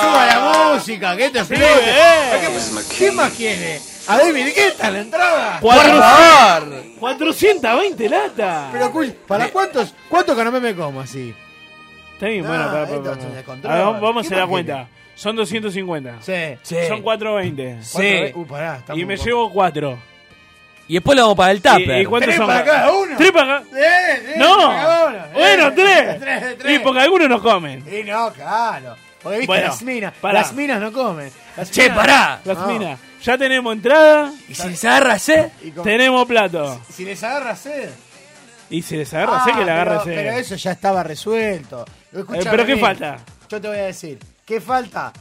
S4: Suba la música, que te explote.
S17: Is
S15: eh.
S17: McKee.
S4: ¿Qué más quiere? A ver, mire, ¿qué está la entrada?
S2: Cuatro-
S15: favor!
S2: 420 latas.
S4: Pero, cul- ¿para cuántos, cuántos canapés me como así?
S2: Está bien,
S4: No,
S2: bueno, pará,
S4: esto
S2: pará,
S4: es un
S2: pará.
S4: descontrol.
S2: A ver, vamos- vamos a
S4: ¿Qué
S2: hacer la
S4: más
S2: cuenta. Son 250.
S4: Sí.
S15: Sí.
S2: Son 420.
S4: ¿Cuánto
S15: Sí.
S4: ve- Uh, pará, estamos
S2: Y me
S4: un poco-
S2: llevo 4.
S15: Y después lo hago para el
S2: ¿Y, y
S15: tupper.
S2: cuántos
S4: ¿Tres
S2: son?
S4: para cada uno?
S2: ¿Tres para acá?
S4: Eh, eh,
S2: ¡No!
S4: cada uno.
S2: bueno,
S4: Eh,
S2: tres.
S4: Tres de tres.
S2: Y porque algunos no comen.
S4: Y no, claro. Porque viste
S2: Bueno,
S4: las minas.
S2: pará.
S4: Las minas no comen. Las
S15: Che,
S4: minas-
S15: pará.
S2: Las
S4: No.
S2: minas. Ya tenemos entrada,
S15: ¿Y si ¿eh? les agarra sed?
S4: Y con-
S2: tenemos plato.
S4: Si les agarra sed.
S2: Y si les agarra, sé
S4: Ah,
S2: que le agarra
S4: pero,
S2: sed.
S4: pero eso ya estaba resuelto. Escuchame,
S2: Eh, pero ¿qué
S4: Nick,
S2: falta?
S4: Yo te voy a decir, ¿qué falta?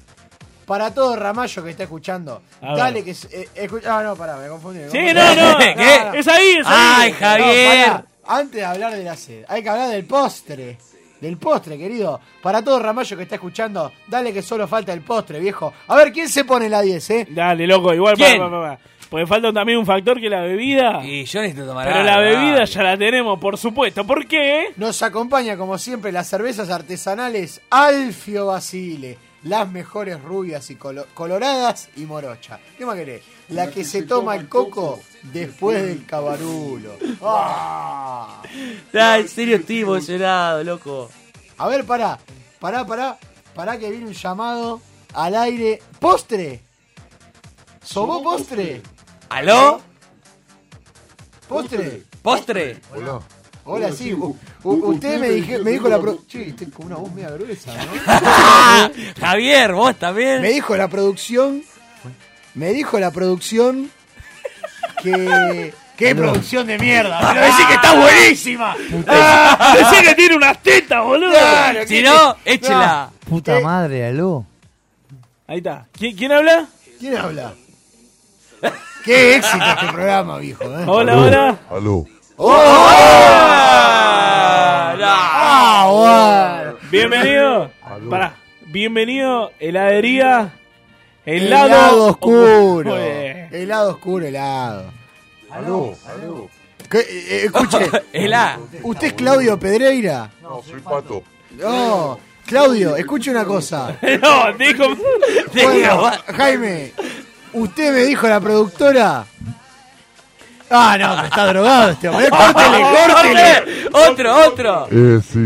S4: Para todo Ramallo que está escuchando,
S2: A
S4: dale
S2: ver.
S4: que... s- eh, escu- ah, no, pará, me confundí. me
S2: Sí,
S4: confundí.
S2: no,
S4: (laughs)
S2: no.
S15: ¿Qué?
S2: no, no. Es ahí, es ahí.
S15: Ay, Javier.
S4: pará, antes de hablar de la sed, hay que hablar del postre. del postre, querido. Para todo Ramallo que está escuchando, dale que solo falta el postre, viejo. A ver, ¿quién se pone la 10, eh?
S2: Dale, loco, igual,
S4: ¿Quién?
S2: pa, pa, pa, pa. Porque falta también un factor que es la bebida.
S3: Y yo necesito tomar
S2: Pero
S3: algo,
S2: la bebida
S3: dale.
S2: ya la tenemos, por supuesto. ¿Por qué?
S4: Nos acompaña, como siempre, las cervezas artesanales Alfio Basile. Las mejores rubias y colo- coloradas y morocha. ¿Qué más querés? La que se toma el coco después
S15: (laughs)
S4: del cabarulo. ¡Ah!
S15: Ah, en serio estoy emocionado, loco.
S4: A ver, pará. Pará, pará. Pará que viene un llamado al aire. ¡Postre! ¿Sobó postre?
S3: ¿Aló?
S4: ¿Postre?
S3: ¿Postre?
S4: Hola. Hola, sí. u- u- usted me, dije- me dijo la... Pro (laughs) Ah, che, estoy con una voz media gruesa, (laughs)
S15: Ah,
S4: ¿no?
S3: Javier, vos también.
S4: Me dijo la producción. Me dijo la producción que. ¡Qué producción de mierda! ¡Pero decí Ah, que está buenísima! Ah.
S2: Decí que tiene unas tetas, boludo.
S4: Claro,
S2: Si
S4: que-
S2: no,
S4: échela.
S6: Puta
S4: Eh,
S6: madre, aló.
S2: Ahí está. ¿Qui- ¿Quién habla?
S4: ¿Quién habla? ¡Qué éxito este programa, viejo! ¿eh?
S2: Hola, hola.
S18: Aló.
S4: ¡Ah, bueno!
S2: Bienvenido. Pará. Bienvenido, heladería. El
S4: Helado,
S2: lado
S4: oscuro.
S2: Muy bien.
S4: Helado oscuro, helado.
S18: Aló. Aló.
S4: ¿Qué? Eh, (laughs) escuche.
S18: Helá.
S4: ¿Usted es Claudio Pedreira?
S18: No, soy pato.
S4: No. Claudio, escuche una (laughs) cosa.
S2: No, dijo.
S4: Bueno, Jaime, usted me dijo la productora. Ah, no, que está drogado este (laughs)
S15: (laughs)
S4: hombre. ¡Córtele, córtele!
S3: Otro, otro.
S18: Eh, sí.
S2: (laughs)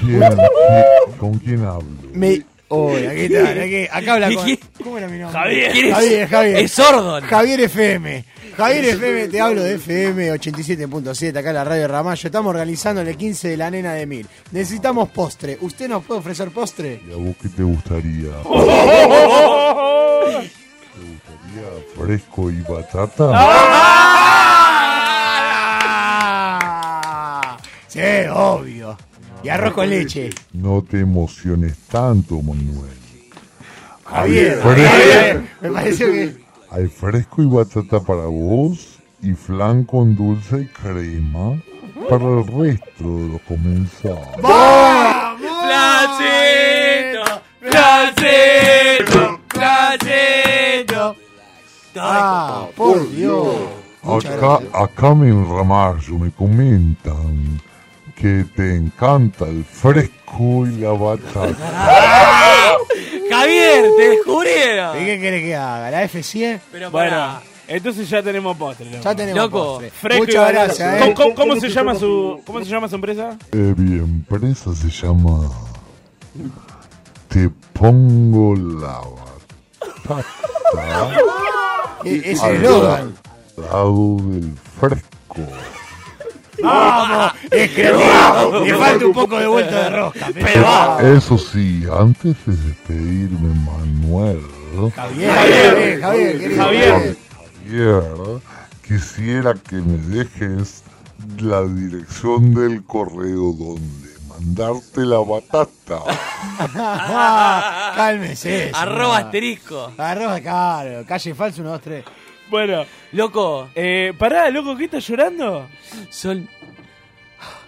S18: ¿Quién, quién- con quién hablo?
S4: Me... Hola, ¿qué tal? Aquí- Acá habla con... ¿Cómo era mi nombre? Javier, Javier. Javier FM. Javier FM, te hablo de FM 87.7, acá en la radio Ramallo. Estamos organizando el 15 de la nena de Mil. Necesitamos postre. ¿Usted nos puede ofrecer postre?
S18: ¿Y a vos qué te gustaría?
S15: Oh,
S18: ¿Fresco y batata?
S2: Ah.
S4: Sí, obvio. Y arroz con leche.
S18: No te emociones tanto, Manuel.
S4: Javier,
S18: Fresco-
S4: Javier, me pareció que...
S18: Hay fresco y batata para vos y flan con dulce y crema para el resto de los comensales.
S5: Placito, placito, placito.
S4: Ah, por Dios. Muchas
S18: Acá, acá me enramallo, me comentan que te encanta el fresco y la batata.
S4: (laughs)
S3: Javier, te descubrieron.
S4: ¿Y qué querés que haga? ¿La F100?
S2: (laughs) Bueno, entonces ya tenemos postre. loco.
S4: Ya tenemos Loco. postre.
S2: Fresco
S4: Muchas
S2: y barato.
S4: gracias,
S2: ¿Cómo,
S4: eh.
S2: cómo- cómo se llama su, ¿Cómo se llama su empresa?
S18: Eh, mi empresa se llama Te Pongo la
S4: (laughs)
S18: Batata.
S4: E- Es
S18: al
S4: el eslogan.
S18: Lado del fresco.
S4: ¡Vamos! ¡Es que vamos! Le falta un poco de vuelta de rosca. Pero vamos.
S18: Eso sí, antes de despedirme, Manuel.
S4: Javier, Eh, Javier, querido. Eh,
S18: Javier. Javier, quisiera que me dejes la dirección del correo donde mandarte la batata.
S4: Cálmese.
S2: Arroba
S4: asterisco. Arroba, claro. Calle falso 1, 2, 3.
S2: Bueno. Loco. Eh, pará, loco, ¿qué estás llorando?
S15: Son...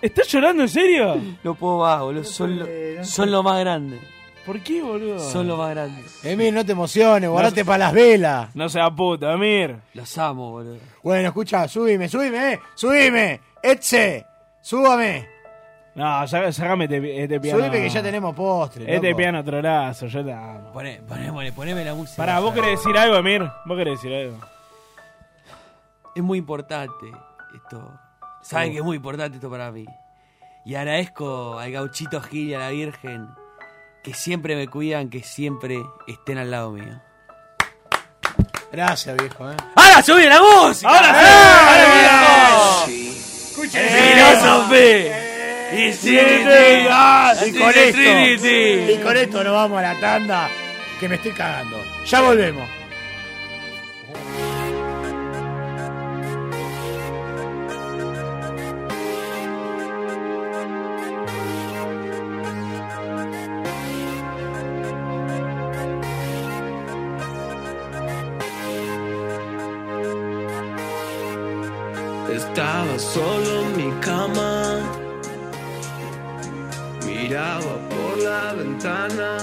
S2: ¿Estás llorando en serio?
S15: No puedo más, boludo. Son lo, son lo más grande.
S2: ¿Por qué, boludo?
S15: Son lo más grandes.
S4: Emir, no te emociones, guardate para las velas.
S2: No sea puta, Amir.
S15: Los amo, boludo.
S4: Bueno, escucha, subime, subime, eh. Subime. Etze, súbame.
S2: No, sa- sacame este, este piano.
S4: Subime que ya tenemos postre.
S2: Este
S4: loco.
S2: piano trolazo, yo te amo.
S15: Poné, poné, poné, poneme la música.
S2: Pará, vos querés decir algo, Amir. (laughs) Vos querés decir algo.
S15: Es muy importante esto. Saben
S2: Sí.
S15: que es muy importante esto para mí. Y agradezco al gauchito Gil y a la Virgen que siempre me cuidan, que siempre estén al lado mío.
S4: Gracias, viejo, eh.
S15: ¡Ahora sube la música! ¡Eh! ¡Ahora
S4: ¡Eh!
S2: ¡Eh!
S5: Y
S4: Y con esto, y con esto nos vamos a la tanda que me estoy cagando. Ya volvemos.
S5: Estaba solo en mi cama. Mi
S16: miraba por la ventana,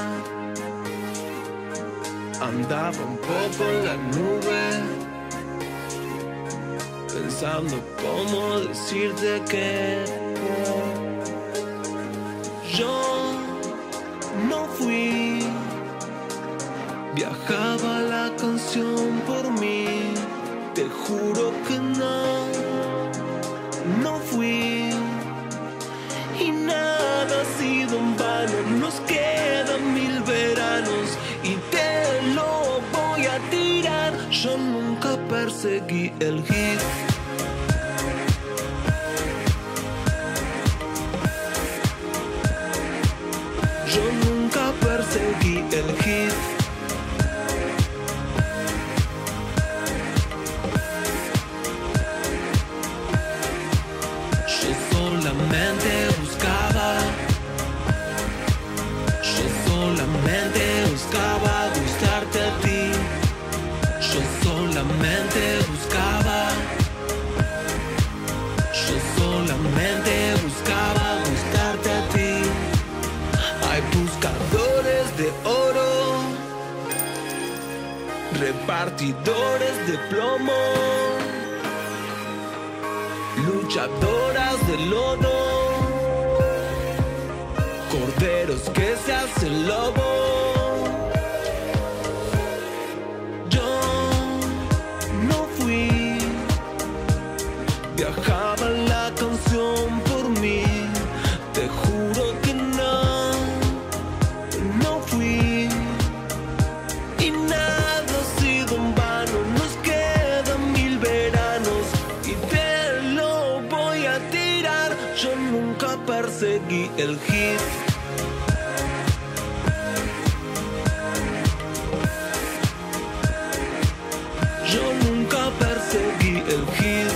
S16: andaba un poco en la nube, pensando cómo decirte que yo no fui, viajaba la canción por mí, te juro que no, no fui y nada ha sido en vano. Nos quedan mil veranos y te lo voy a tirar. Yo nunca perseguí el hit. Yo nunca perseguí el hit. Yo solamente buscaba. Yo solamente buscaba gustarte a ti. Yo solamente buscaba. Yo solamente buscaba gustarte a ti. Hay buscadores de oro. Repartidores de plomo luchadoras de lodo, corderos que se hacen lobo. Yo no fui, viajaba la canción por mí, te juro que no, no fui. Y nada ha sido en vano, nos quedan mil veranos y te lo voy a tirar. Yo nunca perseguí el hit. Yo nunca perseguí el hit.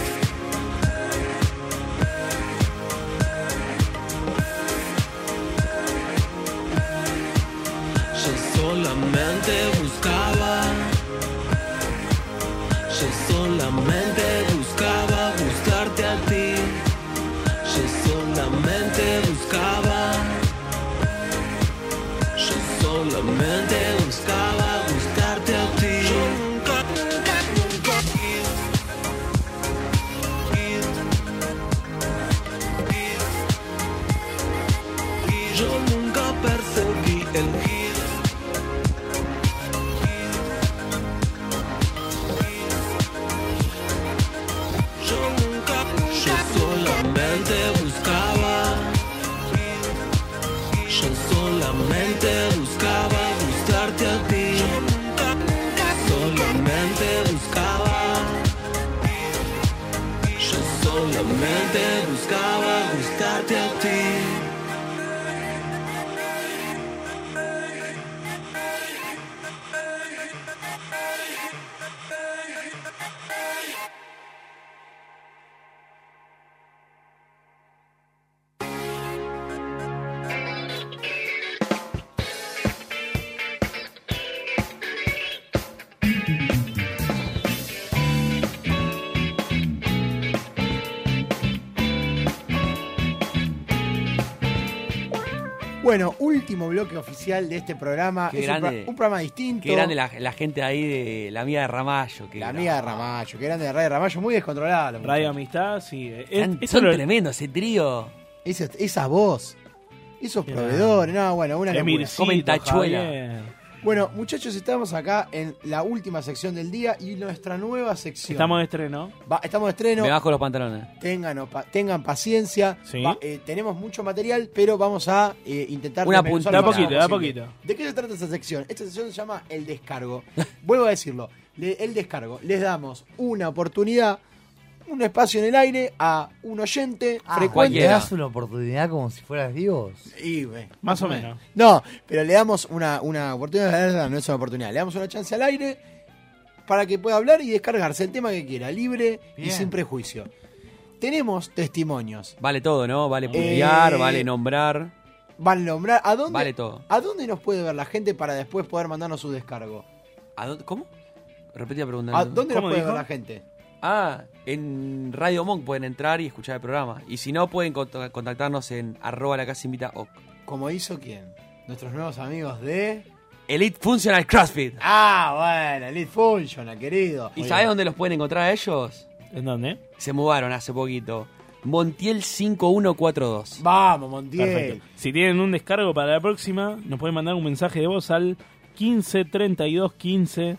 S16: Yo solamente buscaba. Yo solamente buscaba gustarte a ti. Yo solamente buscaba. Yo solamente buscaba gustarte a ti. Yo nunca, nunca, nunca. Yo nunca perseguí el hit. Yo nunca, yo solamente buscaba. Yo solamente buscaba gustarte a ti. Yo nunca, solamente buscaba. Yo solamente buscaba gustarte a ti.
S4: Bueno, último bloque oficial de este programa.
S15: Qué
S4: es un, pro-
S15: grande.
S4: un programa distinto.
S15: Qué grande la, la gente ahí de la amiga de Ramallo. Que
S4: La amiga de Ramallo, qué grande de Radio Ramallo, muy descontrolada. la mujer.
S2: Radio Amistad, sí. eh,
S15: Tan-
S2: eso
S15: son
S2: lo-
S15: tremendos ese trío.
S4: Esa, esa voz, esos proveedores, no, bueno, una locura.
S15: Emircito, Comen tachuela. Javier.
S4: Bueno, muchachos, estamos acá en la última sección del día y nuestra nueva sección.
S2: Estamos de estreno.
S4: Va- estamos de estreno.
S15: Me bajo los pantalones.
S4: Tengan, opa- tengan paciencia.
S15: Sí.
S4: Va- eh, tenemos mucho material, pero vamos a eh, intentar.
S15: Una
S4: desmenuzar
S15: punta.
S4: lo
S15: Da
S4: más
S15: poquito, da
S4: posible.
S15: poquito.
S4: ¿De qué se trata esta sección? Esta sección se llama
S15: (laughs)
S4: El Descargo. Vuelvo a decirlo. le- el Descargo. Les damos una oportunidad, un espacio en el aire a un oyente
S15: Ah,
S4: frecuente.
S6: Ah, ¿Le das una oportunidad como si fueras Dios?
S4: Y, eh,
S6: Más o menos.
S4: No, pero le damos una, una oportunidad, no es una oportunidad, le damos una chance al aire para que pueda hablar y descargarse el tema que quiera, libre y sin prejuicio. Tenemos testimonios.
S15: Vale todo, ¿no? Vale putear,
S4: Eh,
S15: vale nombrar.
S4: Van a nombrar. ¿A dónde,
S15: Vale todo.
S4: ¿A dónde nos puede ver la gente para después poder mandarnos su descargo?
S15: ¿A dónde- ¿Cómo? Repetí la pregunta.
S4: ¿A dónde nos puede ver la gente?
S15: Ah, en Radio Monk pueden entrar y escuchar el programa. Y si no, pueden cont- contactarnos en arroba la casa invita oc.
S4: Como hizo quién? Nuestros nuevos amigos de.
S3: Elite Functional CrossFit.
S4: Ah, bueno, Elite Functional, querido.
S3: ¿Y sabés dónde los pueden encontrar a ellos?
S2: ¿En dónde?
S3: Se mudaron hace poquito. Montiel 5142.
S4: Vamos, Montiel.
S2: Perfecto. Si tienen un descargo para la próxima, nos pueden mandar un mensaje de voz al 15 32 15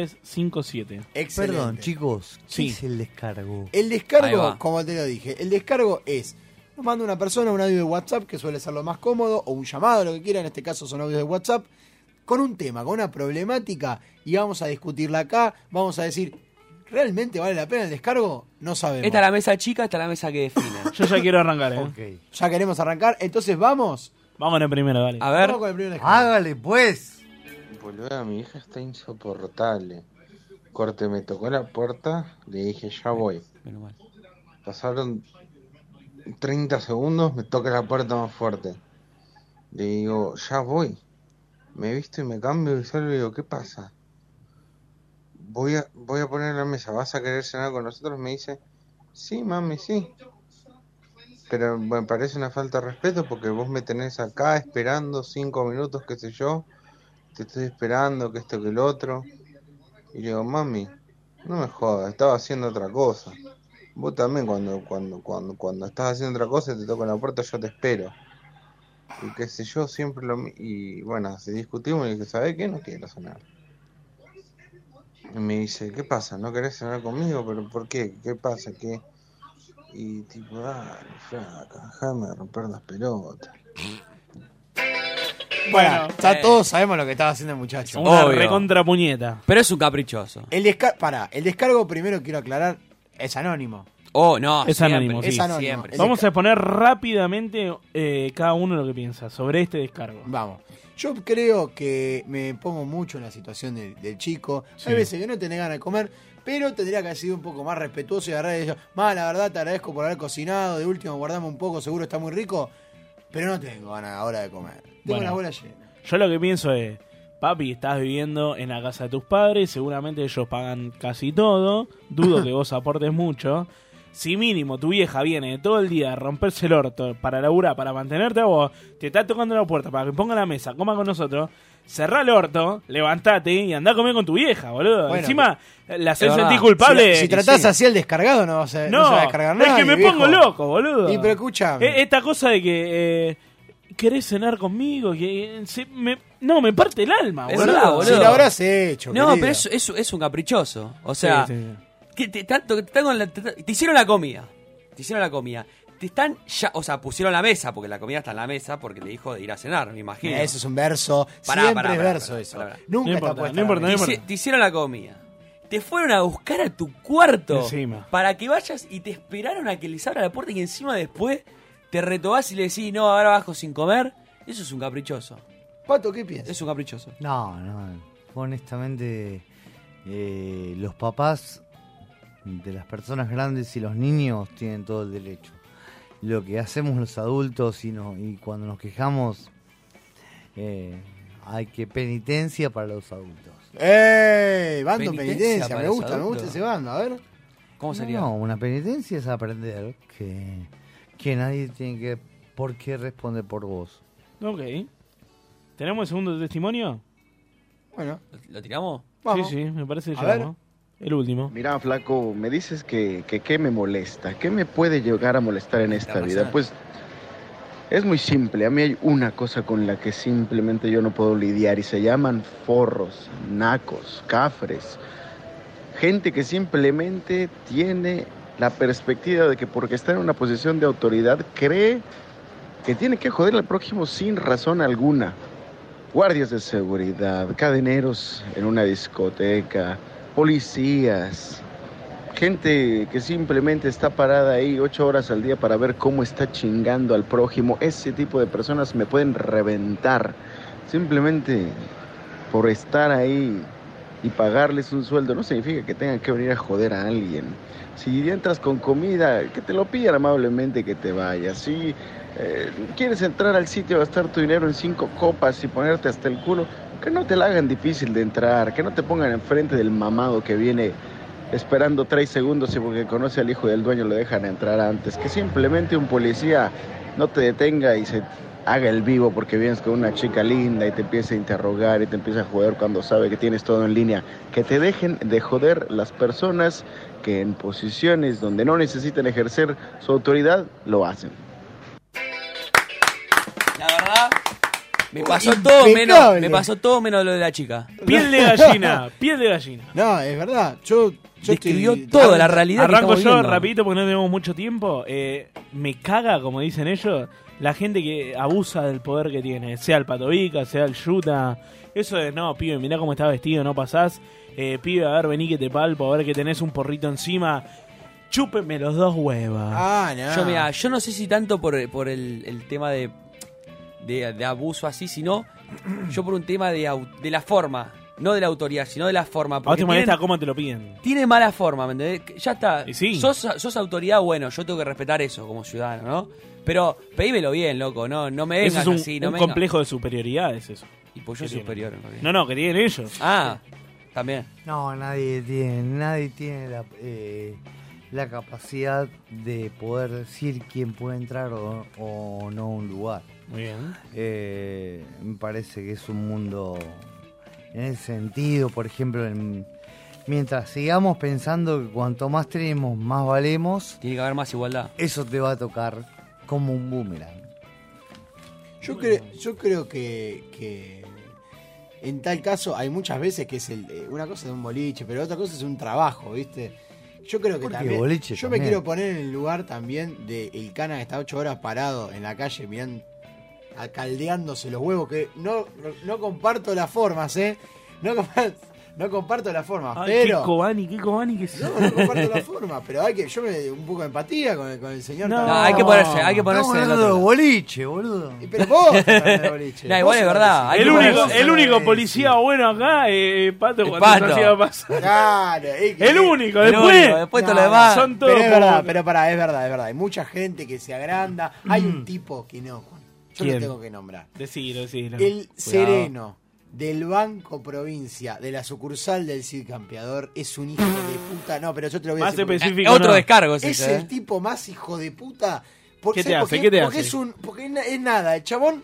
S2: 9357.
S4: Excelente.
S6: Perdón, chicos, ¿qué
S2: Sí.
S6: es el descargo?
S4: El
S6: Ahí
S4: descargo,
S6: va.
S4: como te lo dije, el descargo es. Nos manda una persona un audio de WhatsApp, que suele ser lo más cómodo, o un llamado, lo que quiera, en este caso son audios de WhatsApp, con un tema, con una problemática, y vamos a discutirla acá, vamos a decir, ¿realmente vale la pena el descargo? No sabemos.
S3: Esta es la mesa chica, esta es la mesa que define.
S2: (laughs) Yo ya quiero arrancar, ¿eh?
S4: Ya queremos arrancar, entonces vamos.
S2: Vamos en el primero, dale.
S3: A ver.
S4: Vamos con el primer descargo.
S6: Hágale, pues.
S19: Boluda, mi hija está insoportable. Corte, me tocó la puerta, le dije, ya voy. Pasaron 30 segundos, me toca la puerta más fuerte. Le digo, ya voy. Me visto y me cambio y solo digo, ¿qué pasa? Voy a, voy a poner la mesa, ¿vas a querer cenar con nosotros? Me dice, sí, mami, sí. Pero me parece una falta de respeto porque vos me tenés acá esperando cinco minutos, qué sé yo te estoy esperando, que esto, que el otro. Y le digo, mami, no me jodas, estaba haciendo otra cosa. Vos también cuando, cuando, cuando, cuando estás haciendo otra cosa y te toco la puerta, yo te espero. Y qué sé yo, siempre lo mi- Y bueno, se discutimos y le dije, ¿sabés qué? No quiero cenar. Y me dice, ¿qué pasa? ¿No querés cenar conmigo? ¿Pero por qué? ¿Qué pasa? ¿Qué? Y tipo, dale, flaca, déjame romper las pelotas.
S4: Bueno, ya
S3: eh.
S4: todos sabemos lo que estaba haciendo el muchacho.
S2: Una
S3: Obvio.
S2: recontra puñeta.
S3: Pero es un caprichoso.
S4: El descargo, pará, el descargo primero quiero aclarar, es anónimo.
S3: Oh, no.
S2: Es
S3: siempre,
S2: anónimo,
S3: sí,
S4: es anónimo.
S3: siempre.
S4: El
S2: Vamos a exponer rápidamente eh, cada uno lo que piensa sobre este descargo.
S4: Vamos. Yo creo que me pongo mucho en la situación del, del chico.
S2: Sí.
S4: Hay veces que no tenés ganas de comer, pero tendría que haber sido un poco más respetuoso y agarrar y decir, ma, la verdad te agradezco por haber cocinado, de último guardame un poco, seguro está muy rico, pero no tengo ganas ahora de comer. Tengo
S2: Bueno.
S4: las bolas llenas.
S2: Yo lo que pienso es, papi, estás viviendo en la casa de tus padres, seguramente ellos pagan casi todo,
S4: (laughs)
S2: dudo que vos aportes mucho. Si mínimo tu vieja viene todo el día a romperse el orto para laburar, para mantenerte a vos, te está tocando la puerta para que ponga la mesa, coma con nosotros, cerrá el orto, levantate y andá a comer con tu vieja, boludo.
S4: Bueno,
S2: Encima, la
S4: Es
S2: hacés
S4: verdad.
S2: sentir culpable.
S4: Si, si tratás
S2: Sí.
S4: así al descargado, no vas a, no, se va a descargar nada.
S2: Es que me pongo loco, boludo.
S4: Y pero escúchame.
S2: Eh, Esta cosa de que eh, querés cenar conmigo, que eh, se- me- no, me parte el alma,
S3: Es
S2: boludo.
S3: verdad, boludo.
S4: Si lo habrás hecho,
S3: No,
S4: querido.
S3: pero es, es, es un caprichoso. O sea,
S2: Sí, sí, sí.
S3: que te, está to- te está con la- te- te hicieron la comida. Te hicieron la comida. Te están ya, o sea, pusieron la mesa, porque la comida está en la mesa, porque le dijo de ir a cenar, me imagino.
S4: Eh, Eso es un verso.
S3: Pará,
S4: Siempre
S3: pará,
S4: es
S3: pará,
S4: verso
S3: pará,
S4: eso.
S3: pará, pará.
S4: Nunca está puesta la
S3: te,
S4: mesa.
S3: hice- te hicieron la comida. Te fueron a buscar a tu cuarto
S2: Encima.
S3: para que vayas y te esperaron a que les abra la puerta y encima después te retobás y le decís, no, ahora bajo sin comer. Eso es un caprichoso.
S4: Pato, ¿qué piensas?
S3: Es un caprichoso.
S6: No, no. Honestamente, eh, los papás de las personas grandes y los niños tienen todo el derecho. Lo que hacemos los adultos y, no, y cuando nos quejamos, eh, hay que penitencia para los adultos.
S4: ¡Ey! Bando penitencia,
S6: Penitencia para
S4: me
S6: los
S4: gusta, me gusta
S6: adultos.
S4: ese bando, a ver.
S3: ¿Cómo
S6: No, No, una penitencia es aprender que, que nadie tiene que por qué responder por vos.
S2: Ok. ¿Tenemos el segundo testimonio?
S4: Bueno.
S3: ¿Lo tiramos?
S20: Vamos.
S2: Sí, sí, me parece que
S20: A
S2: llegamos. El último.
S20: Mirá, flaco, me dices que, que qué me molesta, qué me puede llegar a molestar en esta vida. Pues es muy simple, a mí hay una cosa con la que simplemente yo no puedo lidiar y se llaman forros, nacos, cafres. Gente que simplemente tiene la perspectiva de que porque está en una posición de autoridad cree que tiene que joder al prójimo sin razón alguna. Guardias de seguridad, cadeneros en una discoteca, policías, gente que simplemente está parada ahí ocho horas al día para ver cómo está chingando al prójimo. Ese tipo de personas me pueden reventar simplemente por estar ahí y pagarles un sueldo. No significa que tengan que venir a joder a alguien. Si entras con comida, que te lo pidan amablemente que te vayas. Si eh, quieres entrar al sitio, gastar tu dinero en cinco copas y ponerte hasta el culo, que no te la hagan difícil de entrar, que no te pongan enfrente del mamado que viene esperando tres segundos y porque conoce al hijo del dueño lo dejan entrar antes. Que simplemente un policía no te detenga y se haga el vivo porque vienes con una chica linda y te empieza a interrogar y te empieza a joder cuando sabe que tienes todo en línea. Que te dejen de joder las personas que en posiciones donde no necesitan ejercer su autoridad lo hacen.
S3: La verdad, me pasó todo menos,
S4: Impecable.
S3: me pasó todo menos lo de la chica.
S4: (laughs)
S2: Piel de gallina, piel de gallina.
S4: No, es verdad. Yo, yo
S3: Describió toda la realidad que
S2: Arranco
S3: estamos
S2: yo
S3: viviendo.
S2: rapidito porque no tenemos mucho tiempo. Eh, me caga, como dicen ellos, la gente que abusa del poder que tiene. Sea el Patovica, sea el Yuta. Eso de, no, pibe, mirá cómo está vestido, no pasás. Eh, pibe, a ver, vení que te palpo, a ver que tenés un porrito encima. Chúpenme los dos huevos.
S3: Yo, mira, yo Ah, no sé si tanto por, por el, el tema de, de, de abuso así, sino yo por un tema de, au- de la forma, no de la autoridad, sino de la forma.
S2: ¿A vos
S3: porque
S2: te molesta
S3: tienen-
S2: cómo te lo piden?
S3: Tiene mala forma, ¿me entendés? Que Ya está.
S2: sí.
S3: Sos, sos autoridad, bueno, yo tengo que respetar eso como ciudadano, ¿no? Pero pedímelo bien, loco, no, no me
S2: Eso
S3: vengas
S2: es un,
S3: así, no
S2: un
S3: me vengas.
S2: complejo de superioridad, es eso.
S3: Y pues yo
S2: Que tienen.
S3: superior, en realidad.
S2: No, no, que tienen ellos.
S3: Ah, también.
S6: No, nadie tiene, nadie tiene la, eh, la capacidad de poder decir quién puede entrar o, o no a un lugar.
S2: Muy bien.
S6: Eh, me parece que es un mundo en ese sentido, por ejemplo, en- mientras sigamos pensando que cuanto más tenemos, más valemos,
S3: Tiene que haber más igualdad.
S6: eso te va a tocar como un boomerang.
S4: Yo creo, yo creo que, que en tal caso hay muchas veces que es el, eh, una cosa es un boliche, pero otra cosa es un trabajo, ¿viste? Yo creo que
S6: Porque
S4: también.
S6: boliche
S4: yo me
S6: también.
S4: quiero poner en el lugar también de el cana que está ocho horas parado en la calle mirando, a- caldeándose los huevos, que no, no comparto las formas, ¿eh? No, compa- (laughs) no comparto las formas,
S2: Ay,
S4: pero.
S2: qué cobani, qué cobani que
S4: No, no comparto la forma, pero hay que, yo me un poco de empatía con el, con el señor.
S2: No.
S3: No, Ah, hay que ponerse, hay que ponerse del otro lado.
S6: boliche, boludo.
S4: Pero vos, (laughs) Fernando Boliche.
S3: Nah, igual
S4: Vos
S3: es
S4: sos
S3: verdad. hay
S2: el
S3: que
S2: único,
S3: ponerse-
S2: el único policía bueno acá, eh, Pato, cuando
S3: Pato.
S2: se hacía pasar.
S4: Claro, es que-
S2: El único,
S3: El
S2: después.
S3: único, después todo lo
S4: No,
S3: demás.
S2: Son todos
S4: Pero es
S2: como-
S4: verdad, pero pará, es verdad, es verdad. Hay mucha gente que se agranda. Hay un tipo que no, Juan. Yo
S2: Mm. ¿Quién?
S4: lo tengo que nombrar.
S2: Decilo, decilo.
S4: El sereno del Banco Provincia, de la sucursal del Cid Campeador, es un hijo de puta. No, pero yo te lo voy a
S2: Más
S4: decir. porque-
S2: específico, Eh, otro no. descargo es
S4: Es,
S2: ese,
S4: el
S2: eh.
S4: tipo más hijo de puta. Por-
S2: ¿Qué te
S4: ¿sabés por
S2: hace? ¿Qué te
S4: porque
S2: hace?
S4: Es un, porque es na- es nada. El chabón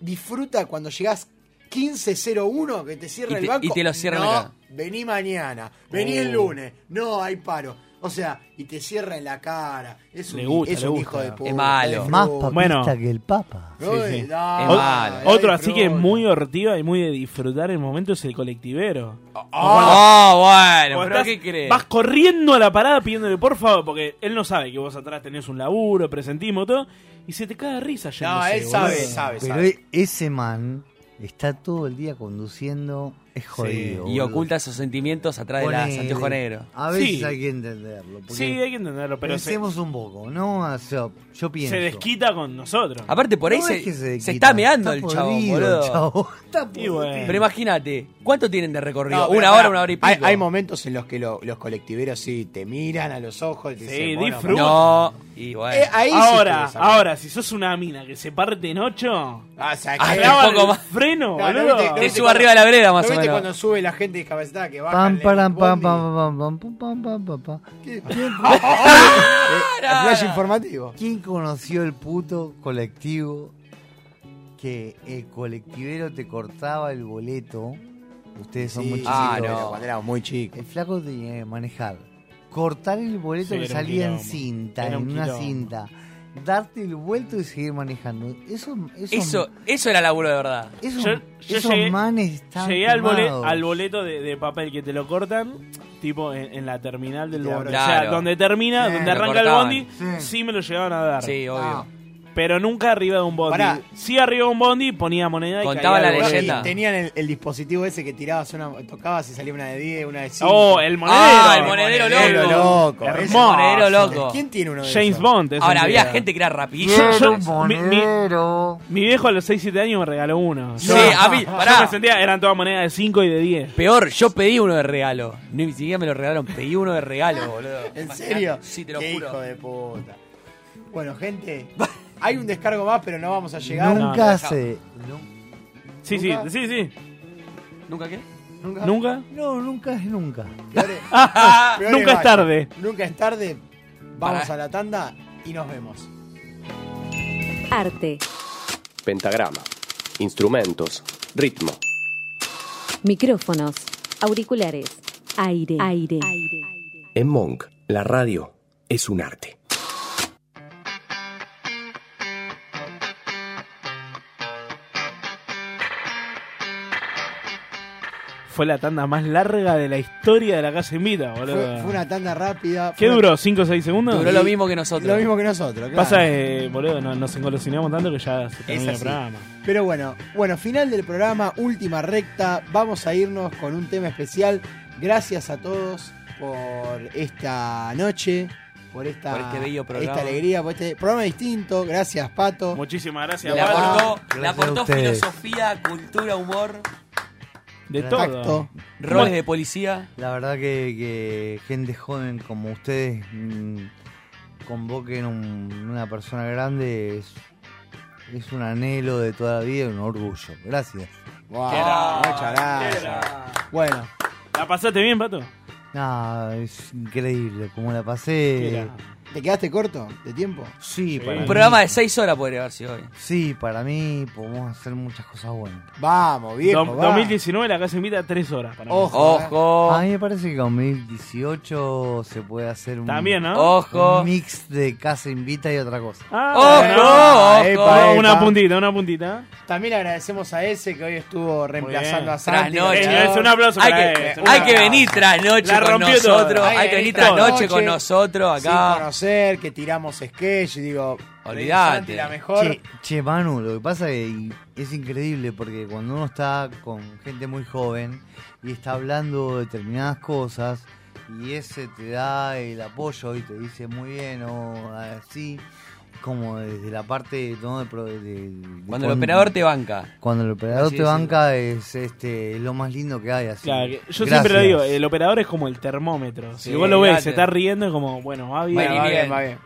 S4: disfruta cuando llegás 15.01 que te cierra
S3: Y
S4: el
S3: te-
S4: banco.
S3: y te lo cierran
S4: no,
S3: acá.
S4: Vení mañana, vení
S3: Oh.
S4: el lunes. No, hay paro. O sea, y te cierra en la cara. Es un,
S2: Le gusta,
S4: es
S2: le
S4: un
S2: gusta.
S4: hijo de puta.
S3: Es malo.
S4: de
S6: Más
S4: fruta.
S6: papista
S2: Bueno.
S6: que el Papa.
S4: No,
S2: Sí, sí.
S4: eh, dale,
S2: Ot-
S4: dale,
S2: Otro así que es
S4: fruta.
S2: muy hortiva y muy de disfrutar el momento es el colectivero.
S3: Ah, bueno,
S2: Cuando
S3: pero
S2: estás-
S3: ¿qué crees?
S2: Vas corriendo a la parada pidiéndole por favor, porque él no sabe que vos atrás tenés un laburo, presentimos todo, y se te cae de risa yéndose,
S4: él sabe,
S2: boludo.
S4: sabe,
S6: Pero e- ese man está todo el día conduciendo, es jodido.
S3: Y
S6: boludo.
S3: oculta sus sentimientos atrás de las
S6: Ponele.
S3: anteojos negros.
S6: A veces
S2: Sí.
S6: hay que entenderlo. porque
S2: Sí, hay que entenderlo, pero se,
S6: pensemos un poco, ¿no? O sea, yo pienso.
S2: se desquita con nosotros.
S3: Aparte, por ahí
S6: No
S3: se,
S6: es que se
S3: se
S6: quita,
S3: está meando
S6: está
S3: el chabón,
S6: podrido el
S3: boludo.
S6: chabón,
S2: Y bueno.
S3: Pero imagínate, ¿cuánto tienen de recorrido?
S4: No, pero
S3: una
S4: pará,
S3: hora, una hora y pico.
S4: Hay, hay momentos en los que lo- los colectiveros sí te miran a los ojos y te
S2: Sí,
S4: dicen, bueno,
S2: disfruta.
S3: No, y bueno.
S4: Eh, ahí sí
S2: ahora,
S4: estuvo esa-
S2: ahora, si sos una mina que se parte en ocho,
S4: Ah, o sea,
S3: Ah,
S4: que-
S3: no,
S2: clava
S3: (laughs) un poco
S2: el
S3: más.
S2: freno,
S4: No, no
S2: boludo.
S4: viste- no
S3: Te
S4: viste
S3: subo arriba de la vereda,
S4: ¿No
S3: más o
S4: viste
S3: menos.
S4: cuando sube la gente discapacitada que baja?
S6: Pam,
S4: el
S6: param, pam,
S4: bondi?
S6: pam, pam, pam, pam, pam, pam, pam, pam. (laughs)
S4: ¿Qué? (laughs)
S6: Eh,
S4: El flash informativo.
S6: ¿Quién conoció el puto colectivo que el colectivero te cortaba el boleto? Ustedes son
S4: Sí,
S6: muy chicos.
S4: Ah, no. Cuando éramos muy chicos.
S6: El flaco tenía que manejar. Cortar el boleto
S4: Sí,
S6: que
S4: era un
S6: salía en
S4: quilombo.
S6: cinta,
S4: Era
S6: en
S4: un
S6: una
S4: quilombo.
S6: cinta. Darte el vuelto y seguir manejando. Eso, eso,
S3: Eso, eso era laburo de verdad.
S6: esos-
S2: Yo- yo
S6: esos
S2: llegué-
S6: manes están
S2: Llegué al, bole-
S6: quemados.
S2: al boleto de, de papel que te lo cortan, tipo en, en la terminal del
S4: Te
S2: bondi.
S4: abro-
S2: O sea,
S3: Claro.
S2: donde termina,
S6: Sí.
S2: donde
S6: Te
S2: arranca el
S3: cortaban.
S2: bondi, sí.
S6: Sí.
S2: me lo llegaban a dar.
S3: Sí, obvio.
S2: Pero nunca arriba de un bondi.
S4: Pará.
S2: Sí arriba de un bondi, ponía moneda y
S3: Contaba
S2: caía
S3: la
S2: el boleto.
S3: leyenda.
S4: Y tenían el, el dispositivo ese que tirabas una, tocabas y salía una de 10, una de 5.
S2: Oh, el monedero.
S3: Ah, el monedero loco.
S2: Hermoso.
S4: Ese
S3: monedero loco.
S4: ¿Quién tiene uno de
S2: James
S4: esos?
S2: Bond. ese
S3: Ahora, había
S2: era.
S3: gente que era rapidísimo.
S2: Yo-
S6: Quiero
S2: yo-
S6: un
S2: mi- mi-
S6: monedero.
S2: Mi viejo a los 6-7 años me regaló uno.
S3: Sí, a mí,
S2: Yo
S3: pará.
S2: me sentía, eran todas monedas de 5 y de 10.
S3: Peor, yo pedí uno de regalo. Ni siquiera me lo regalaron, pedí uno de regalo, boludo.
S4: ¿En
S3: Imaginate.
S4: serio?
S3: Sí, te lo
S4: Qué
S3: juro.
S4: hijo de puta. Bueno, gente, hay un descargo más, pero no vamos a llegar.
S6: Nunca
S2: no,
S6: se.
S2: Sí, sí,
S4: ¿Nunca?
S2: sí, sí.
S3: ¿Nunca qué?
S4: Nunca.
S2: ¿Nunca?
S6: No, nunca es nunca.
S2: (laughs)
S4: Peores-
S6: Ah,
S4: peores
S2: Nunca es
S4: baches.
S2: tarde.
S4: Nunca es tarde. Vamos
S3: Pará.
S4: a la tanda y nos vemos.
S13: Arte.
S9: pentagrama, instrumentos, ritmo.
S13: Micrófonos, auriculares, aire, aire.
S21: En Monk, la radio es un arte.
S2: Fue la tanda más larga de la historia de la casa invita, boludo.
S4: Fue, fue una tanda rápida.
S2: ¿Qué
S4: fue-
S2: duró? ¿5 o 6 segundos?
S4: Duró lo mismo que nosotros. Lo mismo que nosotros, claro.
S2: Pasa, eh, boludo, no- nos engolosinamos tanto que ya se
S4: Es
S2: termina el
S4: así.
S2: programa.
S4: Pero bueno, bueno, final del programa, última recta. Vamos a irnos con un tema especial. Gracias a todos por esta noche, por esta,
S15: Por este bello programa.
S4: esta alegría, por este programa distinto. Gracias, Pato.
S2: Muchísimas
S15: Le
S4: Ah,
S15: aportó, le aportó filosofía, cultura, humor.
S2: De
S6: todo.
S15: Roles de policía.
S6: La verdad que, que gente joven como ustedes mm, convoquen un- una persona grande es, es un anhelo de toda la vida y un orgullo. Gracias.
S4: Wow,
S2: Qué grande,
S4: Ah, muchas gracias.
S2: qué grande.
S4: Bueno.
S2: ¿La pasaste bien, Pato?
S6: No, es increíble cómo la
S4: Mira.
S6: pasé.
S4: ¿Te quedaste corto de tiempo?
S6: Sí, para
S15: Un
S6: mí.
S15: programa de 6 horas podría haber sido hoy.
S6: Sí, para mí podemos hacer muchas cosas buenas.
S4: Vamos,
S2: Dom- 2019 la casa invita a 3 horas. para mí.
S4: eh. Ah,
S6: A mí me parece que con 2018 se puede hacer un,
S2: También, ¿no? Ojo.
S6: un mix de casa invita y otra cosa.
S2: Ah, bueno. una puntita, una puntita.
S4: También le agradecemos a ese que hoy estuvo reemplazando a Santi.
S15: Trasnoche.
S4: Señores,
S2: un aplauso
S15: hay
S2: para
S15: que,
S2: él.
S15: Hay
S4: Un
S15: que
S4: aplauso.
S15: venir tras noche
S4: La
S15: con
S4: rompió todo.
S15: nosotros. Hay, que venir tras noche con
S4: Trasnoche,
S15: nosotros
S4: Sin
S15: acá.
S4: conocer, que tiramos sketch, digo.
S15: Olvidate.
S4: Santi, La mejor.
S6: Che, che, Manu, lo que pasa es que es increíble porque cuando uno está con gente muy joven y está hablando de determinadas cosas y ese te da el apoyo y te dice muy bien o así, como desde la parte ¿no? de pro- de- de-
S15: Cuando el operador te banca.
S6: Cuando el operador
S15: Así
S6: te
S15: es,
S6: banca es este es lo más lindo que hay. Así.
S2: Claro, que- yo siempre
S6: Gracias.
S2: lo digo, el operador es como el termómetro.
S6: Sí,
S2: si vos lo ves,
S6: date.
S2: se está riendo, es como, bueno, va bien.
S4: Bueno, va bien, va bien.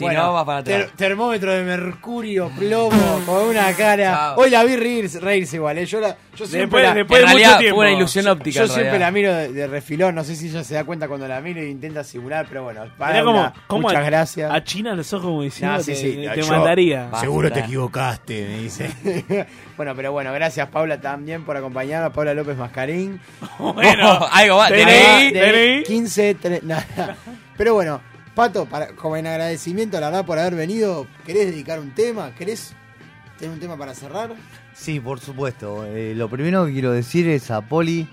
S4: Bueno, ter- termómetro de mercurio,
S2: (laughs)
S4: plomo, con una cara.
S2: Chao.
S4: Hoy la vi reírse, reírse igual. ¿eh? Yo, la, yo siempre
S2: Después-
S4: la-
S2: después de En mucho realidad fue tiempo. una ilusión
S4: Yo-
S2: óptica,
S4: Yo,
S2: en
S4: siempre
S2: realidad.
S4: la miro de, de refilón. No sé si ella se da cuenta cuando la miro e intenta simular, pero bueno. para
S2: Mirá como,
S4: una-
S2: como
S4: muchas
S2: a,
S4: gracias.
S2: a China los ojos como diciendo,
S4: No, sí,
S2: te,
S4: sí,
S2: te
S4: yo-
S2: mandaría.
S4: Seguro te
S2: equivocaste, me dice.
S4: (laughs) bueno, pero bueno, gracias Paula también por acompañarnos. Paula López (laughs) Mascarín.
S15: Bueno, algo va,
S4: Ahí
S15: DNI,
S4: va, de-
S15: DNI.
S4: 15, tre- (laughs) nada. Pero bueno, Pato, para, como en agradecimiento, la verdad, por haber venido, ¿querés dedicar un tema? ¿Querés tener un tema para cerrar?
S6: Sí, por supuesto. Eh, lo primero que quiero decir es a Poli.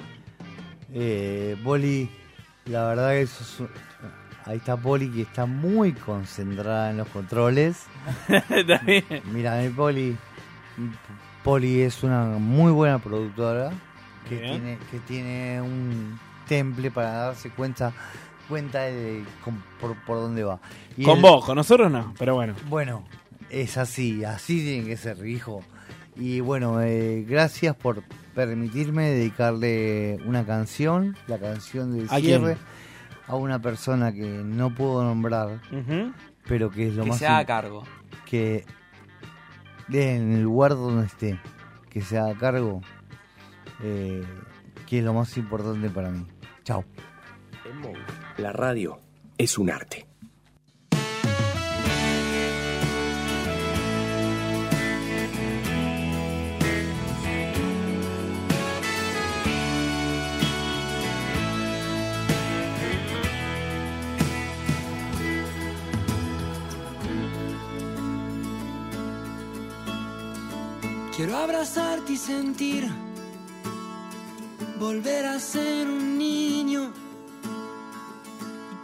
S6: Eh, Poli, la verdad que sos un- ahí está Poli que está muy concentrada en los
S15: (laughs)
S6: controles. Mira, eh, Poli. Poli es una muy buena productora que
S20: Bien.
S6: tiene, que tiene un temple para darse cuenta cuenta de con- por, por dónde va. Y
S2: Con
S6: el-
S2: vos, con nosotros no, pero bueno.
S6: bueno, es así, así tiene que ser, hijo. Y bueno, eh, gracias por permitirme dedicarle una canción, la canción del
S2: ¿A quién?
S6: cierre, a una persona que no puedo nombrar,
S2: Ujú.
S6: pero que es lo
S15: Que
S6: más
S15: se haga
S6: im-
S15: cargo.
S6: que en el lugar donde esté, que se haga cargo, eh, que es lo más importante para mí. Chao.
S21: La radio es un arte.
S7: Quiero abrazarte y sentir, volver a ser un niño y